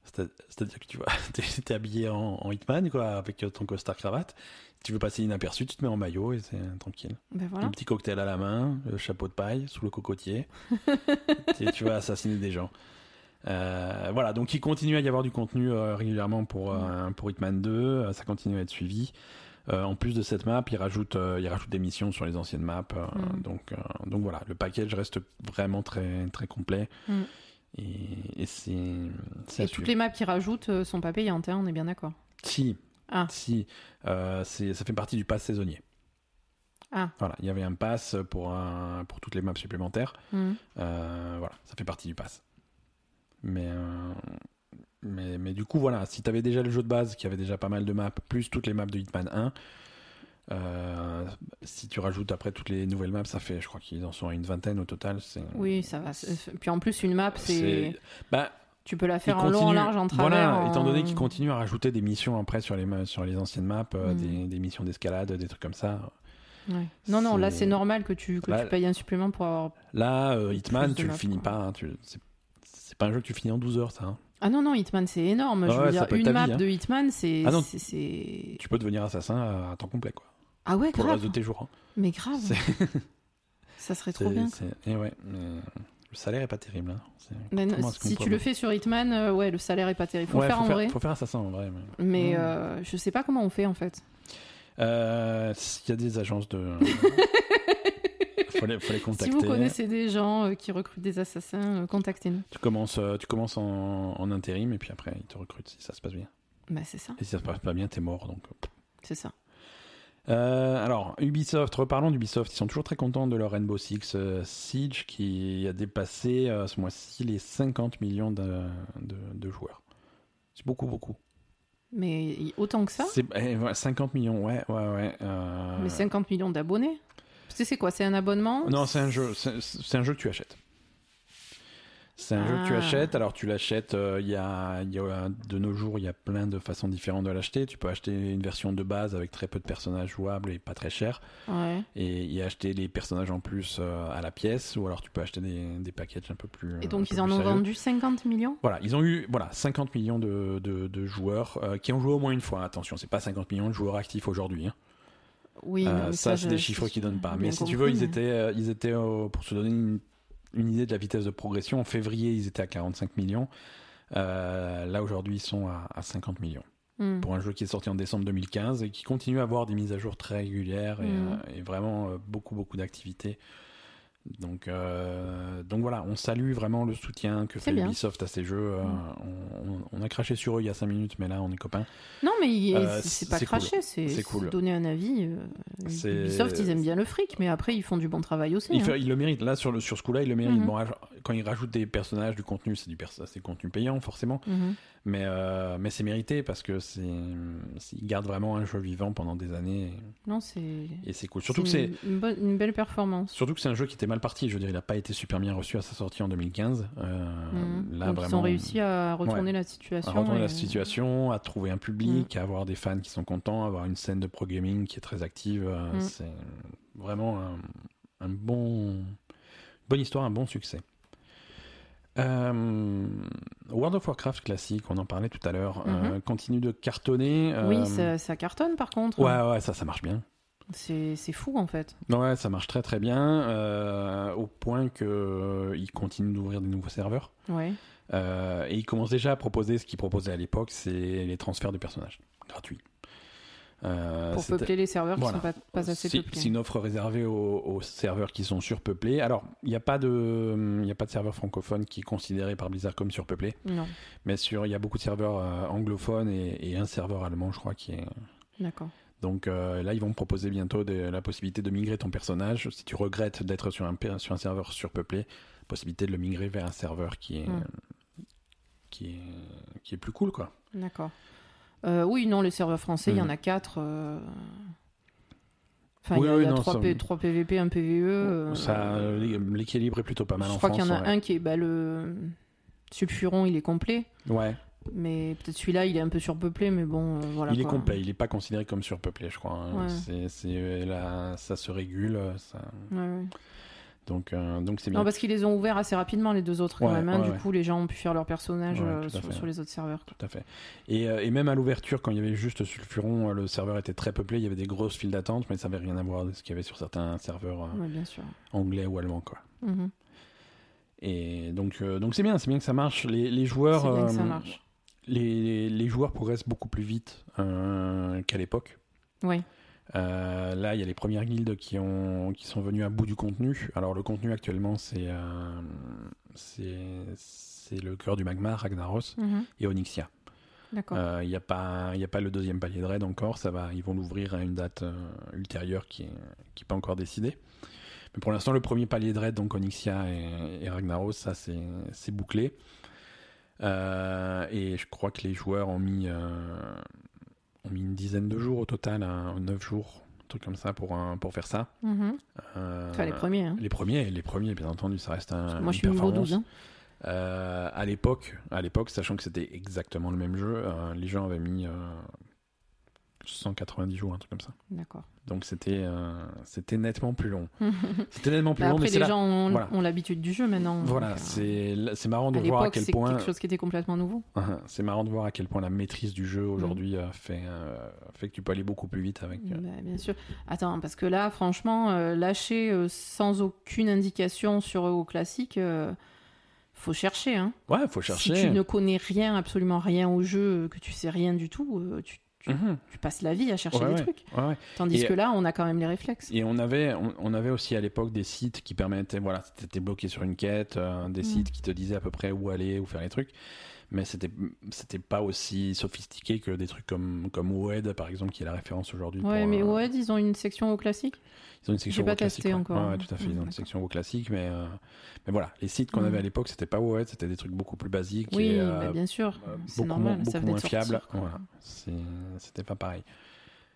c'est-à- C'est-à-dire que tu vois, t'es t'es habillé en, en Hitman, quoi, avec ton costard cravate. Tu veux passer inaperçu, tu te mets en maillot et c'est euh, tranquille. Ben voilà. Un petit cocktail à la main, le chapeau de paille sous le cocotier. et tu vas assassiner des gens. Euh, voilà, donc il continue à y avoir du contenu euh, régulièrement pour, euh, pour Hitman 2. euh, Ça continue à être suivi. Euh, en plus de cette map, il rajoute, euh, il rajoute des missions sur les anciennes maps. euh, Mm. donc, euh, donc voilà, le package reste vraiment très, très complet. Mm. Et, et c'est c'est à Et toutes suivre. les maps qu'ils rajoutent euh, sont pas payantes, hein, on est bien d'accord. Si, Ah. si, euh, c'est- ça fait partie du pass saisonnier. Ah. Voilà, il y avait un pass pour, un, pour toutes les maps supplémentaires. Mhm. Euh, voilà, ça fait partie du pass. Mais, euh, mais, mais du coup, voilà, si t'avais déjà le jeu de base qui avait déjà pas mal de maps, plus toutes les maps de Hitman 1, euh, si tu rajoutes après toutes les nouvelles maps, ça fait, je crois qu'ils en sont à une vingtaine au total. c'est- Oui, ça va. c'est- Puis en plus, une map, c'est. c'est- Bah, Tu peux la ils faire en long, en continuent- large, euh. en travers. Voilà, en- étant donné qu'ils continuent à rajouter des missions après sur les, ma- sur les anciennes maps, euh, Mm. des, des missions d'escalade, des trucs comme ça. Ouais. Non, non, là, C'est- Bah, c'est normal que tu, que Là- tu payes un supplément pour avoir. Là, euh, Hitman, Plus de tu le maps, finis quoi. pas. hein, tu- c'est- c'est pas un jeu que tu finis en 12 heures, ça. hein. Ah non, non, Hitman, c'est énorme. Ah Je ouais, veux ça dire, peut être une ta map vie, hein. de Hitman, c'est. Ah non. c'est- c'est- Tu peux devenir assassin à- à temps complet, quoi. Ah ouais, Pour le reste grave. de tes jours. hein. Mais grave. C'est- Ça serait trop C'est- bien. c'est- eh ouais, mais le salaire est pas terrible. hein. C'est- Mais non, Comment est-ce qu'on si pourrait- tu le fais sur Hitman, euh, ouais, le salaire est pas terrible. Faut Ouais, le faire faut en vrai. Faut faire assassin en vrai. mais- Mais Mm. euh, je sais pas comment on fait en fait. Euh, S'il y a des agences de. faut, les, faut les contacter. Si vous connaissez des gens euh, qui recrutent des assassins, euh, contactez-nous. Tu commences, euh, tu commences en, en intérim et puis après ils te recrutent si ça se passe bien. Bah c'est ça, Et si ça se passe pas bien, t'es mort donc. c'est ça. Euh, alors, Ubisoft, reparlons d'Ubisoft, ils sont toujours très contents de leur Rainbow Six euh, Siege qui a dépassé euh, ce mois-ci les 50 millions de, de- de joueurs. C'est beaucoup, beaucoup. Mais y- autant que ça, C'est- eh, ouais, 50 millions, ouais, ouais, ouais. euh, mais 50 millions d'abonnés. Parce que c'est quoi C'est un abonnement Non, c'est un jeu, c'est c'est un jeu que tu achètes. C'est un jeu que tu Ah. achètes. Alors, tu l'achètes, euh, il y, a, il y a- de nos jours, il y a plein de façons différentes de l'acheter. Tu peux acheter une version de base avec très peu de personnages jouables et pas très cher. Ouais. Et y acheter les personnages en plus euh, à la pièce. Ou alors, tu peux acheter des, des packages un peu plus. euh, Et un donc peu ils en plus ont sérieux. vendu 50 millions Voilà, ils ont eu voilà 50 millions de, de, de joueurs euh, qui ont joué au moins une fois. Attention, c'est pas 50 millions de joueurs actifs aujourd'hui. hein. Oui. Euh, non, mais ça, c'est je- des chiffres qui donnent pas. j'ai Mais bien si tu veux, compris, ils mais- étaient, euh, ils étaient euh, pour se donner une, une idée de la vitesse de progression. En février, ils étaient à 45 millions. Euh, là aujourd'hui, ils sont à, à 50 millions Hmm. pour un jeu qui est sorti en décembre 2015 et qui continue à avoir des mises à jour très régulières et, Mhm. euh, et vraiment euh, beaucoup beaucoup d'activités. Donc euh, donc voilà, on salue vraiment le soutien que C'est fait bien. Ubisoft à ces jeux. Euh, Mhm. on, on- on a craché sur eux il y a 5 minutes, mais là on est copains. Non, mais il- Euh, c'est- c'est c'est pas cool. craché, c'est C'est c'est cool. donner un avis. euh, C'est- Ubisoft, ils aiment bien le fric, mais après, ils font du bon travail aussi. Il, hein. fait- il le mérite. Là sur le sur ce coup-là, il le mérite. Mhm. Bon, aj- quand il rajoute des personnages, du contenu, c'est du perso- c'est contenu payant forcément, Mhm. mais euh, mais c'est mérité parce que c'est c'est- il garde vraiment un jeu vivant pendant des années Non, c'est. et, et c'est cool. Surtout que c'est une- Une, bonne- une belle performance. Surtout que c'est un jeu qui était mal parti, je veux dire, il n'a pas été super bien reçu à sa sortie en 2015. Euh, Mhm. Là, Donc, vraiment, ils ont réussi à retourner la à situation. retourner et- Mhm. la situation, à trouver un public, à avoir des fans qui sont contents, à avoir une scène de pro gaming qui est très active. euh, Mhm. C'est vraiment un, un bon, bonne histoire, un bon succès. Euh, World of Warcraft classique, on en parlait tout à l'heure, euh, continue de cartonner. Mhm. Oui, euh, ça, ça cartonne par contre. Ouais, ouais, ça, ça marche bien. C'est c'est fou en fait. Ouais, ça marche très très bien, euh, au point que euh, ils continuent d'ouvrir des nouveaux serveurs. Ouais. Euh, et ils commencent déjà à proposer ce qu'ils proposaient à l'époque, c'est les transferts de personnages, gratuits. Euh, Pour c'était- peupler les serveurs Voilà. qui sont pas, pas assez c'est peuplés. c'est une offre réservée aux, aux serveurs qui sont surpeuplés. Alors, il n'y a, pas de- il y a pas de serveur francophone qui est considéré par Blizzard comme surpeuplé, Non, mais sur- il y a beaucoup de serveurs euh, anglophones et- et un serveur allemand, je crois, qui est, d'accord. donc euh, là, ils vont me proposer bientôt de- la possibilité de migrer ton personnage. Si tu regrettes d'être sur un, pe- sur un serveur surpeuplé, possibilité de le migrer vers un serveur qui est, Mm. qui est, qui est plus cool, quoi. D'accord. Euh, oui, non, les serveurs français, il y en Mhm. a quatre. euh, Enfin, Oui, il y a, oui, il y a non, trois, ça- P- trois PVP, un PVE. euh, Ça, l'é- L'équilibre est plutôt pas mal je en crois France. qu'il y en a ouais. un qui est bah, le sulfuron, il est complet. Ouais. Mais peut-être celui-là, il est un peu surpeuplé, mais bon, euh, voilà. il est quoi. complet, il n'est pas considéré comme surpeuplé, je crois. hein. Ouais. C'est- c'est là, ça se régule, euh, ça... Ouais, ouais. donc euh, donc c'est Non, bien. parce qu'ils les ont ouverts assez rapidement, les deux autres, quand Ouais, même. hein. ouais, du ouais. coup, les gens ont pu faire leur personnage Ouais, euh, tout à sur, fait. sur les autres serveurs. quoi. Tout à fait. Et, euh, et même à l'ouverture, quand il y avait juste Sulfuron, euh, le serveur était très peuplé, il y avait des grosses files d'attente, mais ça n'avait rien à voir de ce qu'il y avait sur certains serveurs euh, Ouais, bien sûr. anglais ou allemand, quoi. Mhm. Et donc, euh, donc c'est bien, c'est bien que ça marche. Les, les joueurs, C'est bien que ça euh, marche. les, les joueurs progressent beaucoup plus vite euh, qu'à l'époque. Oui. Euh, là, il y a les premières guildes qui ont, qui sont venues à bout du contenu. Alors le contenu actuellement, c'est, euh, c'est, c'est le cœur du magma, Ragnaros Mhm. et Onyxia. D'accord. Euh, Il n'y a pas, il y a pas le deuxième palier de raid encore. Ça va, ils vont l'ouvrir à une date euh, ultérieure qui est, qui est pas encore décidée. Mais pour l'instant, le premier palier de raid, donc Onyxia et, et Ragnaros, ça c'est, c'est bouclé. Euh, et je crois que les joueurs ont mis, euh, ont mis une dizaine de jours au total, hein, neuf jours, un truc comme ça pour un- pour faire ça. Mhm. Euh, Enfin, les premiers. hein. les premiers, les premiers, bien entendu, ça reste un. Moi, une je suis niveau performance. 12. hein. Euh, à l'époque, à l'époque, sachant que c'était exactement le même jeu, euh, les gens avaient mis euh, 190 jours, un truc comme ça. D'accord. Donc c'était euh, c'était nettement plus long. C'était nettement plus Bah, long, mais après, c'est les là. gens ont voilà. ont l'habitude du jeu maintenant. Voilà, donc, euh, c'est c'est marrant de à voir à l'époque, quel c'est point quelque chose qui était complètement nouveau. c'est marrant de voir à quel point la maîtrise du Mm. jeu aujourd'hui euh, fait euh, fait que tu peux aller beaucoup plus vite avec. euh, Bah, bien sûr. Attends, parce que là, franchement, euh, lâcher euh, sans aucune indication sur au classique, euh, faut chercher. Hein. Ouais, faut chercher. Si tu ne connais rien, absolument rien au jeu, euh, que tu sais rien du tout, euh, tu, tu- Mhm, tu passes la vie à chercher Ouais, des trucs. ouais, ouais. Tandis Et- euh, que là, on a quand même les réflexes. Et on avait, on, on avait aussi à l'époque des sites qui permettaient, voilà, si t'étais bloqué sur une quête, euh, des Mm. sites qui te disaient à peu près où aller, où faire les trucs. Mais c'était, c'était pas aussi sophistiqué que des trucs comme, comme OED, par exemple, qui est la référence aujourd'hui. Ouais, pour, mais euh, ouais, ils ont une section au classique. Ils ont une section pas WoW classique, testé ouais. encore. Ouais, ouais, tout à fait. ils Mm, ont une d'accord. section WoW classique, mais, euh, mais voilà, les sites qu'on Mm. avait à l'époque, c'était pas OED, c'était des trucs beaucoup plus basiques. Oui, et, euh, bah, bien sûr. euh, C'est beaucoup normal. moins, beaucoup ça venait moins de sortir, fiable. quoi. Voilà, C'est- c'était pas pareil.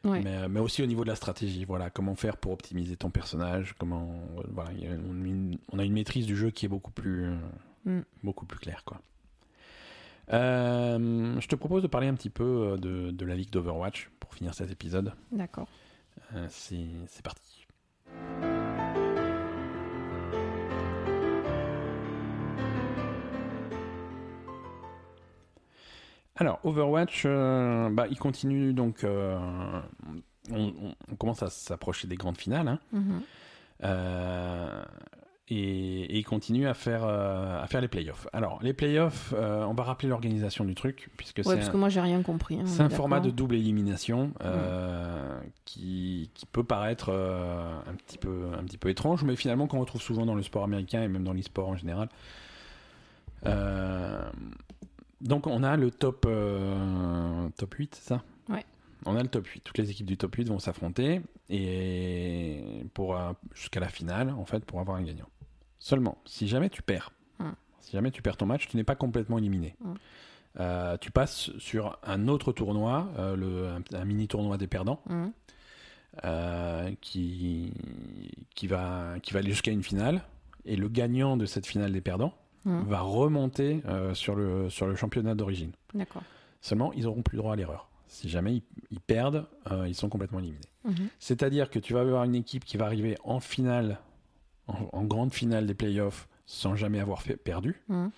Ouais. Mais, euh, mais aussi au niveau de la stratégie, voilà, comment faire pour optimiser ton personnage, comment euh, voilà, il y a- on, a une- on a une maîtrise du jeu qui est beaucoup plus euh, Mm. beaucoup plus clair, quoi. Euh, je te propose de parler un petit peu euh, de, de la ligue d'Overwatch pour finir cet épisode. D'accord. Euh, c'est c'est parti. Alors, Overwatch, euh, bah, il continue donc. euh, on, on- on commence à s'approcher des grandes finales. hein. Mhm. Euh, et, et il continue à faire, euh, à faire les playoffs. Alors, les playoffs, euh, on va rappeler l'organisation du truc, puisque Ouais, c'est parce un- que moi j'ai rien compris. hein, c'est un d'accord. Hmm. format de double élimination euh, qui, qui peut paraître euh, un, petit peu, un petit peu étrange, mais finalement qu'on retrouve souvent dans le sport américain et même dans l'e-sport en général. Euh, donc on a le top, euh, top 8, c'est ça Ouais. On a le top 8. Toutes les équipes du top 8 vont s'affronter et pour euh, jusqu'à la finale, en fait, pour avoir un gagnant. Seulement, si jamais tu perds, Hum. si jamais tu perds ton match, tu n'es pas complètement éliminé. Hum. Euh, tu passes sur un autre tournoi, euh, le, un, un mini tournoi des perdants, Mhm. euh, qui, qui va, qui va aller jusqu'à une finale. Et le gagnant de cette finale des perdants Mhm. va remonter euh, sur, le, sur le championnat d'origine. D'accord. Seulement, ils n'auront plus droit à l'erreur. Si jamais ils, ils perdent, euh, ils sont complètement éliminés. Mhm. C'est-à-dire que tu vas avoir une équipe qui va arriver en finale, en, en grande finale des playoffs, sans jamais avoir fait, perdu. Mhm.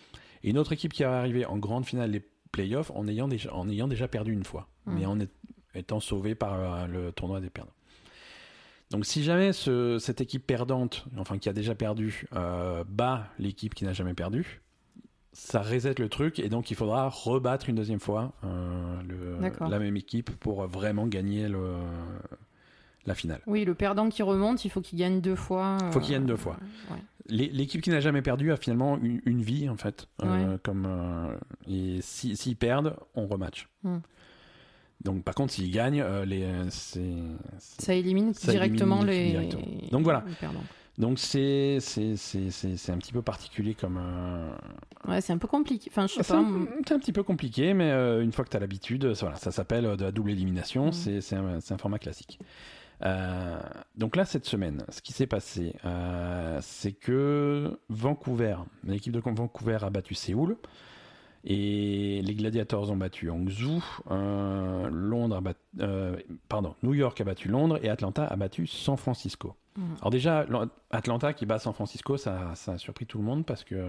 Et une autre équipe qui va arriver en grande finale des playoffs en ayant déjà, en ayant déjà perdu une fois, Mhm. mais en est- étant sauvée par euh, le tournoi des perdants. Donc si jamais ce- cette équipe perdante, enfin qui a déjà perdu, euh, bat l'équipe qui n'a jamais perdu, ça reset le truc et donc il faudra rebattre une deuxième fois euh, le- D'accord. la même équipe pour vraiment gagner le, la finale. Oui, le perdant qui remonte, il faut qu'il gagne deux fois. euh, Faut qu'il gagne deux fois. ouais. L'é- L'équipe qui n'a jamais perdu a finalement une, une vie en fait. Euh, comme, euh, et si- s'ils perdent, on rematch. Hmm. Donc par contre, s'ils gagnent, euh, les, c'est- c'est- Ça élimine Ça directement élimine les. directement. Donc voilà. les perdants. donc c'est c'est- c'est- c'est- c'est un petit peu particulier comme. euh, Ouais, c'est un peu compliqué. Enfin, je sais Ah, C'est pas. un, c'est un petit peu compliqué, mais euh, une fois que tu as l'habitude, ça, voilà, ça s'appelle euh, de la double élimination, Mm. c'est c'est un, c'est un format classique. Euh, donc là, cette semaine, ce qui s'est passé, euh, c'est que Vancouver, l'équipe de Vancouver a battu Séoul, et les Gladiators ont battu Hangzhou, euh, Londres a battu, euh, pardon, New York a battu Londres, et Atlanta a battu San Francisco. Mm. Alors déjà, l'An- Atlanta qui bat San Francisco, ça, ça a surpris tout le monde parce que...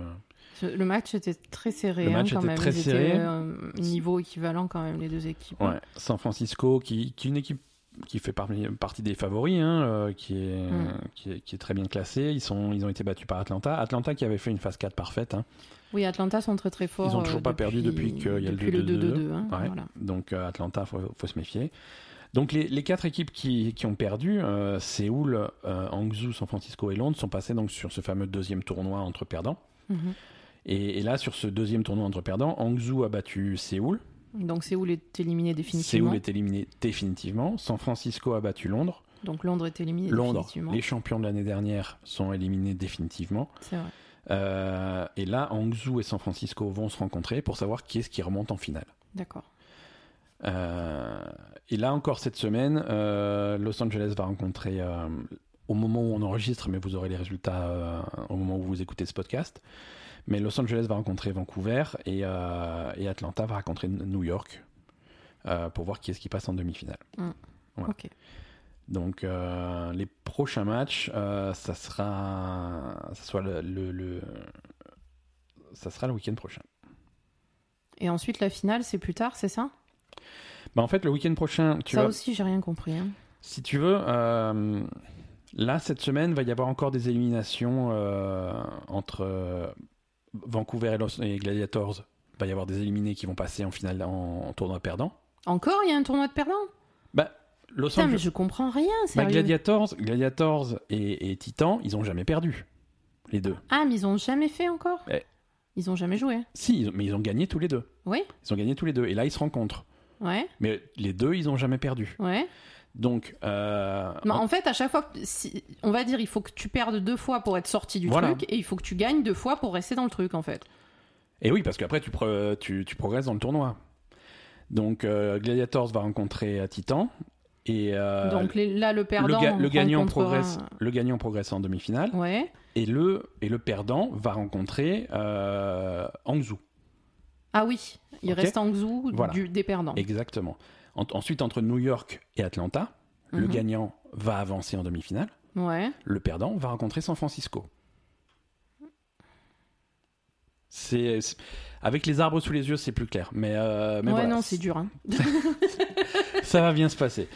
Le match était très serré. Le hein, match quand était même. très Ils étaient, serré. euh, niveau équivalent quand même les deux équipes. Ouais, Hein, San Francisco, qui, qui est une équipe qui fait parmi- partie des favoris, hein, euh, qui, est, Mm. qui, est, qui est très bien classée. Ils, sont, ils ont été battus par Atlanta. Atlanta qui avait fait une phase 4 parfaite. hein. Oui, Atlanta sont très très forts. Ils ont toujours euh, pas perdu depuis qu'il y a le depuis 2-2-2. 2-2-2, hein, Ouais. voilà. Donc euh, Atlanta, faut, faut se méfier. Donc les, les quatre équipes qui, qui ont perdu, euh, Séoul, euh, Hangzhou, San Francisco et Londres, sont passées donc sur ce fameux deuxième tournoi entre perdants. Mhm. Et, et là, sur ce deuxième tournoi entre perdants, Hangzhou a battu Séoul. Donc Séoul est éliminé définitivement. Séoul est éliminé définitivement. San Francisco a battu Londres. Donc Londres est éliminé Londres, définitivement. les champions de l'année dernière, sont éliminés définitivement. C'est vrai. Euh, et là, Hangzhou et San Francisco vont se rencontrer pour savoir qui est-ce qui remonte en finale. D'accord. Euh, et là encore cette semaine, euh, Los Angeles va rencontrer, euh, au moment où on enregistre, mais vous aurez les résultats euh, au moment où vous écoutez ce podcast, mais Los Angeles va rencontrer Vancouver et, euh, et Atlanta va rencontrer New York euh, pour voir qui est-ce qui passe en demi-finale. Voilà. Ok. Donc euh, les prochains matchs, euh, ça sera, ça soit le, le- le- ça sera le week-end prochain. Et ensuite la finale, c'est plus tard, c'est ça Bah en fait le week-end prochain, tu Ça vas- aussi, j'ai rien compris. hein. si tu veux, euh, là cette semaine va y avoir encore des éliminations euh, entre euh, Vancouver et, Los- et Gladiators. Va y avoir des éliminés qui vont passer en finale en, en tournoi perdant. Encore, il y a un tournoi de perdants Bah Los Putain, mais Angeles, je comprends rien, bah, sérieux. Gladiators, Gladiators et, et Titans, ils ont jamais perdu les deux. Ah, mais ils ont jamais fait encore Eh. Ils ont jamais joué. Si, ils ont- mais ils ont gagné tous les deux. Oui, Ils ont gagné tous les deux. Et là, ils se rencontrent. ouais, Mais les deux, ils n'ont jamais perdu. ouais. Donc, euh, Mais en- en fait, à chaque fois, que- si- on va dire, il faut que tu perdes deux fois pour être sorti du Voilà. truc et il faut que tu gagnes deux fois pour rester dans le truc, en fait. et oui, parce qu'après, tu, pro- tu, tu progresses dans le tournoi. Donc, euh, Gladiators va rencontrer euh, Titan. Et euh, Donc les- là, le le, perdant. ga- on le gagnant rencontrera- progresse, le gagnant progresse en demi-finale Ouais. et le et le perdant va rencontrer euh, Hangzhou. Ah oui, il Ok. reste Hangzhou Voilà. du, des perdants. Exactement. En- ensuite, entre New York et Atlanta, le Mhm. gagnant va avancer en demi-finale. Ouais. Le perdant va rencontrer San Francisco. C'est c'est- avec les arbres sous les yeux, c'est plus clair. Mais, euh, mais ouais, voilà, non, c'est dur. hein. ça va bien se passer.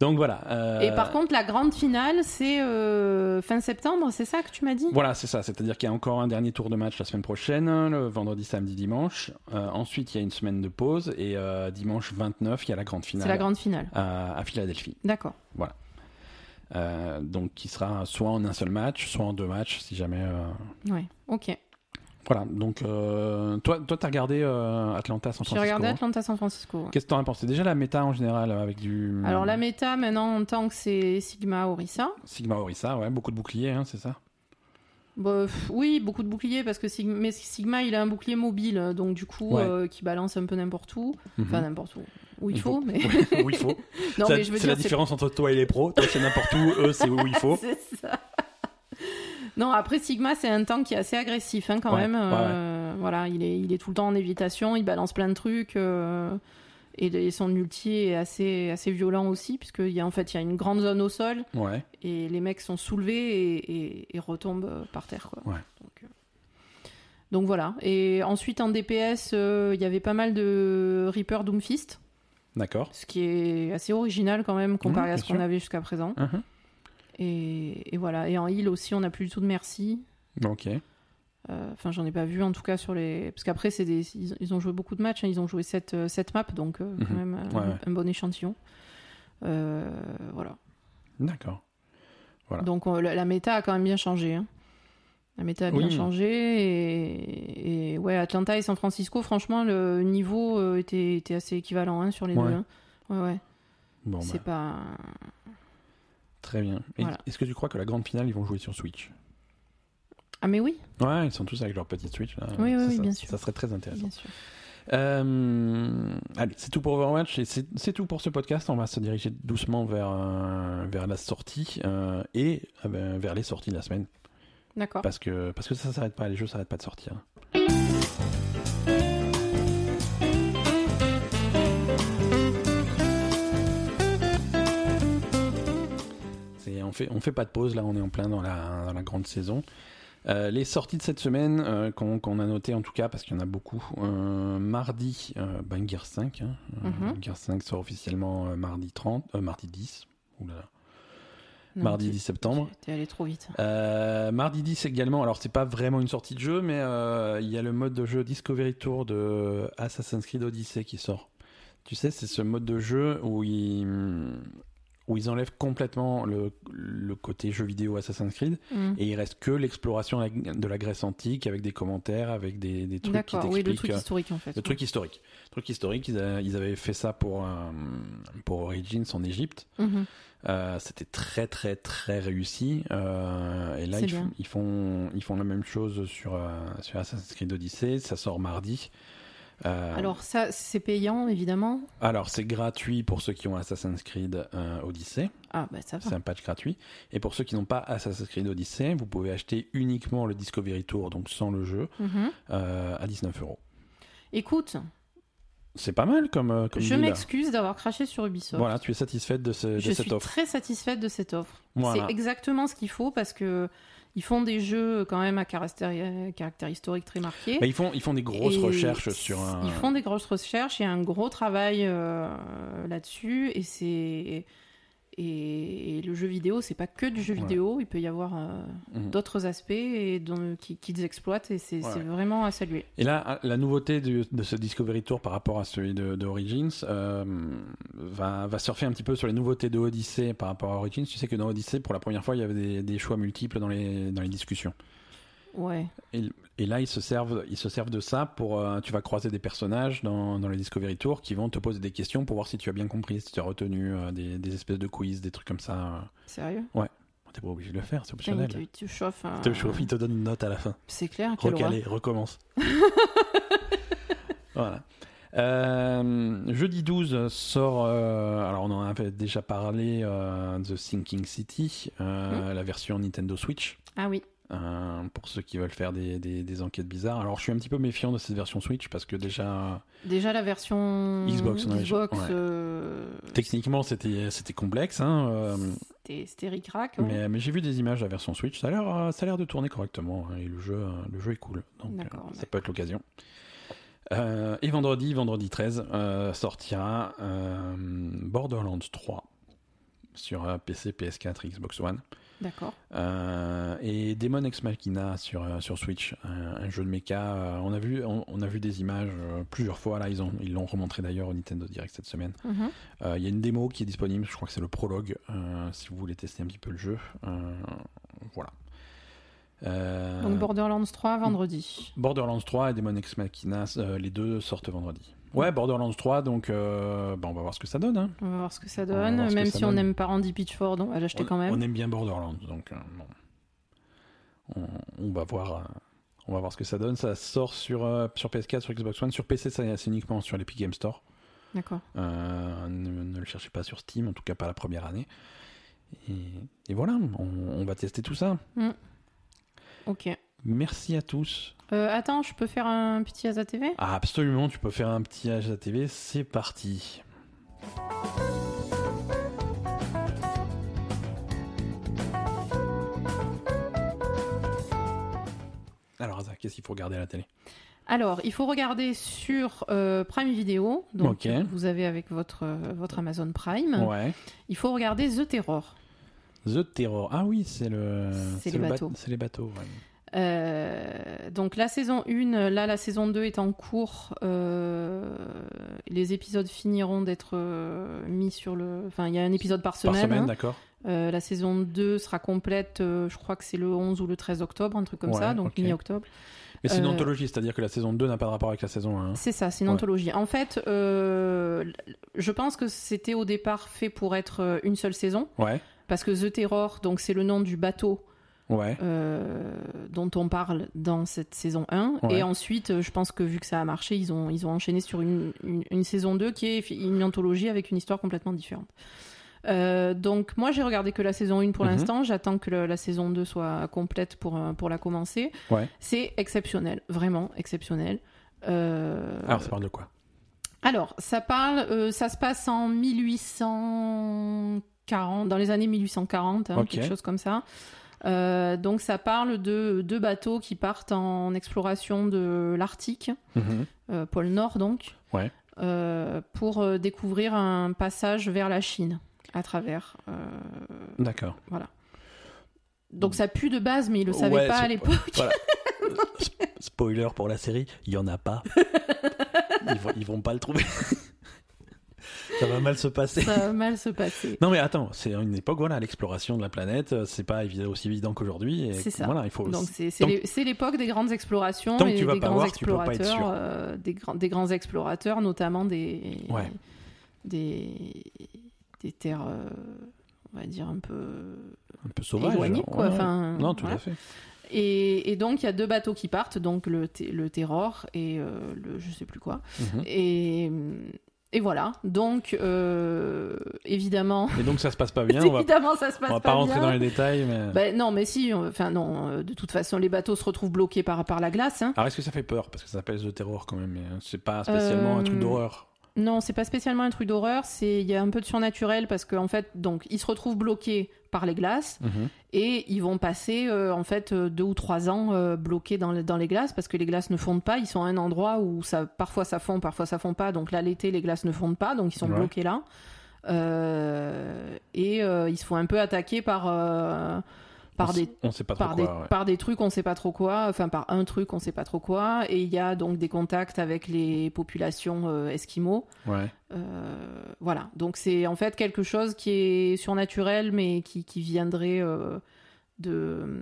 Donc voilà. euh, Et par contre, la grande finale, c'est euh, fin septembre, c'est ça que tu m'as dit Voilà, c'est ça. C'est-à-dire qu'il y a encore un dernier tour de match la semaine prochaine, le vendredi, samedi, dimanche. Euh, ensuite, il y a une semaine de pause et euh, dimanche 29, il y a la grande C'est finale la grande finale. à, à Philadelphie. D'accord. Euh, donc, qui sera soit en un seul match, soit en deux matchs, si jamais. euh, Ouais. Ok. Voilà. Donc, euh, toi, toi, t'as regardé euh, Atlanta, San J'ai Francisco. regardé hein. Atlanta San Francisco. ouais. Qu'est-ce que t'en as pensé Déjà la méta en général euh, avec du euh, Alors la méta, maintenant, on entend que c'est Sigma Orisa. Sigma Orisa, ouais, beaucoup de boucliers, hein, c'est ça. Bah, pff, oui, beaucoup de boucliers, parce que Sigma, mais Sigma, il a un bouclier mobile, donc du coup, Ouais. euh, qui balance un peu n'importe où. Mhm. Enfin, n'importe où. Où il Il faut, mais. Mhm. où il faut. Non, Ça, mais je veux c'est la dire, c'est différence entre toi et les pros. Toi c'est n'importe où, eux c'est où il faut. C'est ça. Non, après Sigma, c'est un tank qui est assez agressif hein, quand Ouais, même. ouais, Euh, Voilà, il est, il est tout le temps en évitation, il balance plein de trucs. euh, et, et son ulti est assez, assez violent aussi, puisqu'il y a en fait il y a une grande zone au sol Ouais. et les mecs sont soulevés et, et- et retombent euh, par terre. Quoi. Ouais. Donc, euh, donc voilà. Et ensuite en DPS, euh, il y avait pas mal de Reaper Doomfist, D'accord. ce qui est assez original quand même comparé Mhm, à bien ce qu'on sûr. avait jusqu'à présent. Mhm. Et, et voilà. Et en heal aussi, on n'a plus du tout de merci. Ok. Euh, Enfin, j'en ai pas vu en tout cas sur les. Parce qu'après, c'est des... ils, ils ont joué beaucoup de matchs. hein. Ils ont joué 7, maps, donc euh, quand Mhm. même euh, Ouais, un, ouais. un bon échantillon. Euh, voilà. D'accord. Voilà. Donc on- la, la méta a quand même bien changé. hein. La méta a bien Oui. changé. Et, et ouais, Atlanta et San Francisco, franchement, le niveau euh, était, était assez équivalent hein, sur les Ouais. deux. hein. Ouais, ouais. Bon, c'est bah, pas. très bien. Et Voilà. Est-ce que tu crois que la grande finale ils vont jouer sur Switch Ah, mais oui, Ouais, ils sont tous avec leur petite Switch. Là. Oui, oui, Ça, oui, ça- bien sûr. Ça serait très intéressant. bien sûr. Euh, allez, c'est tout pour Overwatch et c'est c'est tout pour ce podcast. On va se diriger doucement vers, euh, vers la sortie euh, et euh, vers les sorties de la semaine. D'accord. Parce que, parce que ça s'arrête pas, les jeux s'arrêtent pas de sortir. C'est- On fait, on fait pas de pause, là on est en plein dans la, dans la grande saison. Euh, les sorties de cette semaine euh, qu'on qu'on a notées en tout cas, parce qu'il y en a beaucoup. euh, mardi, euh, ben, Gears 5. hein. Euh, Mhm. Gears 5 sort officiellement euh, mardi 30, euh, mardi 10. Ouh là là. Non, mardi t'es- 10 septembre. T'es allé trop vite. Euh, mardi 10 également, alors c'est pas vraiment une sortie de jeu, mais euh, il y a le mode de jeu Discovery Tour de Assassin's Creed Odyssey qui sort. Tu sais, c'est ce mode de jeu où ils, où ils enlèvent complètement le, le côté jeu vidéo Assassin's Creed Mm. et il reste que l'exploration de la Grèce antique avec des commentaires, avec des, des trucs qui D'accord, oui, le t'expliquent, truc euh, historique en fait. le truc historique. Le truc historique, ils, a- ils avaient fait ça pour, euh, pour Origins en Égypte. Mhm. Euh, c'était très très très réussi Euh, et là C'est ils, font- bien. ils font ils font la même chose sur euh, sur Assassin's Creed Odyssey ça sort mardi Euh, Alors ça, c'est payant évidemment. alors, c'est gratuit pour ceux qui ont Assassin's Creed euh, Odyssey Ah bah ça va. c'est un patch gratuit et pour ceux qui n'ont pas Assassin's Creed Odyssey vous pouvez acheter uniquement le Discovery Tour donc sans le jeu Mhm. euh, à 19 euros Écoute, c'est pas mal comme, euh, comme je deal. m'excuse d'avoir craché sur Ubisoft. voilà tu es satisfaite de, ce- de Je cette suis offre très satisfaite de cette offre. Voilà. C'est exactement ce qu'il faut parce que ils font des jeux euh, quand même à caractère, caractère historique très marqué. Mais ils font ils font des grosses Et recherches sur un Ils font des grosses recherches, il y a un gros travail euh, là-dessus, et c'est. Et, et le jeu vidéo, c'est pas que du jeu Ouais. vidéo, il peut y avoir euh, Mhm. d'autres aspects et dont- qui- qu'ils exploitent, et c'est Ouais. c'est vraiment à saluer. Et là, ah, la nouveauté du- de ce Discovery Tour par rapport à celui de, de Origins euh, va, va surfer un petit peu sur les nouveautés de Odyssey par rapport à Origins. Tu sais que dans Odyssey, pour la première fois, il y avait des, des choix multiples dans les, dans les discussions. Ouais. Et là, ils se servent, ils se servent de ça pour. euh, tu vas croiser des personnages dans, dans les Discovery Tour qui vont te poser des questions pour voir si tu as bien compris, si tu as retenu euh, des, des espèces de quiz, des trucs comme ça. Euh, Sérieux T'es pas obligé de le faire, c'est Putain, optionnel. il te- il te chauffe. hein. Ils te le chauffent, ils te Ah, donnent une note à la fin. C'est clair, quel roi. Recalé, recommence. voilà. Euh, jeudi 12 sort, euh, alors on en avait déjà parlé, euh, The Sinking City, euh, la version Nintendo Switch, Ah oui. euh, pour ceux qui veulent faire des, des- des enquêtes bizarres. Alors je suis un petit peu méfiant de cette version Switch parce que déjà, Déjà la version Xbox, on avait- Xbox, ouais. euh, techniquement c'était c'était complexe, hein, euh, c'était c'était hein. ric-rac. ouais. mais, mais j'ai vu des images de la version Switch, ça a l'air euh, ça a l'air de tourner correctement hein, et le jeu, euh, le jeu est cool, donc euh, D'accord, ça peut être l'occasion. Euh, et vendredi, vendredi 13, euh, sortira euh, Borderlands 3 sur euh, PC, PS4, Xbox One. D'accord. Euh, et Demon Ex Machina sur, euh, sur Switch, un, un jeu de mecha. euh, on, a vu, on, on a vu des images euh, plusieurs fois, là ils ont- ils l'ont remontré d'ailleurs au Nintendo Direct cette semaine. Mhm. Euh, Il y a une démo qui est disponible, je crois que c'est le prologue, euh, si vous voulez tester un petit peu le jeu. Euh, voilà. Euh, Donc Borderlands 3 vendredi. Borderlands 3 et Demon Ex Machina, euh, les deux sortent vendredi. Ouais, Borderlands 3, donc euh, bah, on va voir ce que ça donne. hein. On va voir ce que ça va voir donne. ce que Même ça si on donne. n'aime pas Randy Pitchford, on va l'acheter on, quand même. on aime bien Borderlands, donc euh, bon. on, on va voir. euh, on va voir ce que ça donne. Ça sort sur, euh, sur PS4, sur Xbox One, sur PC, ça c'est uniquement sur l'Epic Game Store. D'accord. Euh, ne, ne le cherchez pas sur Steam, en tout cas pas la première année. Et, et voilà, on, on va tester tout ça. Ok. Merci à tous. Euh, attends, je peux faire un petit Asa TV Ah, absolument, tu peux faire un petit HATV, c'est parti. Alors, Asa, qu'est-ce qu'il faut regarder à la télé Alors, il faut regarder sur euh, Prime Video. Donc, Ok. euh, vous avez avec votre, euh, votre Amazon Prime. Ouais. Il faut regarder The Terror. The Terror. Ah oui, c'est le. C'est les le ba- bateaux. C'est les bateaux, ouais. Euh, donc, la saison 1, là, la saison 2 est en cours. Euh, les épisodes finiront d'être euh, mis sur le. Enfin, il y a un épisode par Par semaine. semaine, hein. d'accord Euh, la saison 2 sera complète, euh, je crois que c'est le 11 ou le 13 octobre, un truc comme Ouais, ça, donc ok. mi-octobre. Mais c'est une Euh, anthologie, c'est-à-dire que la saison 2 n'a pas de rapport avec la saison hein. 1. C'est ça, c'est une Ah. Ouais. anthologie. En fait, euh, je pense que c'était au départ fait pour être euh, une seule saison, Ouais, parce que The Terror, donc c'est le nom du bateau ouais. euh, dont on parle dans cette saison 1. Ouais. Et ensuite, euh, je pense que vu que ça a marché, ils ont, ils ont enchaîné sur une, une, une saison 2 qui est une anthologie avec une histoire complètement différente. Euh, donc moi j'ai regardé que la saison 1 pour Mhm. l'instant, j'attends que le- la saison 2 soit complète pour, euh, pour la commencer. Ouais. C'est exceptionnel, vraiment exceptionnel. Euh, Alors, ça parle de quoi alors, ça parle, euh, ça se passe en 1840, dans les années 1840, hein, Ok. quelque chose comme ça. Euh, donc, ça parle de deux bateaux qui partent en exploration de l'Arctique, Mhm. euh, pôle Nord donc, Ouais. euh, pour euh, découvrir un passage vers la Chine à travers. euh, D'accord. Donc, ça pue de base, mais ils le savaient Ouais, pas c'est- à l'époque. Sp- Spoiler pour la série, il y en a pas. Ils vont, ils vont pas le trouver. Ça va mal se passer. Ça va mal se passer. Non mais attends, c'est une époque voilà, l'exploration de la planète, euh, c'est pas évident- aussi évident qu'aujourd'hui. et C'est ça. Voilà, il faut. Donc c'est c'est Tant- l'é- c'est l'époque des grandes explorations Tant que et tu vas des pas grands voir, tu peux pas être explorateurs, euh, des, grands- des grands explorateurs, notamment des Ouais. des des terres, euh, on va dire un peu un peu sauvage. éloignées, quoi. ouais, ouais. Enfin, non, tout voilà. à fait. et, et donc il y a deux bateaux qui partent, donc le T- le Terror et euh, le je sais plus quoi. Mhm. Et et voilà. Donc euh, évidemment, Et donc ça se passe pas bien. on va, évidemment ça se passe on va pas, pas rentrer bien. dans les détails. Mais... Ben, non, mais si, on- enfin non, euh, de toute façon, les bateaux se retrouvent bloqués par, par la glace. hein. Alors est-ce que ça fait peur parce que ça s'appelle The Terror quand même, mais euh, c'est pas spécialement un truc Euh, d'horreur. Non, c'est pas spécialement un truc d'horreur, c'est il y a un peu de surnaturel parce qu'en fait, donc ils se retrouvent bloqués par les glaces Mhm. et ils vont passer euh, en fait euh, deux ou trois ans euh, bloqués dans, les- dans les glaces parce que les glaces ne fondent pas. Ils sont à un endroit où ça parfois ça fond, parfois ça fond pas. Donc là l'été les glaces ne fondent pas, donc ils sont Ouais. bloqués là Euh, et euh, ils se font un peu attaquer par euh, par on, des s- on sait pas trop par, quoi. des, ouais. par des trucs on sait pas trop quoi, enfin par un truc on sait pas trop quoi, et il y a donc des contacts avec les populations euh, esquimaux. Ouais. Euh, voilà, donc c'est en fait quelque chose qui est surnaturel mais qui, qui viendrait euh, de,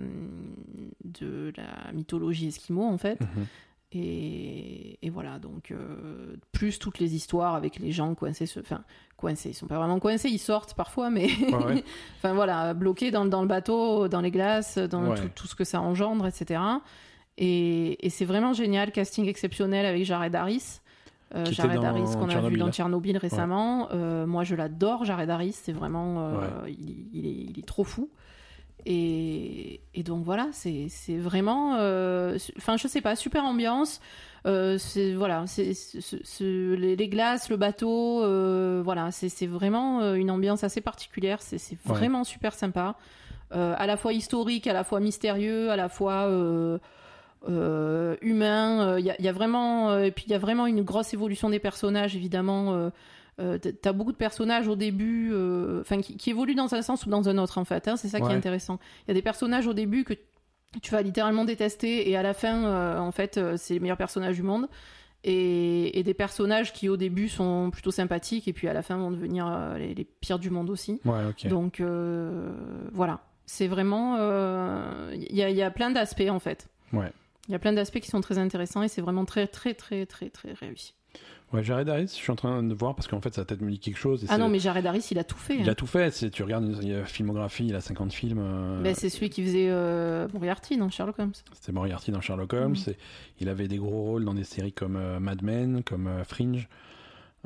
de la mythologie esquimaux en fait. Mhm. Et, et voilà, donc euh, plus toutes les histoires avec les gens coincés, se- enfin coincés, ils sont pas vraiment coincés, ils sortent parfois, mais Ouais, ouais. enfin voilà, bloqués dans, dans le bateau, dans les glaces, dans Ouais. tout, tout ce que ça engendre, etc. Et, et c'est vraiment génial, casting exceptionnel avec Jared Harris. Euh, Qui était Jared dans Harris qu'on a vu Tchernobyl. dans Tchernobyl récemment. Euh, moi, je l'adore, Jared Harris. C'est vraiment, euh, il, il est, il est trop fou. Et, et donc voilà, c'est c'est vraiment, euh, su- enfin, je sais pas, super ambiance. Euh, c'est voilà, c'est c'est- c'est- c'est- les, les glaces, le bateau, euh, voilà, c'est c'est vraiment euh, une ambiance assez particulière. C'est c'est Ouais. vraiment super sympa. Euh, à la fois historique, à la fois mystérieux, à la fois euh, euh, humain. euh, Il y, a, il y a vraiment euh, et puis il y a vraiment une grosse évolution des personnages évidemment. Euh, euh, t- T'as beaucoup de personnages au début, euh, enfin qui, qui évoluent dans un sens ou dans un autre en fait. hein, c'est ça qui Ouais. est intéressant. Il y a des personnages au début que tu vas littéralement détester et à la fin euh, en fait euh, c'est les meilleurs personnages du monde. Et, et des personnages qui au début sont plutôt sympathiques et puis à la fin vont devenir euh, les- les pires du monde aussi. Ouais, ok. Donc euh, voilà, c'est vraiment. euh, Il y, a- il y a plein d'aspects en fait. Ouais. Il y a plein d'aspects qui sont très intéressants et c'est vraiment très, très, très, très, très réussi. Ouais, Jared Harris, je suis en train de voir parce qu'en fait, sa tête me dit quelque chose. et Ah c'est- non, mais Jared Harris, il a tout fait. Il hein. a tout fait. C'est, tu regardes une une filmographie, il a 50 films. euh, Ben, c'est celui qui faisait euh, Moriarty dans Sherlock Holmes. C'était Moriarty dans Sherlock Holmes. Mhm. c'est- Il avait des gros rôles dans des séries comme euh, Mad Men, comme euh, Fringe.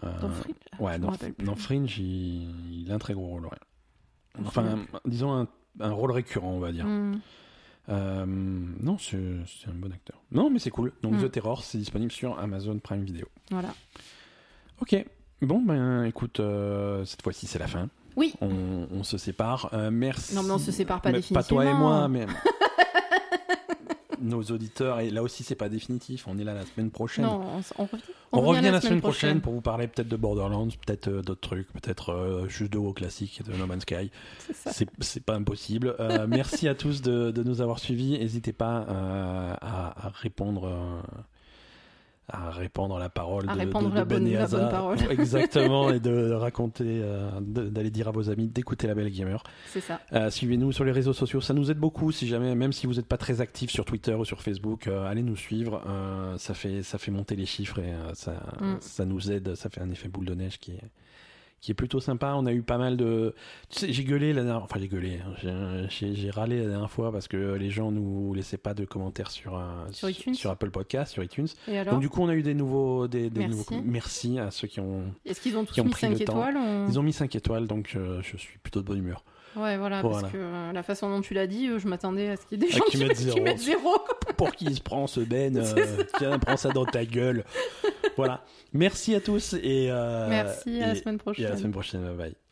Euh, Dans Fringe. ouais, je me dans, rappelle plus. dans Fringe, il, il a un très gros rôle. ouais. Je me Enfin, rappelle un- disons un, un rôle récurrent, on va dire. Hmm. Euh, non, c'est, c'est un bon acteur. Non, mais c'est cool. Donc Mhm. The Terror, c'est disponible sur Amazon Prime Video. Voilà. Ok. Bon, ben écoute, euh, cette fois-ci, c'est la fin. Oui. On, on se sépare. Euh, merci. Non, mais on se sépare pas Mais définitivement. toi et moi, mais. Nos auditeurs, et là aussi, c'est pas définitif. On est là la semaine prochaine. Non, on, s- on revient, On, on revient la semaine prochaine, pour vous parler peut-être de Borderlands, peut-être euh, d'autres trucs, peut-être euh, juste de WoW classique et de No Man's Sky. C'est ça. C'est c'est pas impossible. Euh, merci à tous de, de nous avoir suivis. N'hésitez pas euh, à, à répondre. euh, à répandre la parole À de, répandre de- de la bonne- la Benyaza. bonne parole. exactement et de raconter euh, de- d'aller dire à vos amis d'écouter la belle gamer C'est ça. euh, Suivez-nous sur les réseaux sociaux, ça nous aide beaucoup. Si jamais, même si vous n'êtes pas très actif sur Twitter ou sur Facebook, euh, allez nous suivre. Euh, ça fait ça fait monter les chiffres et euh, ça Mm. ça nous aide. Ça fait un effet boule de neige qui est qui est plutôt sympa. On a eu pas mal de. Tu sais, j'ai gueulé la dernière. Enfin, j'ai gueulé. hein. J'ai- J'ai j'ai râlé la dernière fois parce que les gens nous laissaient pas de commentaires sur euh, Sur iTunes. sur Apple Podcast, sur iTunes. Et alors, Donc du coup, on a eu des nouveaux des, des Merci. nouveaux. Merci à ceux qui ont. est-ce qu'ils ont tous qui ont mis pris 5 le temps. étoiles on- Ils ont mis 5 étoiles, donc euh, je suis plutôt de bonne humeur. Ouais, voilà, Voilà. parce que euh, la façon dont tu l'as dit, euh, je m'attendais à ce qu'il y ait des Ah, gens qui qui, mettent zéro. qui mettent zéro. pour qui il se prend ce Ben euh, Tiens, prends ça dans ta gueule. Voilà. Merci à tous et, euh, Merci, à et- euh, la et semaine à prochaine. la semaine prochaine. Bye bye.